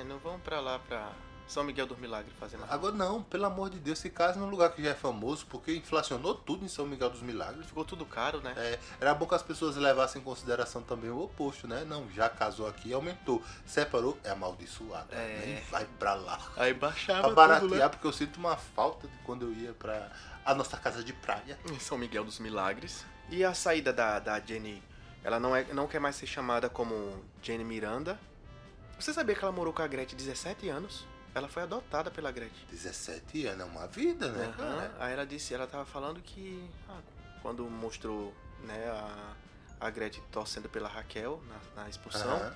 Speaker 2: É, não vão pra lá pra São Miguel dos Milagres fazer nada.
Speaker 3: Agora não, pelo amor de Deus, se casa num lugar que já é famoso, porque inflacionou tudo em São Miguel dos Milagres.
Speaker 2: Ficou tudo caro, né?
Speaker 3: É, era bom que as pessoas levassem em consideração também o oposto, né? Não, já casou aqui, aumentou. Separou, é amaldiçoado.
Speaker 2: É.
Speaker 3: Nem vai pra lá.
Speaker 2: Aí baixava
Speaker 3: Pra
Speaker 2: tudo, né?
Speaker 3: baratear, porque eu sinto uma falta de quando eu ia pra a nossa casa de praia.
Speaker 2: em São Miguel dos Milagres. E a saída da, da Jenny, ela não, é, não quer mais ser chamada como Jenny Miranda. Você sabia que ela morou com a Gretchen 17 anos? Ela foi adotada pela Gretchen.
Speaker 3: 17 anos é uma vida, né,
Speaker 2: Aham.
Speaker 3: cara?
Speaker 2: Aí ela disse, ela tava falando que ah, quando mostrou né, a, a Gretchen torcendo pela Raquel na, na expulsão,
Speaker 3: Aham.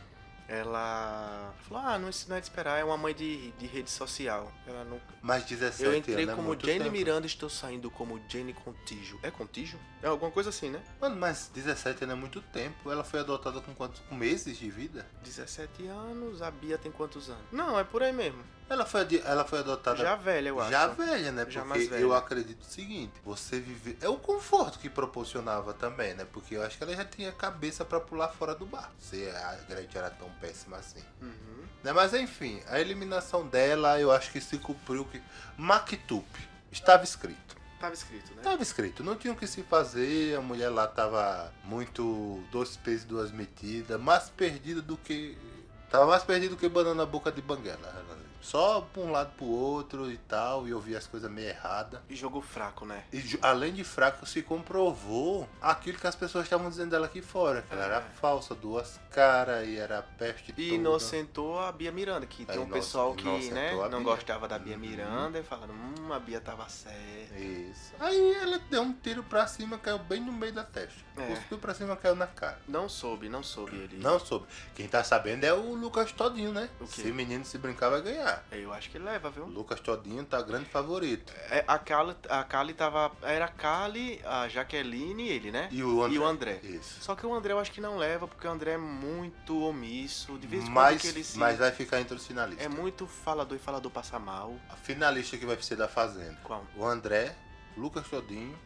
Speaker 2: ela falou, ah, não, isso não é de esperar, é uma mãe de, de rede social. Ela não,
Speaker 3: Mas 17
Speaker 2: eu entrei
Speaker 3: anos é
Speaker 2: como
Speaker 3: muito
Speaker 2: Jane
Speaker 3: tempo.
Speaker 2: Miranda, estou saindo como Jane Contígio. É Contígio? É alguma coisa assim, né?
Speaker 3: Mano, mas 17 anos é muito tempo. Ela foi adotada com quantos com meses de vida?
Speaker 2: 17 anos, a Bia tem quantos anos? Não, é por aí mesmo.
Speaker 3: Ela foi, adi- ela foi adotada
Speaker 2: Já velha, eu acho.
Speaker 3: Tá, já velha, né?
Speaker 2: Já mais
Speaker 3: Porque
Speaker 2: velha.
Speaker 3: eu acredito o seguinte, você viver. É o conforto que proporcionava também, né? Porque eu acho que ela já tinha cabeça pra pular fora do bar. Se a Gretchen era tão péssima assim.
Speaker 2: Uhum.
Speaker 3: Né? Mas enfim, a eliminação dela, eu acho que se cumpriu que. Mactup. Estava escrito.
Speaker 2: Tava escrito, né?
Speaker 3: Tava escrito, não tinha o que se fazer, a mulher lá tava muito dois pesos e duas medidas, mais perdida do que. Tava mais perdida do que banana na boca de banguela. ela ali. Só pra um lado pro outro e tal, e ouvia as coisas meio erradas.
Speaker 2: E jogo fraco, né?
Speaker 3: E ju- além de fraco, se comprovou aquilo que as pessoas estavam dizendo dela aqui fora. Que ela era falsa, duas caras, e era peste
Speaker 2: É. E
Speaker 3: toda.
Speaker 2: inocentou a Bia Miranda, que tem
Speaker 3: Aí,
Speaker 2: um
Speaker 3: ino-
Speaker 2: pessoal que
Speaker 3: inocentou
Speaker 2: né,
Speaker 3: a
Speaker 2: não
Speaker 3: Bia.
Speaker 2: gostava da Bia
Speaker 3: Uhum.
Speaker 2: Miranda e falaram, hum, a Bia tava certa.
Speaker 3: Isso. Aí ela deu um tiro pra cima, caiu bem no meio da testa.
Speaker 2: É.
Speaker 3: Cuspiu pra cima, caiu na cara.
Speaker 2: Não soube, não soube ele.
Speaker 3: Não soube. Quem tá sabendo é o Lucas Todinho, né?
Speaker 2: O quê?
Speaker 3: Se menino se brincar, vai ganhar.
Speaker 2: Eu acho que leva,
Speaker 3: O
Speaker 2: viu?
Speaker 3: Lucas Todinho tá grande favorito.
Speaker 2: É, a, Kali, a Kali tava... Era a Kali, a Jaqueline e ele, né?
Speaker 3: E o André.
Speaker 2: E o André.
Speaker 3: Isso.
Speaker 2: Só que o André eu acho que não leva, porque o André é muito omisso. De vez em quando
Speaker 3: Mas,
Speaker 2: que ele se...
Speaker 3: mas vai ficar entre os finalistas.
Speaker 2: É muito falador e falador passa mal.
Speaker 3: A finalista que vai ser da Fazenda.
Speaker 2: Qual?
Speaker 3: O André, o Lucas Todinho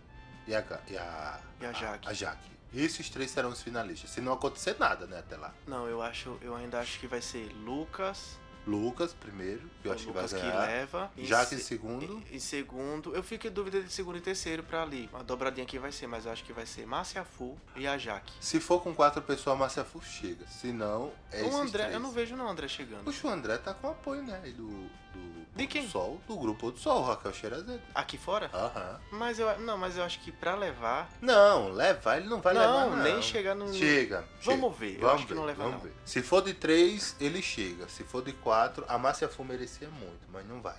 Speaker 3: e a... Ga- E a,
Speaker 2: E a Jaque.
Speaker 3: A, Jaque. Esses três serão os finalistas. Se não acontecer nada, né, até lá.
Speaker 2: Não, eu acho, eu ainda acho que vai ser Lucas,
Speaker 3: Lucas, primeiro, que eu
Speaker 2: o
Speaker 3: acho
Speaker 2: Lucas
Speaker 3: que
Speaker 2: que,
Speaker 3: vai é? ganhar.
Speaker 2: leva. Em
Speaker 3: Jaque,
Speaker 2: se-
Speaker 3: segundo.
Speaker 2: em, em segundo, eu fico em dúvida de segundo e terceiro pra ali. A dobradinha que vai ser, mas eu acho que vai ser Márcia Fu e a Jaque.
Speaker 3: Se for com quatro pessoas, a Márcia Fu chega. Se não, é esses
Speaker 2: o André,
Speaker 3: três.
Speaker 2: eu não vejo não o André chegando.
Speaker 3: Puxa, o André tá com apoio, né? aí Do, do Pôr
Speaker 2: De
Speaker 3: do
Speaker 2: quem?
Speaker 3: Sol, do grupo do Sol, Raquel Xerazeta.
Speaker 2: Aqui fora?
Speaker 3: Aham.
Speaker 2: Mas eu, não, mas eu acho que pra levar,
Speaker 3: Não, levar ele não vai
Speaker 2: Não,
Speaker 3: levar, não.
Speaker 2: nem chegar no-
Speaker 3: Chega.
Speaker 2: Vamos
Speaker 3: chega.
Speaker 2: ver, eu
Speaker 3: Vamos
Speaker 2: acho que não leva,
Speaker 3: vamos
Speaker 2: não.
Speaker 3: ver. Se for de três, ele chega. Se for de quatro, a Márcia Fu merecia muito, mas não vai.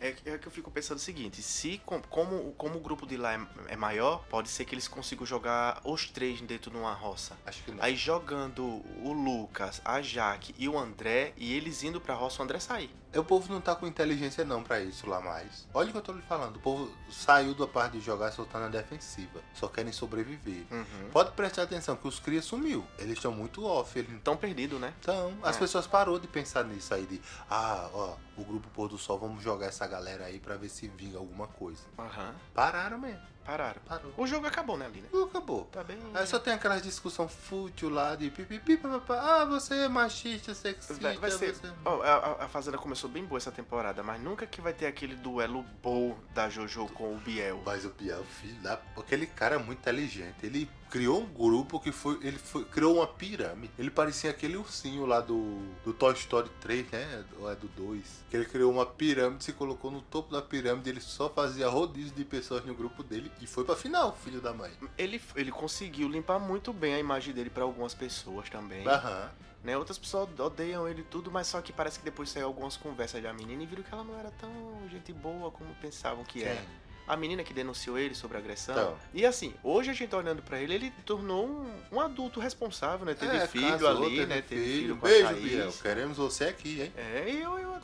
Speaker 2: é, que- é que eu fico pensando o seguinte, se com- como, como o grupo de lá é, é maior, pode ser que eles consigam jogar os três dentro de uma roça.
Speaker 3: Acho que não.
Speaker 2: Aí jogando o Lucas, a Jaque e o André, e eles indo pra roça, o André sair.
Speaker 3: O povo não tá com inteligência não pra isso lá mais. Olha o que eu tô lhe falando. O povo saiu da parte de jogar e só tá na defensiva. Só querem sobreviver.
Speaker 2: Uhum.
Speaker 3: Pode prestar atenção que os cria sumiu. Eles estão muito off, eles
Speaker 2: Tão perdido, né?
Speaker 3: Então, as
Speaker 2: É.
Speaker 3: pessoas parou de pensar nisso aí de, ah, ó, o grupo Pôr do Sol, vamos jogar essa galera aí pra ver se vinga alguma coisa.
Speaker 2: Aham.
Speaker 3: Pararam mesmo,
Speaker 2: Pararam.
Speaker 3: parou.
Speaker 2: O jogo acabou, né, ali, né?
Speaker 3: Não acabou.
Speaker 2: Tá bem.
Speaker 3: Aí só tem aquelas discussão fútil lá de pipipi, papapá, ah, você é machista, sexista,
Speaker 2: Vai, vai ser.
Speaker 3: você-
Speaker 2: Ó, a, a- a Fazenda começou bem boa essa temporada, mas nunca que vai ter aquele duelo bom da JoJo com o Biel.
Speaker 3: Mas o Biel, filho da... Aquele cara é muito inteligente, ele criou um grupo que foi. Ele foi- criou uma pirâmide. Ele parecia aquele ursinho lá do, do Toy Story 3, né? Ou é do 2. Que ele criou uma pirâmide, se colocou no topo da pirâmide. Ele só fazia rodízio de pessoas no grupo dele e foi pra final, filho da mãe.
Speaker 2: Ele, ele conseguiu limpar muito bem a imagem dele pra algumas pessoas também.
Speaker 3: Aham.
Speaker 2: Né? Outras pessoas odeiam ele e tudo, mas só que parece que depois saiu algumas conversas da menina e viram que ela não era tão gente boa como pensavam que é. era.
Speaker 3: Quem?
Speaker 2: A menina que denunciou ele sobre a agressão.
Speaker 3: Então.
Speaker 2: E assim, hoje a gente olhando pra ele, ele tornou um, um adulto responsável, né? Teve
Speaker 3: É,
Speaker 2: filho
Speaker 3: casou,
Speaker 2: ali,
Speaker 3: teve
Speaker 2: né? Teve filho, com a
Speaker 3: Beijo,
Speaker 2: Thaís.
Speaker 3: Biel. Queremos você aqui, hein?
Speaker 2: É, e eu, eu-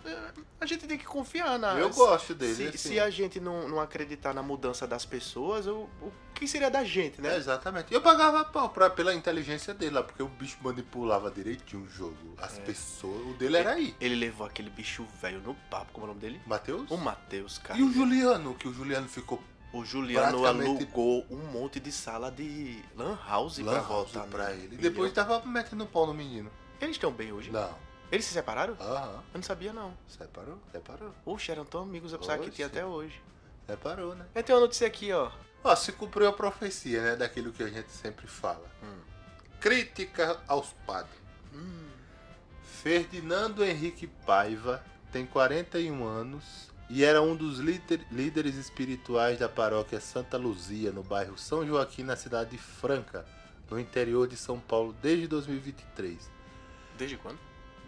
Speaker 2: a gente tem que confiar na.
Speaker 3: Eu gosto dele.
Speaker 2: Ah, Se,
Speaker 3: assim.
Speaker 2: se a gente não, não acreditar na mudança das pessoas, o, o que seria da gente,
Speaker 3: É,
Speaker 2: né?
Speaker 3: exatamente. Eu pagava pau pra, pela inteligência dele lá, porque o bicho manipulava direitinho o jogo. As
Speaker 2: É.
Speaker 3: pessoas. O dele era aí.
Speaker 2: Ele levou aquele bicho velho no papo, como é o nome dele?
Speaker 3: Matheus?
Speaker 2: O Matheus, cara.
Speaker 3: E o Juliano, que o Juliano ficou
Speaker 2: O Juliano
Speaker 3: Praticamente-
Speaker 2: alugou um monte de sala de Lan House pra
Speaker 3: lá
Speaker 2: voltar
Speaker 3: pra
Speaker 2: né?
Speaker 3: ele. E depois
Speaker 2: eu-
Speaker 3: tava metendo pau no menino.
Speaker 2: Eles estão bem hoje?
Speaker 3: Não.
Speaker 2: Eles se separaram?
Speaker 3: Aham.
Speaker 2: Eu não sabia, não.
Speaker 3: Separou? Separou.
Speaker 2: Oxe, eram tão amigos, eu pensava que
Speaker 3: Oxe.
Speaker 2: tinha até hoje.
Speaker 3: Separou, né?
Speaker 2: Eu tenho uma notícia aqui, ó.
Speaker 3: Ó, se cumpriu a profecia, né? Daquilo que a gente sempre fala.
Speaker 2: Hum.
Speaker 3: Crítica aos padres.
Speaker 2: Hum.
Speaker 3: Ferdinando Henrique Paiva tem 41 anos e era um dos líder- líderes espirituais da paróquia Santa Luzia, no bairro São Joaquim, na cidade de Franca, no interior de São Paulo, desde 2023.
Speaker 2: Desde quando?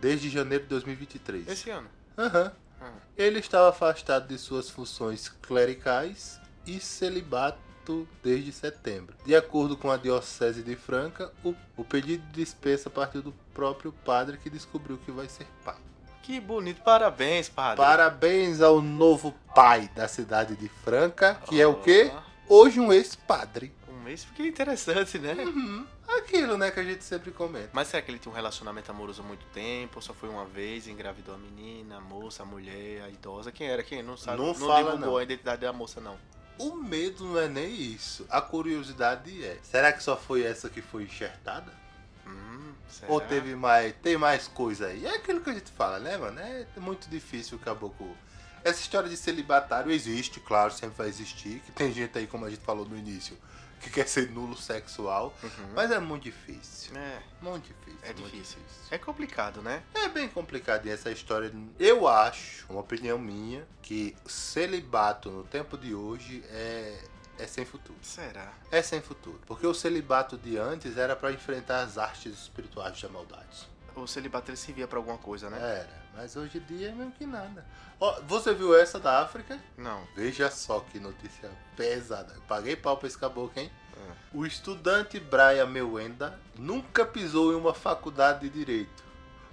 Speaker 3: Desde janeiro de 2023.
Speaker 2: Esse ano.
Speaker 3: Aham.
Speaker 2: Ah.
Speaker 3: Ele estava afastado de suas funções clericais e celibato desde setembro. De acordo com a Diocese de Franca, o, o pedido de dispensa partiu do próprio padre que descobriu que vai ser pai.
Speaker 2: Que bonito, parabéns, padre.
Speaker 3: Parabéns ao novo pai da cidade de Franca, que é o quê?
Speaker 2: Ah,
Speaker 3: Hoje um ex-padre.
Speaker 2: Um mês fica interessante, né?
Speaker 3: Uhum. Aquilo, né, que a gente sempre comenta.
Speaker 2: Mas será que ele tinha um relacionamento amoroso há muito tempo? Ou só foi uma vez, engravidou a menina, a moça, a mulher, a idosa? Quem era? Quem? Não sabe.
Speaker 3: Não fala,
Speaker 2: divulgou
Speaker 3: não.
Speaker 2: a identidade da moça, não.
Speaker 3: O medo não é nem isso. A curiosidade é. Será que só foi essa que foi enxertada?
Speaker 2: Hum, será?
Speaker 3: Ou teve mais. Tem mais coisa aí? É aquilo que a gente fala, né, mano? É muito difícil o caboclo. Essa história de celibatário existe, claro, sempre vai existir. Que tem gente aí, como a gente falou no início, que quer ser nulo sexual.
Speaker 2: Uhum.
Speaker 3: Mas é muito difícil.
Speaker 2: É,
Speaker 3: Muito difícil.
Speaker 2: É
Speaker 3: muito
Speaker 2: difícil. é complicado, né?
Speaker 3: É bem complicado essa história. Eu acho, uma opinião minha, que celibato no tempo de hoje é, é sem futuro.
Speaker 2: Será?
Speaker 3: É sem futuro. Porque o celibato de antes era pra enfrentar as artes espirituais da maldade.
Speaker 2: O celibato ele servia pra alguma coisa, né?
Speaker 3: Era, mas hoje em dia é mesmo que nada. Ó, você viu essa da África?
Speaker 2: Não.
Speaker 3: Veja só que notícia pesada. Paguei pau pra esse caboclo, hein?
Speaker 2: Ah.
Speaker 3: O estudante Brian Mewenda nunca pisou em uma faculdade de direito,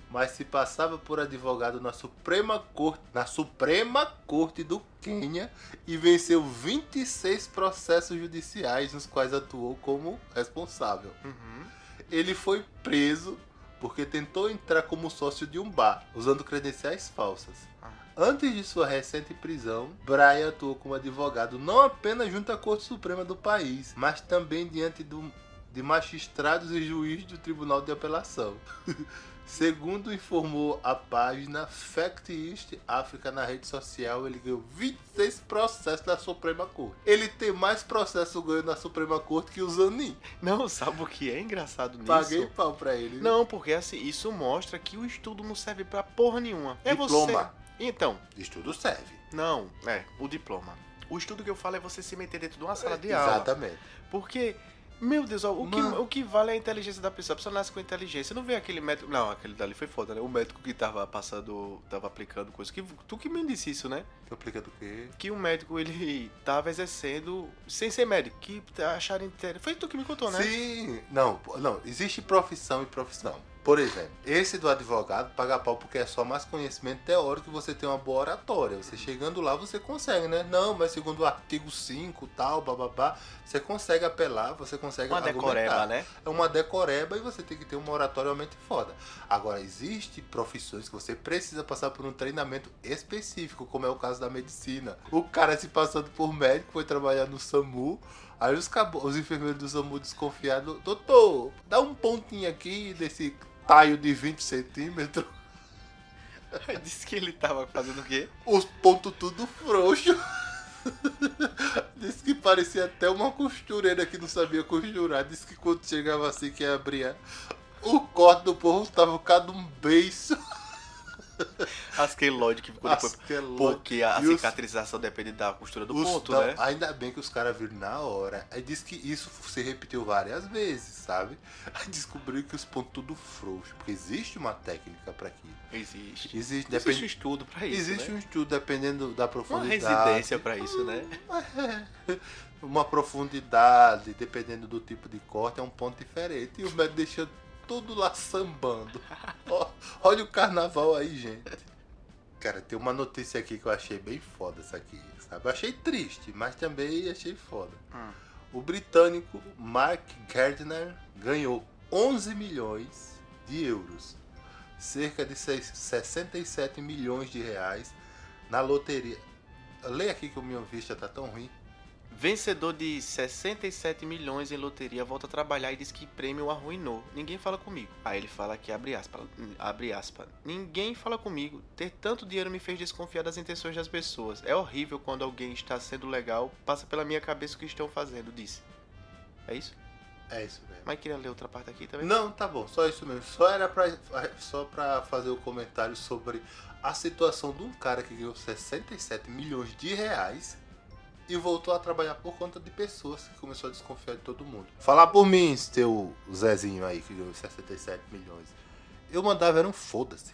Speaker 3: mas se passava por advogado na Suprema Corte, na Suprema Corte do Quênia e venceu 26 processos judiciais nos quais atuou como responsável.
Speaker 2: Uhum.
Speaker 3: Ele foi preso porque tentou entrar como sócio de um bar, usando credenciais falsas.
Speaker 2: Ah.
Speaker 3: Antes de sua recente prisão, Brian atuou como advogado não apenas junto à Corte Suprema do país, mas também diante do- de magistrados e juízes do Tribunal de Apelação. (laughs) Segundo informou a página Fact East África na rede social, ele ganhou 26 processos na Suprema Corte. Ele tem mais processos ganho na Suprema Corte que o Zanin.
Speaker 2: Não, sabe o que é engraçado nisso?
Speaker 3: Paguei pau pra ele. viu?
Speaker 2: Não, porque assim, isso mostra que o estudo não serve pra porra nenhuma. É
Speaker 3: Diploma.
Speaker 2: você. Então,
Speaker 3: Estudo serve.
Speaker 2: não, é, o diploma. O estudo que eu falo é você se meter dentro de uma sala de aula.
Speaker 3: Exatamente.
Speaker 2: Porque, meu Deus, ó, o, que,
Speaker 3: É, Mano.
Speaker 2: o que vale é a inteligência da pessoa. A pessoa nasce com inteligência. Não vê aquele médico. Não, aquele dali foi foda, né? O médico que tava passando, tava aplicando coisa. Que, tu que me disse isso, né?
Speaker 3: Tu Então aplica do quê?
Speaker 2: Que o médico ele tava exercendo sem ser médico. Que acharam interessante. Foi tu que me contou, né?
Speaker 3: Sim. Não, pô, não. Existe profissão e profissão. Por exemplo, esse do advogado paga pau porque é só mais conhecimento teórico e você tem uma boa oratória. Você
Speaker 2: Uhum.
Speaker 3: chegando lá, você consegue, né? Não, mas segundo o artigo 5, tal, bababá, você consegue apelar, você consegue
Speaker 2: Uma
Speaker 3: argumentar.
Speaker 2: decoreba, né? (laughs)
Speaker 3: é uma decoreba e você tem que ter uma oratória realmente foda. Agora, existe profissões que você precisa passar por um treinamento específico, como é o caso da medicina. O cara se passando por médico foi trabalhar no SAMU. Aí os, cabo- os enfermeiros do SAMU desconfiados, doutor, dá um pontinho aqui desse taio de 20 centímetros.
Speaker 2: Disse que ele tava fazendo o quê?
Speaker 3: Os pontos tudo frouxo. (laughs) Disse que parecia até uma costureira que não sabia costurar. Disse que quando chegava assim que abria o corte do povo tava cada um beiço.
Speaker 2: As queloide que ficou depois.
Speaker 3: Asquelote.
Speaker 2: Porque a
Speaker 3: é E os-
Speaker 2: cicatrização depende da costura do
Speaker 3: os-
Speaker 2: ponto,
Speaker 3: não,
Speaker 2: né?
Speaker 3: Ainda bem que os caras viram na hora. Aí disse que isso se repetiu várias vezes, sabe? Aí descobriu que os pontos tudo frouxo. Porque existe uma técnica pra aquilo.
Speaker 2: Existe.
Speaker 3: Existe,
Speaker 2: Existe um
Speaker 3: depende,
Speaker 2: estudo pra isso,
Speaker 3: existe
Speaker 2: né?
Speaker 3: um estudo dependendo da
Speaker 2: Uma
Speaker 3: profundidade.
Speaker 2: residência pra isso, né?
Speaker 3: (laughs) uma profundidade, dependendo do tipo de corte, é um ponto diferente. E o médico deixando tudo lá sambando. Ó, Olha o carnaval aí, gente. Cara, tem uma notícia aqui que eu achei bem foda essa aqui, sabe? Eu achei triste, mas também achei foda.
Speaker 2: Hum.
Speaker 3: O britânico Mark Gardner ganhou 11 milhões de euros, cerca de seis- 67 milhões de reais, na loteria. Lê aqui que o minha vista tá tão ruim.
Speaker 2: Vencedor de 67 milhões em loteria volta a trabalhar e diz que prêmio arruinou. Ninguém fala comigo. Aí ele fala que abre aspas, abre aspas. Ninguém fala comigo. Ter tanto dinheiro me fez desconfiar das intenções das pessoas. É horrível quando alguém está sendo legal, passa pela minha cabeça o que estão fazendo, disse. É isso?
Speaker 3: É isso mesmo.
Speaker 2: Mas queria ler outra parte aqui também?
Speaker 3: Não, tá bom, só isso mesmo. Só era pra, só pra fazer o comentário sobre a situação de um cara que ganhou 67 milhões de reais e voltou a trabalhar por conta de pessoas que começou a desconfiar de todo mundo. Falar por mim, esse teu Zezinho aí que ganhou 67 milhões. Eu mandava era um foda-se.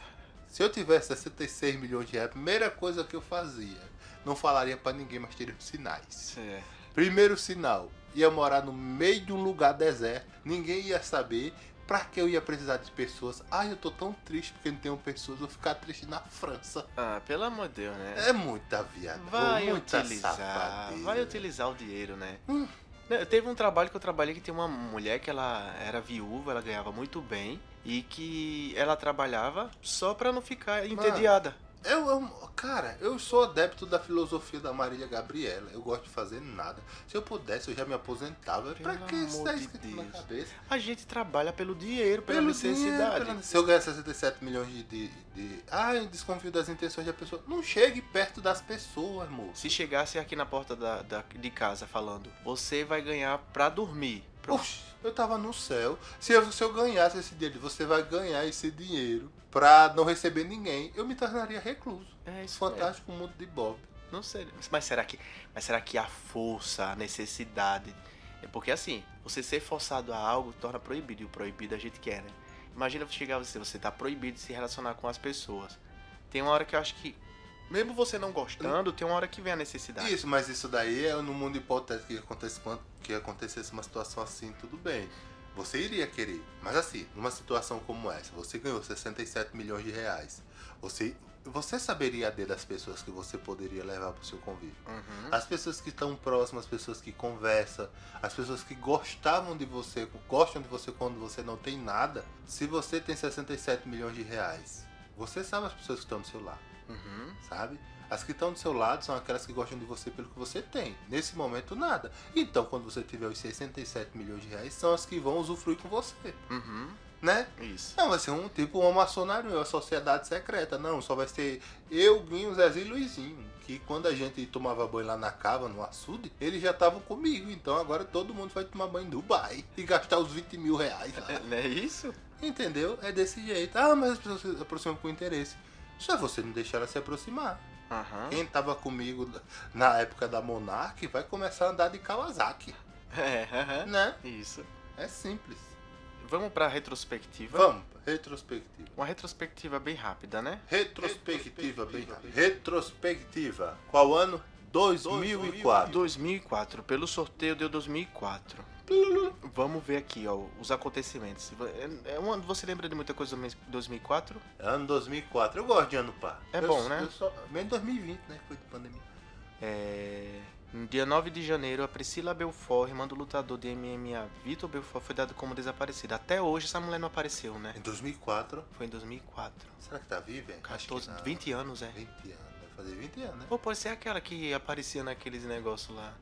Speaker 3: Se eu tivesse 66 milhões de reais, a primeira coisa que eu fazia, não falaria pra ninguém, mas teria os sinais.
Speaker 2: É.
Speaker 3: Primeiro sinal, ia morar no meio de um lugar deserto, ninguém ia saber. Pra que eu ia precisar de pessoas? Ai, eu tô tão triste porque não tenho pessoas, vou ficar triste na França.
Speaker 2: Ah, pelo amor de Deus, né?
Speaker 3: É muita viada.
Speaker 2: Vai
Speaker 3: muita
Speaker 2: utilizar,
Speaker 3: safadeza.
Speaker 2: vai utilizar o dinheiro, né? Não, Teve um trabalho que eu trabalhei que tem uma mulher que ela era viúva, ela ganhava muito bem e que ela trabalhava só pra não ficar entediada.
Speaker 3: Eu, eu- cara, eu sou adepto da filosofia da Marília Gabriela. Eu gosto de fazer nada. Se eu pudesse, eu já me aposentava. pra
Speaker 2: Pelo
Speaker 3: que isso
Speaker 2: amor
Speaker 3: tá
Speaker 2: de
Speaker 3: escrito na
Speaker 2: Deus.
Speaker 3: cabeça?
Speaker 2: A gente trabalha pelo dinheiro, pela necessidade.
Speaker 3: dinheiro, pela- Se eu ganhar 67 milhões de, de, de. Ah, eu desconfio das intenções da pessoa. Não chegue perto das pessoas, moço.
Speaker 2: Se chegasse aqui na porta da, da- de casa falando, você vai ganhar pra dormir. Pronto.
Speaker 3: Oxi, eu tava no céu. Se eu, se eu ganhasse esse dinheiro, você vai ganhar esse dinheiro pra não receber ninguém, eu me tornaria recluso.
Speaker 2: é isso mesmo.
Speaker 3: Fantástico mundo de Bob.
Speaker 2: Não sei, mas será que, mas será que a força, a necessidade, é porque assim, você ser forçado a algo torna proibido e o proibido a gente quer, né? Imagina chegar você, você tá proibido de se relacionar com as pessoas. Tem uma hora que eu acho que mesmo você não gostando, tem uma hora que vem a necessidade.
Speaker 3: Isso, mas isso daí é no mundo hipotético que, acontece, quando- que acontecesse uma situação assim, tudo bem. Você iria querer. Mas assim, numa situação como essa, você ganhou 67 milhões de reais. Você, você saberia a D das pessoas que você poderia levar pro seu convívio.
Speaker 2: Uhum.
Speaker 3: As pessoas que estão próximas, as pessoas que conversam, as pessoas que gostavam de você, gostam de você quando você não tem nada. Se você tem 67 milhões de reais, você sabe as pessoas que estão do seu lado,
Speaker 2: Uhum.
Speaker 3: sabe? As que estão do seu lado são aquelas que gostam de você pelo que você tem. Nesse momento, nada. Então, quando você tiver os 67 milhões de reais, são as que vão usufruir com você,
Speaker 2: Uhum.
Speaker 3: né?
Speaker 2: Isso.
Speaker 3: Não, vai ser um tipo uma maçonaria, uma sociedade secreta. Não, só vai ser eu, Guinho, Zezinho e Luizinho. Que quando a gente tomava banho lá na cava, no açude, eles já estavam comigo. Então agora todo mundo vai tomar banho em Dubai e gastar os 20 mil reais lá.
Speaker 2: (laughs) É, Não é isso?
Speaker 3: Entendeu? É desse jeito. Ah, mas as pessoas se aproximam com interesse. Só você não deixar ela se aproximar.
Speaker 2: Aham.
Speaker 3: Quem tava comigo na época da Monark vai começar a andar de Kawasaki,
Speaker 2: É, aham.
Speaker 3: né?
Speaker 2: Isso.
Speaker 3: É simples.
Speaker 2: Vamos pra retrospectiva.
Speaker 3: Vamos, retrospectiva.
Speaker 2: Uma retrospectiva bem rápida, né?
Speaker 3: Retrospectiva, bem rápido. Retrospectiva. Qual ano? 2004.
Speaker 2: 2004, pelo sorteio deu 2004. Vamos ver aqui, ó, os acontecimentos. É- é um- Você lembra de muita coisa do mês 2004?
Speaker 3: Ano 2004. Eu gosto de ano par.
Speaker 2: É
Speaker 3: Eu-
Speaker 2: bom, né?
Speaker 3: eu só- Menos 2020, né? que Foi de pandemia.
Speaker 2: É... No dia 9 de janeiro, a Priscila Belfort, irmã do lutador de MMA Vitor Belfort, foi dada como desaparecida. Até hoje essa mulher não apareceu, né?
Speaker 3: Em 2004.
Speaker 2: Foi em 2004.
Speaker 3: Será que tá viva? hein? Acho que
Speaker 2: 14,
Speaker 3: não.
Speaker 2: 20 anos, é.
Speaker 3: 20 anos. né? Vai fazer 20 anos, né?
Speaker 2: Ou pode ser é aquela que aparecia naqueles negócios lá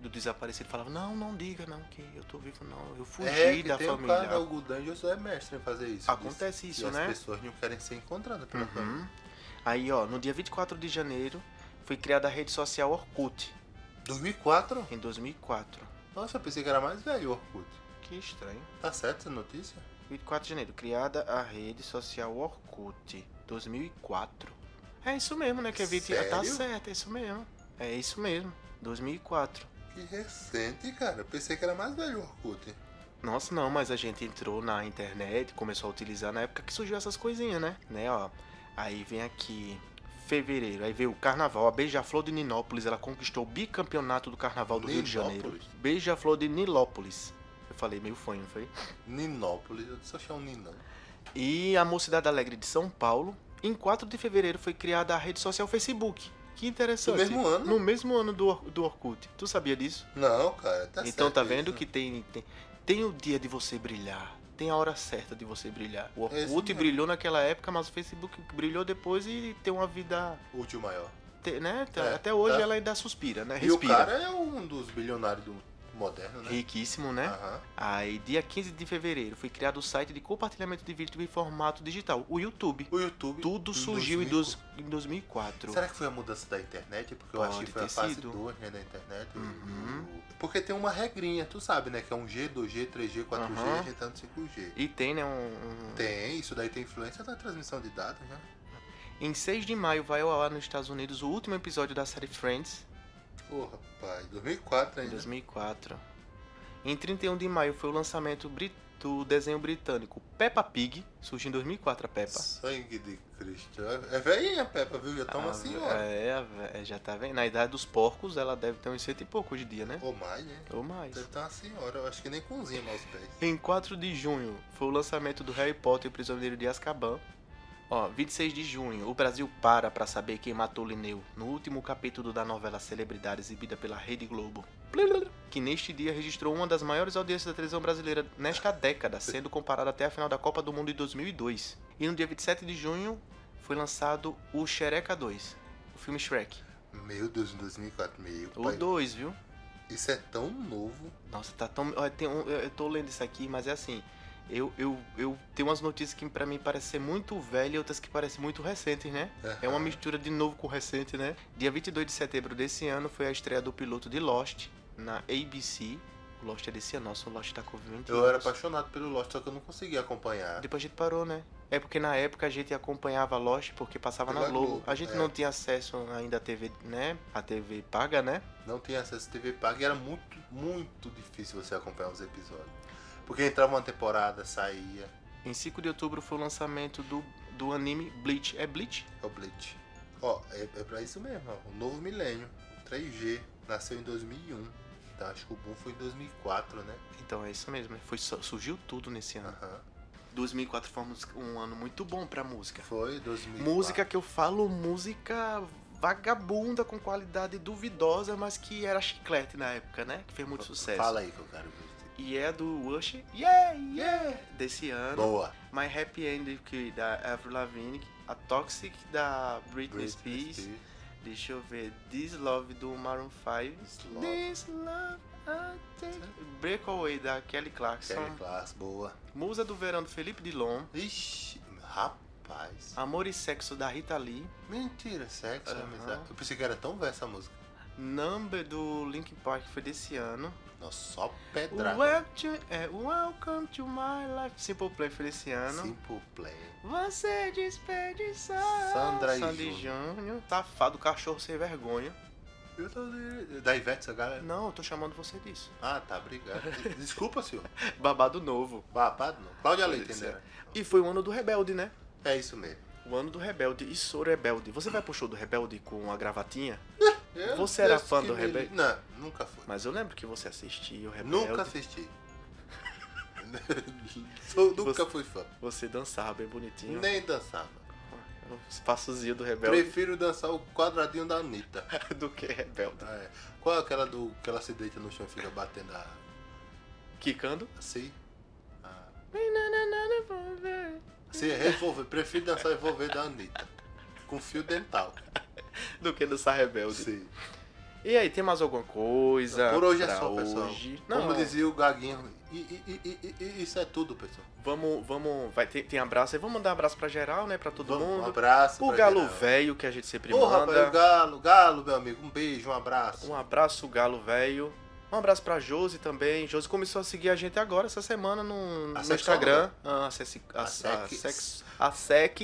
Speaker 2: do desaparecido. Falava, não, não diga não que eu tô vivo não. Eu fugi
Speaker 3: é, que
Speaker 2: da
Speaker 3: tem
Speaker 2: família.
Speaker 3: um cara, o Gudan José é mestre em fazer isso.
Speaker 2: Acontece
Speaker 3: Diz
Speaker 2: isso,
Speaker 3: que
Speaker 2: né?
Speaker 3: as pessoas não querem ser encontradas pela
Speaker 2: Uhum.
Speaker 3: família.
Speaker 2: Aí, ó, no dia 24 de janeiro foi criada a rede social Orkut.
Speaker 3: 2004?
Speaker 2: Em 2004.
Speaker 3: Nossa, eu pensei que era mais velho o Orkut.
Speaker 2: Que estranho.
Speaker 3: Tá certo essa notícia?
Speaker 2: 24 de janeiro, criada a rede social Orkut, 2004. É isso mesmo, né? Que é 20...
Speaker 3: Sério?
Speaker 2: Tá certo, é isso mesmo. É isso mesmo, 2004.
Speaker 3: Que recente, cara. Eu pensei que era mais velho o Orkut.
Speaker 2: Nossa, não, mas a gente entrou na internet, começou a utilizar na época que surgiu essas coisinhas, né? Né, ó. Aí vem aqui fevereiro, aí veio o carnaval, a Beija-Flor de Ninópolis, ela conquistou o bicampeonato do carnaval do Rio de Janeiro.
Speaker 3: Ninópolis?
Speaker 2: Beija-Flor de Nilópolis. Eu falei meio fã, não foi?
Speaker 3: Ninópolis, eu só achei um Ninão.
Speaker 2: E a Mocidade Alegre de São Paulo, em 4 de fevereiro foi criada a rede social Facebook. Que interessante.
Speaker 3: No mesmo ano?
Speaker 2: No mesmo ano do, Or- do Orkut. Tu sabia disso?
Speaker 3: Não, cara, tá certo.
Speaker 2: então tá vendo
Speaker 3: isso.
Speaker 2: que tem, tem tem o dia de você brilhar. Tem a hora certa de você brilhar. O
Speaker 3: Esse
Speaker 2: Orkut
Speaker 3: mesmo.
Speaker 2: brilhou naquela época, mas o Facebook brilhou depois e tem uma vida.
Speaker 3: Útil maior.
Speaker 2: te- né? Tá-
Speaker 3: É,
Speaker 2: Até hoje
Speaker 3: tá.
Speaker 2: ela ainda suspira, né?
Speaker 3: E o
Speaker 2: Respira.
Speaker 3: cara é um dos bilionários do moderno, né?
Speaker 2: Riquíssimo, né?
Speaker 3: Aham.
Speaker 2: Aí, dia 15 de fevereiro, foi criado o site de compartilhamento de vídeo em formato digital, o YouTube.
Speaker 3: O YouTube.
Speaker 2: Tudo
Speaker 3: em
Speaker 2: surgiu em,
Speaker 3: 2004.
Speaker 2: dois- em 2004.
Speaker 3: Será que foi a mudança da internet? Porque eu
Speaker 2: Pode
Speaker 3: acho que foi
Speaker 2: ter
Speaker 3: a fase
Speaker 2: sido.
Speaker 3: 2 né, da internet.
Speaker 2: Uhum.
Speaker 3: Porque tem uma regrinha, tu sabe, né? Que é um G, 2G, 3G, 4G,
Speaker 2: Aham.
Speaker 3: ajeitando 5G.
Speaker 2: E tem, né, um... um-
Speaker 3: Tem, isso daí tem influência na transmissão de dados, né?
Speaker 2: Em 6 de maio vai ao ar nos Estados Unidos o último episódio da série Friends,
Speaker 3: Ô, rapaz, 2004
Speaker 2: em
Speaker 3: ainda.
Speaker 2: 2004. Em 31 de maio foi o lançamento bri- do desenho britânico Peppa Pig, surge em 2004 a Peppa.
Speaker 3: Sangue de Cristo. É velhinha, Peppa, viu? Já tá uma
Speaker 2: A-
Speaker 3: senhora.
Speaker 2: É, a ve- já tá vendo. Na idade dos porcos, ela deve ter uns cento e pouco hoje em dia, né?
Speaker 3: Ou mais, né?
Speaker 2: Ou mais.
Speaker 3: Deve estar uma senhora, eu acho que nem cozinha mais os pés.
Speaker 2: Em 4 de junho foi o lançamento do Harry Potter e o Prisioneiro de Azkaban. Ó, 26 de junho, o Brasil para pra saber quem matou Linneu no último capítulo da novela Celebridade exibida pela Rede Globo. Que neste dia registrou uma das maiores audiências da televisão brasileira nesta década, sendo comparada até a final da Copa do Mundo de 2002. E no dia 27 de junho foi lançado o Xereca 2, o filme Shrek.
Speaker 3: Meu Deus, em 2004, meu
Speaker 2: O
Speaker 3: pai.
Speaker 2: 2, viu?
Speaker 3: Isso é tão novo.
Speaker 2: Nossa, tá tão. ó, tem um- eu eu tô lendo isso aqui, mas é assim. Eu, eu, eu tenho umas notícias que pra mim parecem ser muito velhas e outras que parecem muito recentes, né? É
Speaker 3: Ah.
Speaker 2: uma mistura de novo com recente, né? Dia 22 de setembro desse ano foi a estreia do piloto de Lost na ABC. O Lost é desse ano, nossa, o Lost tá com 20
Speaker 3: Eu era
Speaker 2: anos.
Speaker 3: apaixonado pelo Lost, só que eu não conseguia acompanhar.
Speaker 2: Depois a gente parou, né? É porque na época a gente acompanhava Lost porque passava na
Speaker 3: Pela
Speaker 2: Globo.
Speaker 3: Globo,
Speaker 2: A gente
Speaker 3: é.
Speaker 2: não tinha acesso ainda à TV, né? A TV paga, né?
Speaker 3: Não tinha acesso à TV paga e era muito, muito difícil você acompanhar os episódios. Porque entrava uma temporada, saía.
Speaker 2: Em 5 de outubro foi o lançamento do, do anime Bleach. É Bleach?
Speaker 3: É o Bleach. Ó, é, é pra isso mesmo, ó. O novo milênio. O 3G. Nasceu em 2001. Então acho que o boom foi em 2004, né?
Speaker 2: Então é isso mesmo, né? Foi, su- surgiu tudo nesse ano.
Speaker 3: Aham.
Speaker 2: 2004 foi um mus- um ano muito bom pra música.
Speaker 3: Foi 2004.
Speaker 2: Música que eu falo, música vagabunda, com qualidade duvidosa, mas que era chiclete na época, né? Que fez muito sucesso.
Speaker 3: Fala aí que eu quero ver.
Speaker 2: E é do Rush, yeah, yeah, desse ano.
Speaker 3: Boa.
Speaker 2: My Happy End que da Avril Lavigne, a Toxic da Britney, Spears. Deixa eu ver, This Love do Maroon 5.
Speaker 3: This Love.
Speaker 2: This Love, I take. Breakaway da Kelly Clarkson.
Speaker 3: Kelly Class, boa.
Speaker 2: Musa do Verão do Felipe Dilon.
Speaker 3: Ixi, rapaz.
Speaker 2: Amor e Sexo da Rita Lee.
Speaker 3: Mentira, sexo,
Speaker 2: Aham.
Speaker 3: amizade. Eu pensei que era tão velha essa música.
Speaker 2: Number do Linkin Park foi desse ano.
Speaker 3: Nossa, só pedrada.
Speaker 2: Welcome, é, Welcome to My Life Simple Play foi desse ano.
Speaker 3: Simple Play.
Speaker 2: Você desperdiçou.
Speaker 3: Sandra e
Speaker 2: Sandy Júnior. Safado, cachorro sem vergonha.
Speaker 3: Eu tô de- Da Ivete, essa galera.
Speaker 2: Não, eu tô chamando você disso.
Speaker 3: Ah, tá, obrigado. Desculpa, senhor.
Speaker 2: Babado novo.
Speaker 3: Babado não. Cláudia Leite,
Speaker 2: Pois
Speaker 3: né?
Speaker 2: E foi o ano do Rebelde, né?
Speaker 3: É isso mesmo.
Speaker 2: O ano do Rebelde e sou Rebelde. Você vai pro show do Rebelde com a gravatinha?
Speaker 3: Eu
Speaker 2: Você era
Speaker 3: penso
Speaker 2: fã
Speaker 3: que
Speaker 2: do
Speaker 3: me-
Speaker 2: Rebelde?
Speaker 3: Não, nunca fui.
Speaker 2: Mas eu lembro que você assistia o Rebelde.
Speaker 3: Nunca assisti. (laughs) Sou- nunca
Speaker 2: Você-
Speaker 3: fui fã.
Speaker 2: Você dançava bem bonitinho.
Speaker 3: Nem dançava.
Speaker 2: Os passozinhos do Rebelde
Speaker 3: Prefiro dançar o quadradinho da Anitta.
Speaker 2: (laughs) do que Rebelde.
Speaker 3: Ah, é. Qual é aquela do que ela se deita no chão e fica batendo a...
Speaker 2: Quicando.
Speaker 3: assim? A- Assim, é revolver. (laughs) Prefiro dançar revolver da Anitta. Com fio dental.
Speaker 2: É Do que dançar Rebelde.
Speaker 3: Sim.
Speaker 2: E aí, tem mais alguma coisa?
Speaker 3: Por hoje é
Speaker 2: pra
Speaker 3: só, pessoal.
Speaker 2: hoje? Não,
Speaker 3: Como dizia o Gaguinho, e, e- e- e- e- isso é tudo, pessoal.
Speaker 2: vamos, vamos, vai ter, tem abraço aí. Vamos mandar abraço pra geral, né? Pra todo
Speaker 3: Vamos, um
Speaker 2: mundo.
Speaker 3: abraço.
Speaker 2: O
Speaker 3: pra
Speaker 2: Galo
Speaker 3: geral.
Speaker 2: Velho, que a gente sempre
Speaker 3: Porra, velho,
Speaker 2: manda.
Speaker 3: Galo, Galo, meu amigo. Um beijo, um abraço.
Speaker 2: Um abraço, Galo Velho. Um abraço pra Josi também. Josi começou a seguir a gente agora essa semana no, no
Speaker 3: sexóloga?
Speaker 2: Instagram. Ah, A, sec, a,
Speaker 3: A
Speaker 2: a,
Speaker 3: sec-
Speaker 2: sex- a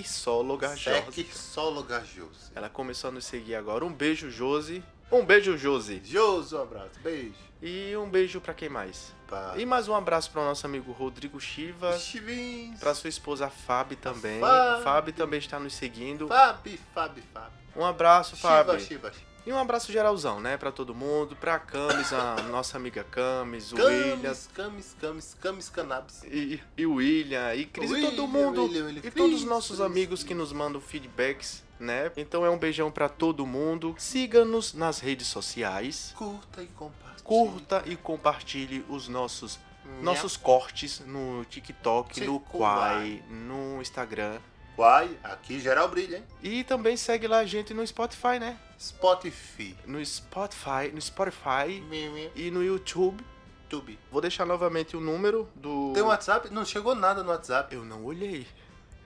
Speaker 2: sexóloga
Speaker 3: Sec
Speaker 2: Josi.
Speaker 3: solo gajoso.
Speaker 2: Ela começou a nos seguir agora. Um beijo, Josi. Um beijo, Josi.
Speaker 3: Joso, um abraço. Beijo.
Speaker 2: E um beijo pra quem mais?
Speaker 3: Pá.
Speaker 2: E mais um abraço para o nosso amigo Rodrigo Chivas,
Speaker 3: Chivins.
Speaker 2: para sua esposa Fábio também.
Speaker 3: Fábio.
Speaker 2: Fábio também está nos seguindo.
Speaker 3: Fabi, Fabi, Fabi.
Speaker 2: Um abraço,
Speaker 3: Chiva,
Speaker 2: Fábio.
Speaker 3: Chiva, Chiva.
Speaker 2: E um abraço geralzão, né, para todo mundo, para Camis, a nossa amiga Camis, o William
Speaker 3: Camis, Camis, Camis, Camis, Cannabis.
Speaker 2: e, e o William e Cris e todo
Speaker 3: William,
Speaker 2: mundo
Speaker 3: William, William,
Speaker 2: e todos os
Speaker 3: Cris,
Speaker 2: nossos
Speaker 3: Cris,
Speaker 2: amigos
Speaker 3: Cris.
Speaker 2: que nos mandam feedbacks, né? Então é um beijão para todo mundo. Siga-nos nas redes sociais.
Speaker 3: Curta e compartilha.
Speaker 2: Curta e compartilhe os nossos
Speaker 3: Minha
Speaker 2: Nossos cortes no TikTok, no
Speaker 3: Tico
Speaker 2: Quai, no Instagram.
Speaker 3: Uai, aqui geral brilha, hein?
Speaker 2: E também segue lá a gente no Spotify, né?
Speaker 3: Spotify.
Speaker 2: No Spotify, no Spotify
Speaker 3: Mimi,
Speaker 2: e no YouTube.
Speaker 3: Tube.
Speaker 2: Vou deixar novamente o número do.
Speaker 3: Tem um WhatsApp? Não chegou nada no WhatsApp.
Speaker 2: Eu não olhei.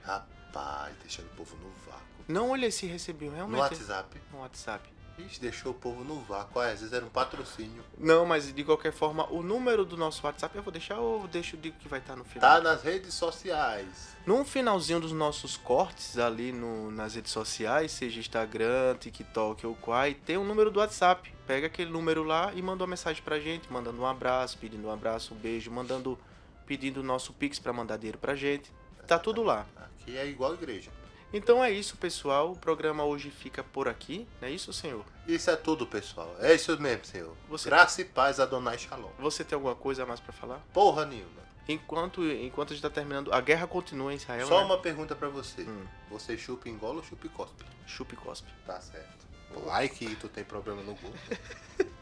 Speaker 3: Rapaz, deixando o povo no vácuo.
Speaker 2: Não olhei se recebeu
Speaker 3: No
Speaker 2: realmente.
Speaker 3: WhatsApp.
Speaker 2: No WhatsApp.
Speaker 3: Ixi, deixou o povo no vácuo. Ai, às vezes era um patrocínio.
Speaker 2: Não, mas de qualquer forma, o número do nosso WhatsApp eu vou deixar ou deixo digo que vai estar no final.
Speaker 3: Tá nas redes sociais.
Speaker 2: No finalzinho dos nossos cortes ali no- nas redes sociais, seja Instagram, TikTok ou Quai, tem um número do WhatsApp. Pega aquele número lá e manda uma mensagem pra gente, mandando um abraço, pedindo um abraço, um beijo, mandando pedindo o nosso Pix pra mandar dinheiro pra gente. Tá tudo lá.
Speaker 3: Aqui é igual a igreja.
Speaker 2: Então é isso, pessoal. O programa hoje fica por aqui. Não é isso, senhor?
Speaker 3: Isso é tudo, pessoal. É isso mesmo, senhor.
Speaker 2: Você-
Speaker 3: Graça e paz, Adonai Shalom.
Speaker 2: Você tem alguma coisa a mais pra falar?
Speaker 3: Porra nenhuma.
Speaker 2: Enquanto enquanto a gente tá terminando, a guerra continua em Israel,
Speaker 3: Só
Speaker 2: né?
Speaker 3: uma pergunta pra você.
Speaker 2: Hum.
Speaker 3: Você chupa, engola ou chupa e cospe?
Speaker 2: Chupa e cospe.
Speaker 3: Tá certo.
Speaker 2: (laughs)
Speaker 3: Like, tu tem problema no Google.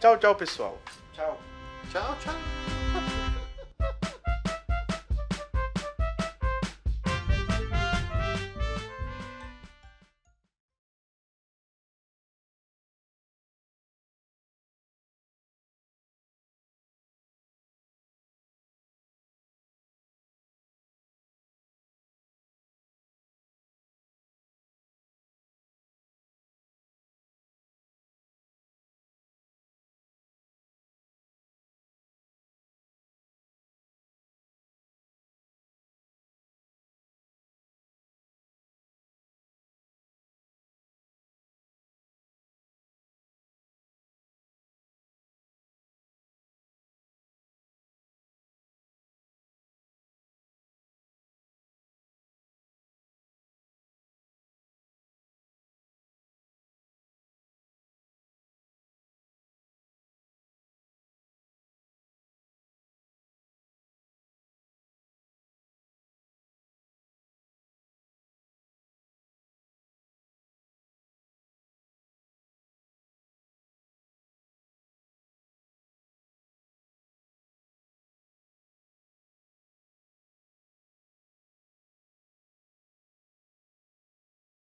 Speaker 2: Tchau, tchau, pessoal. Tchau.
Speaker 3: tchau, tchau.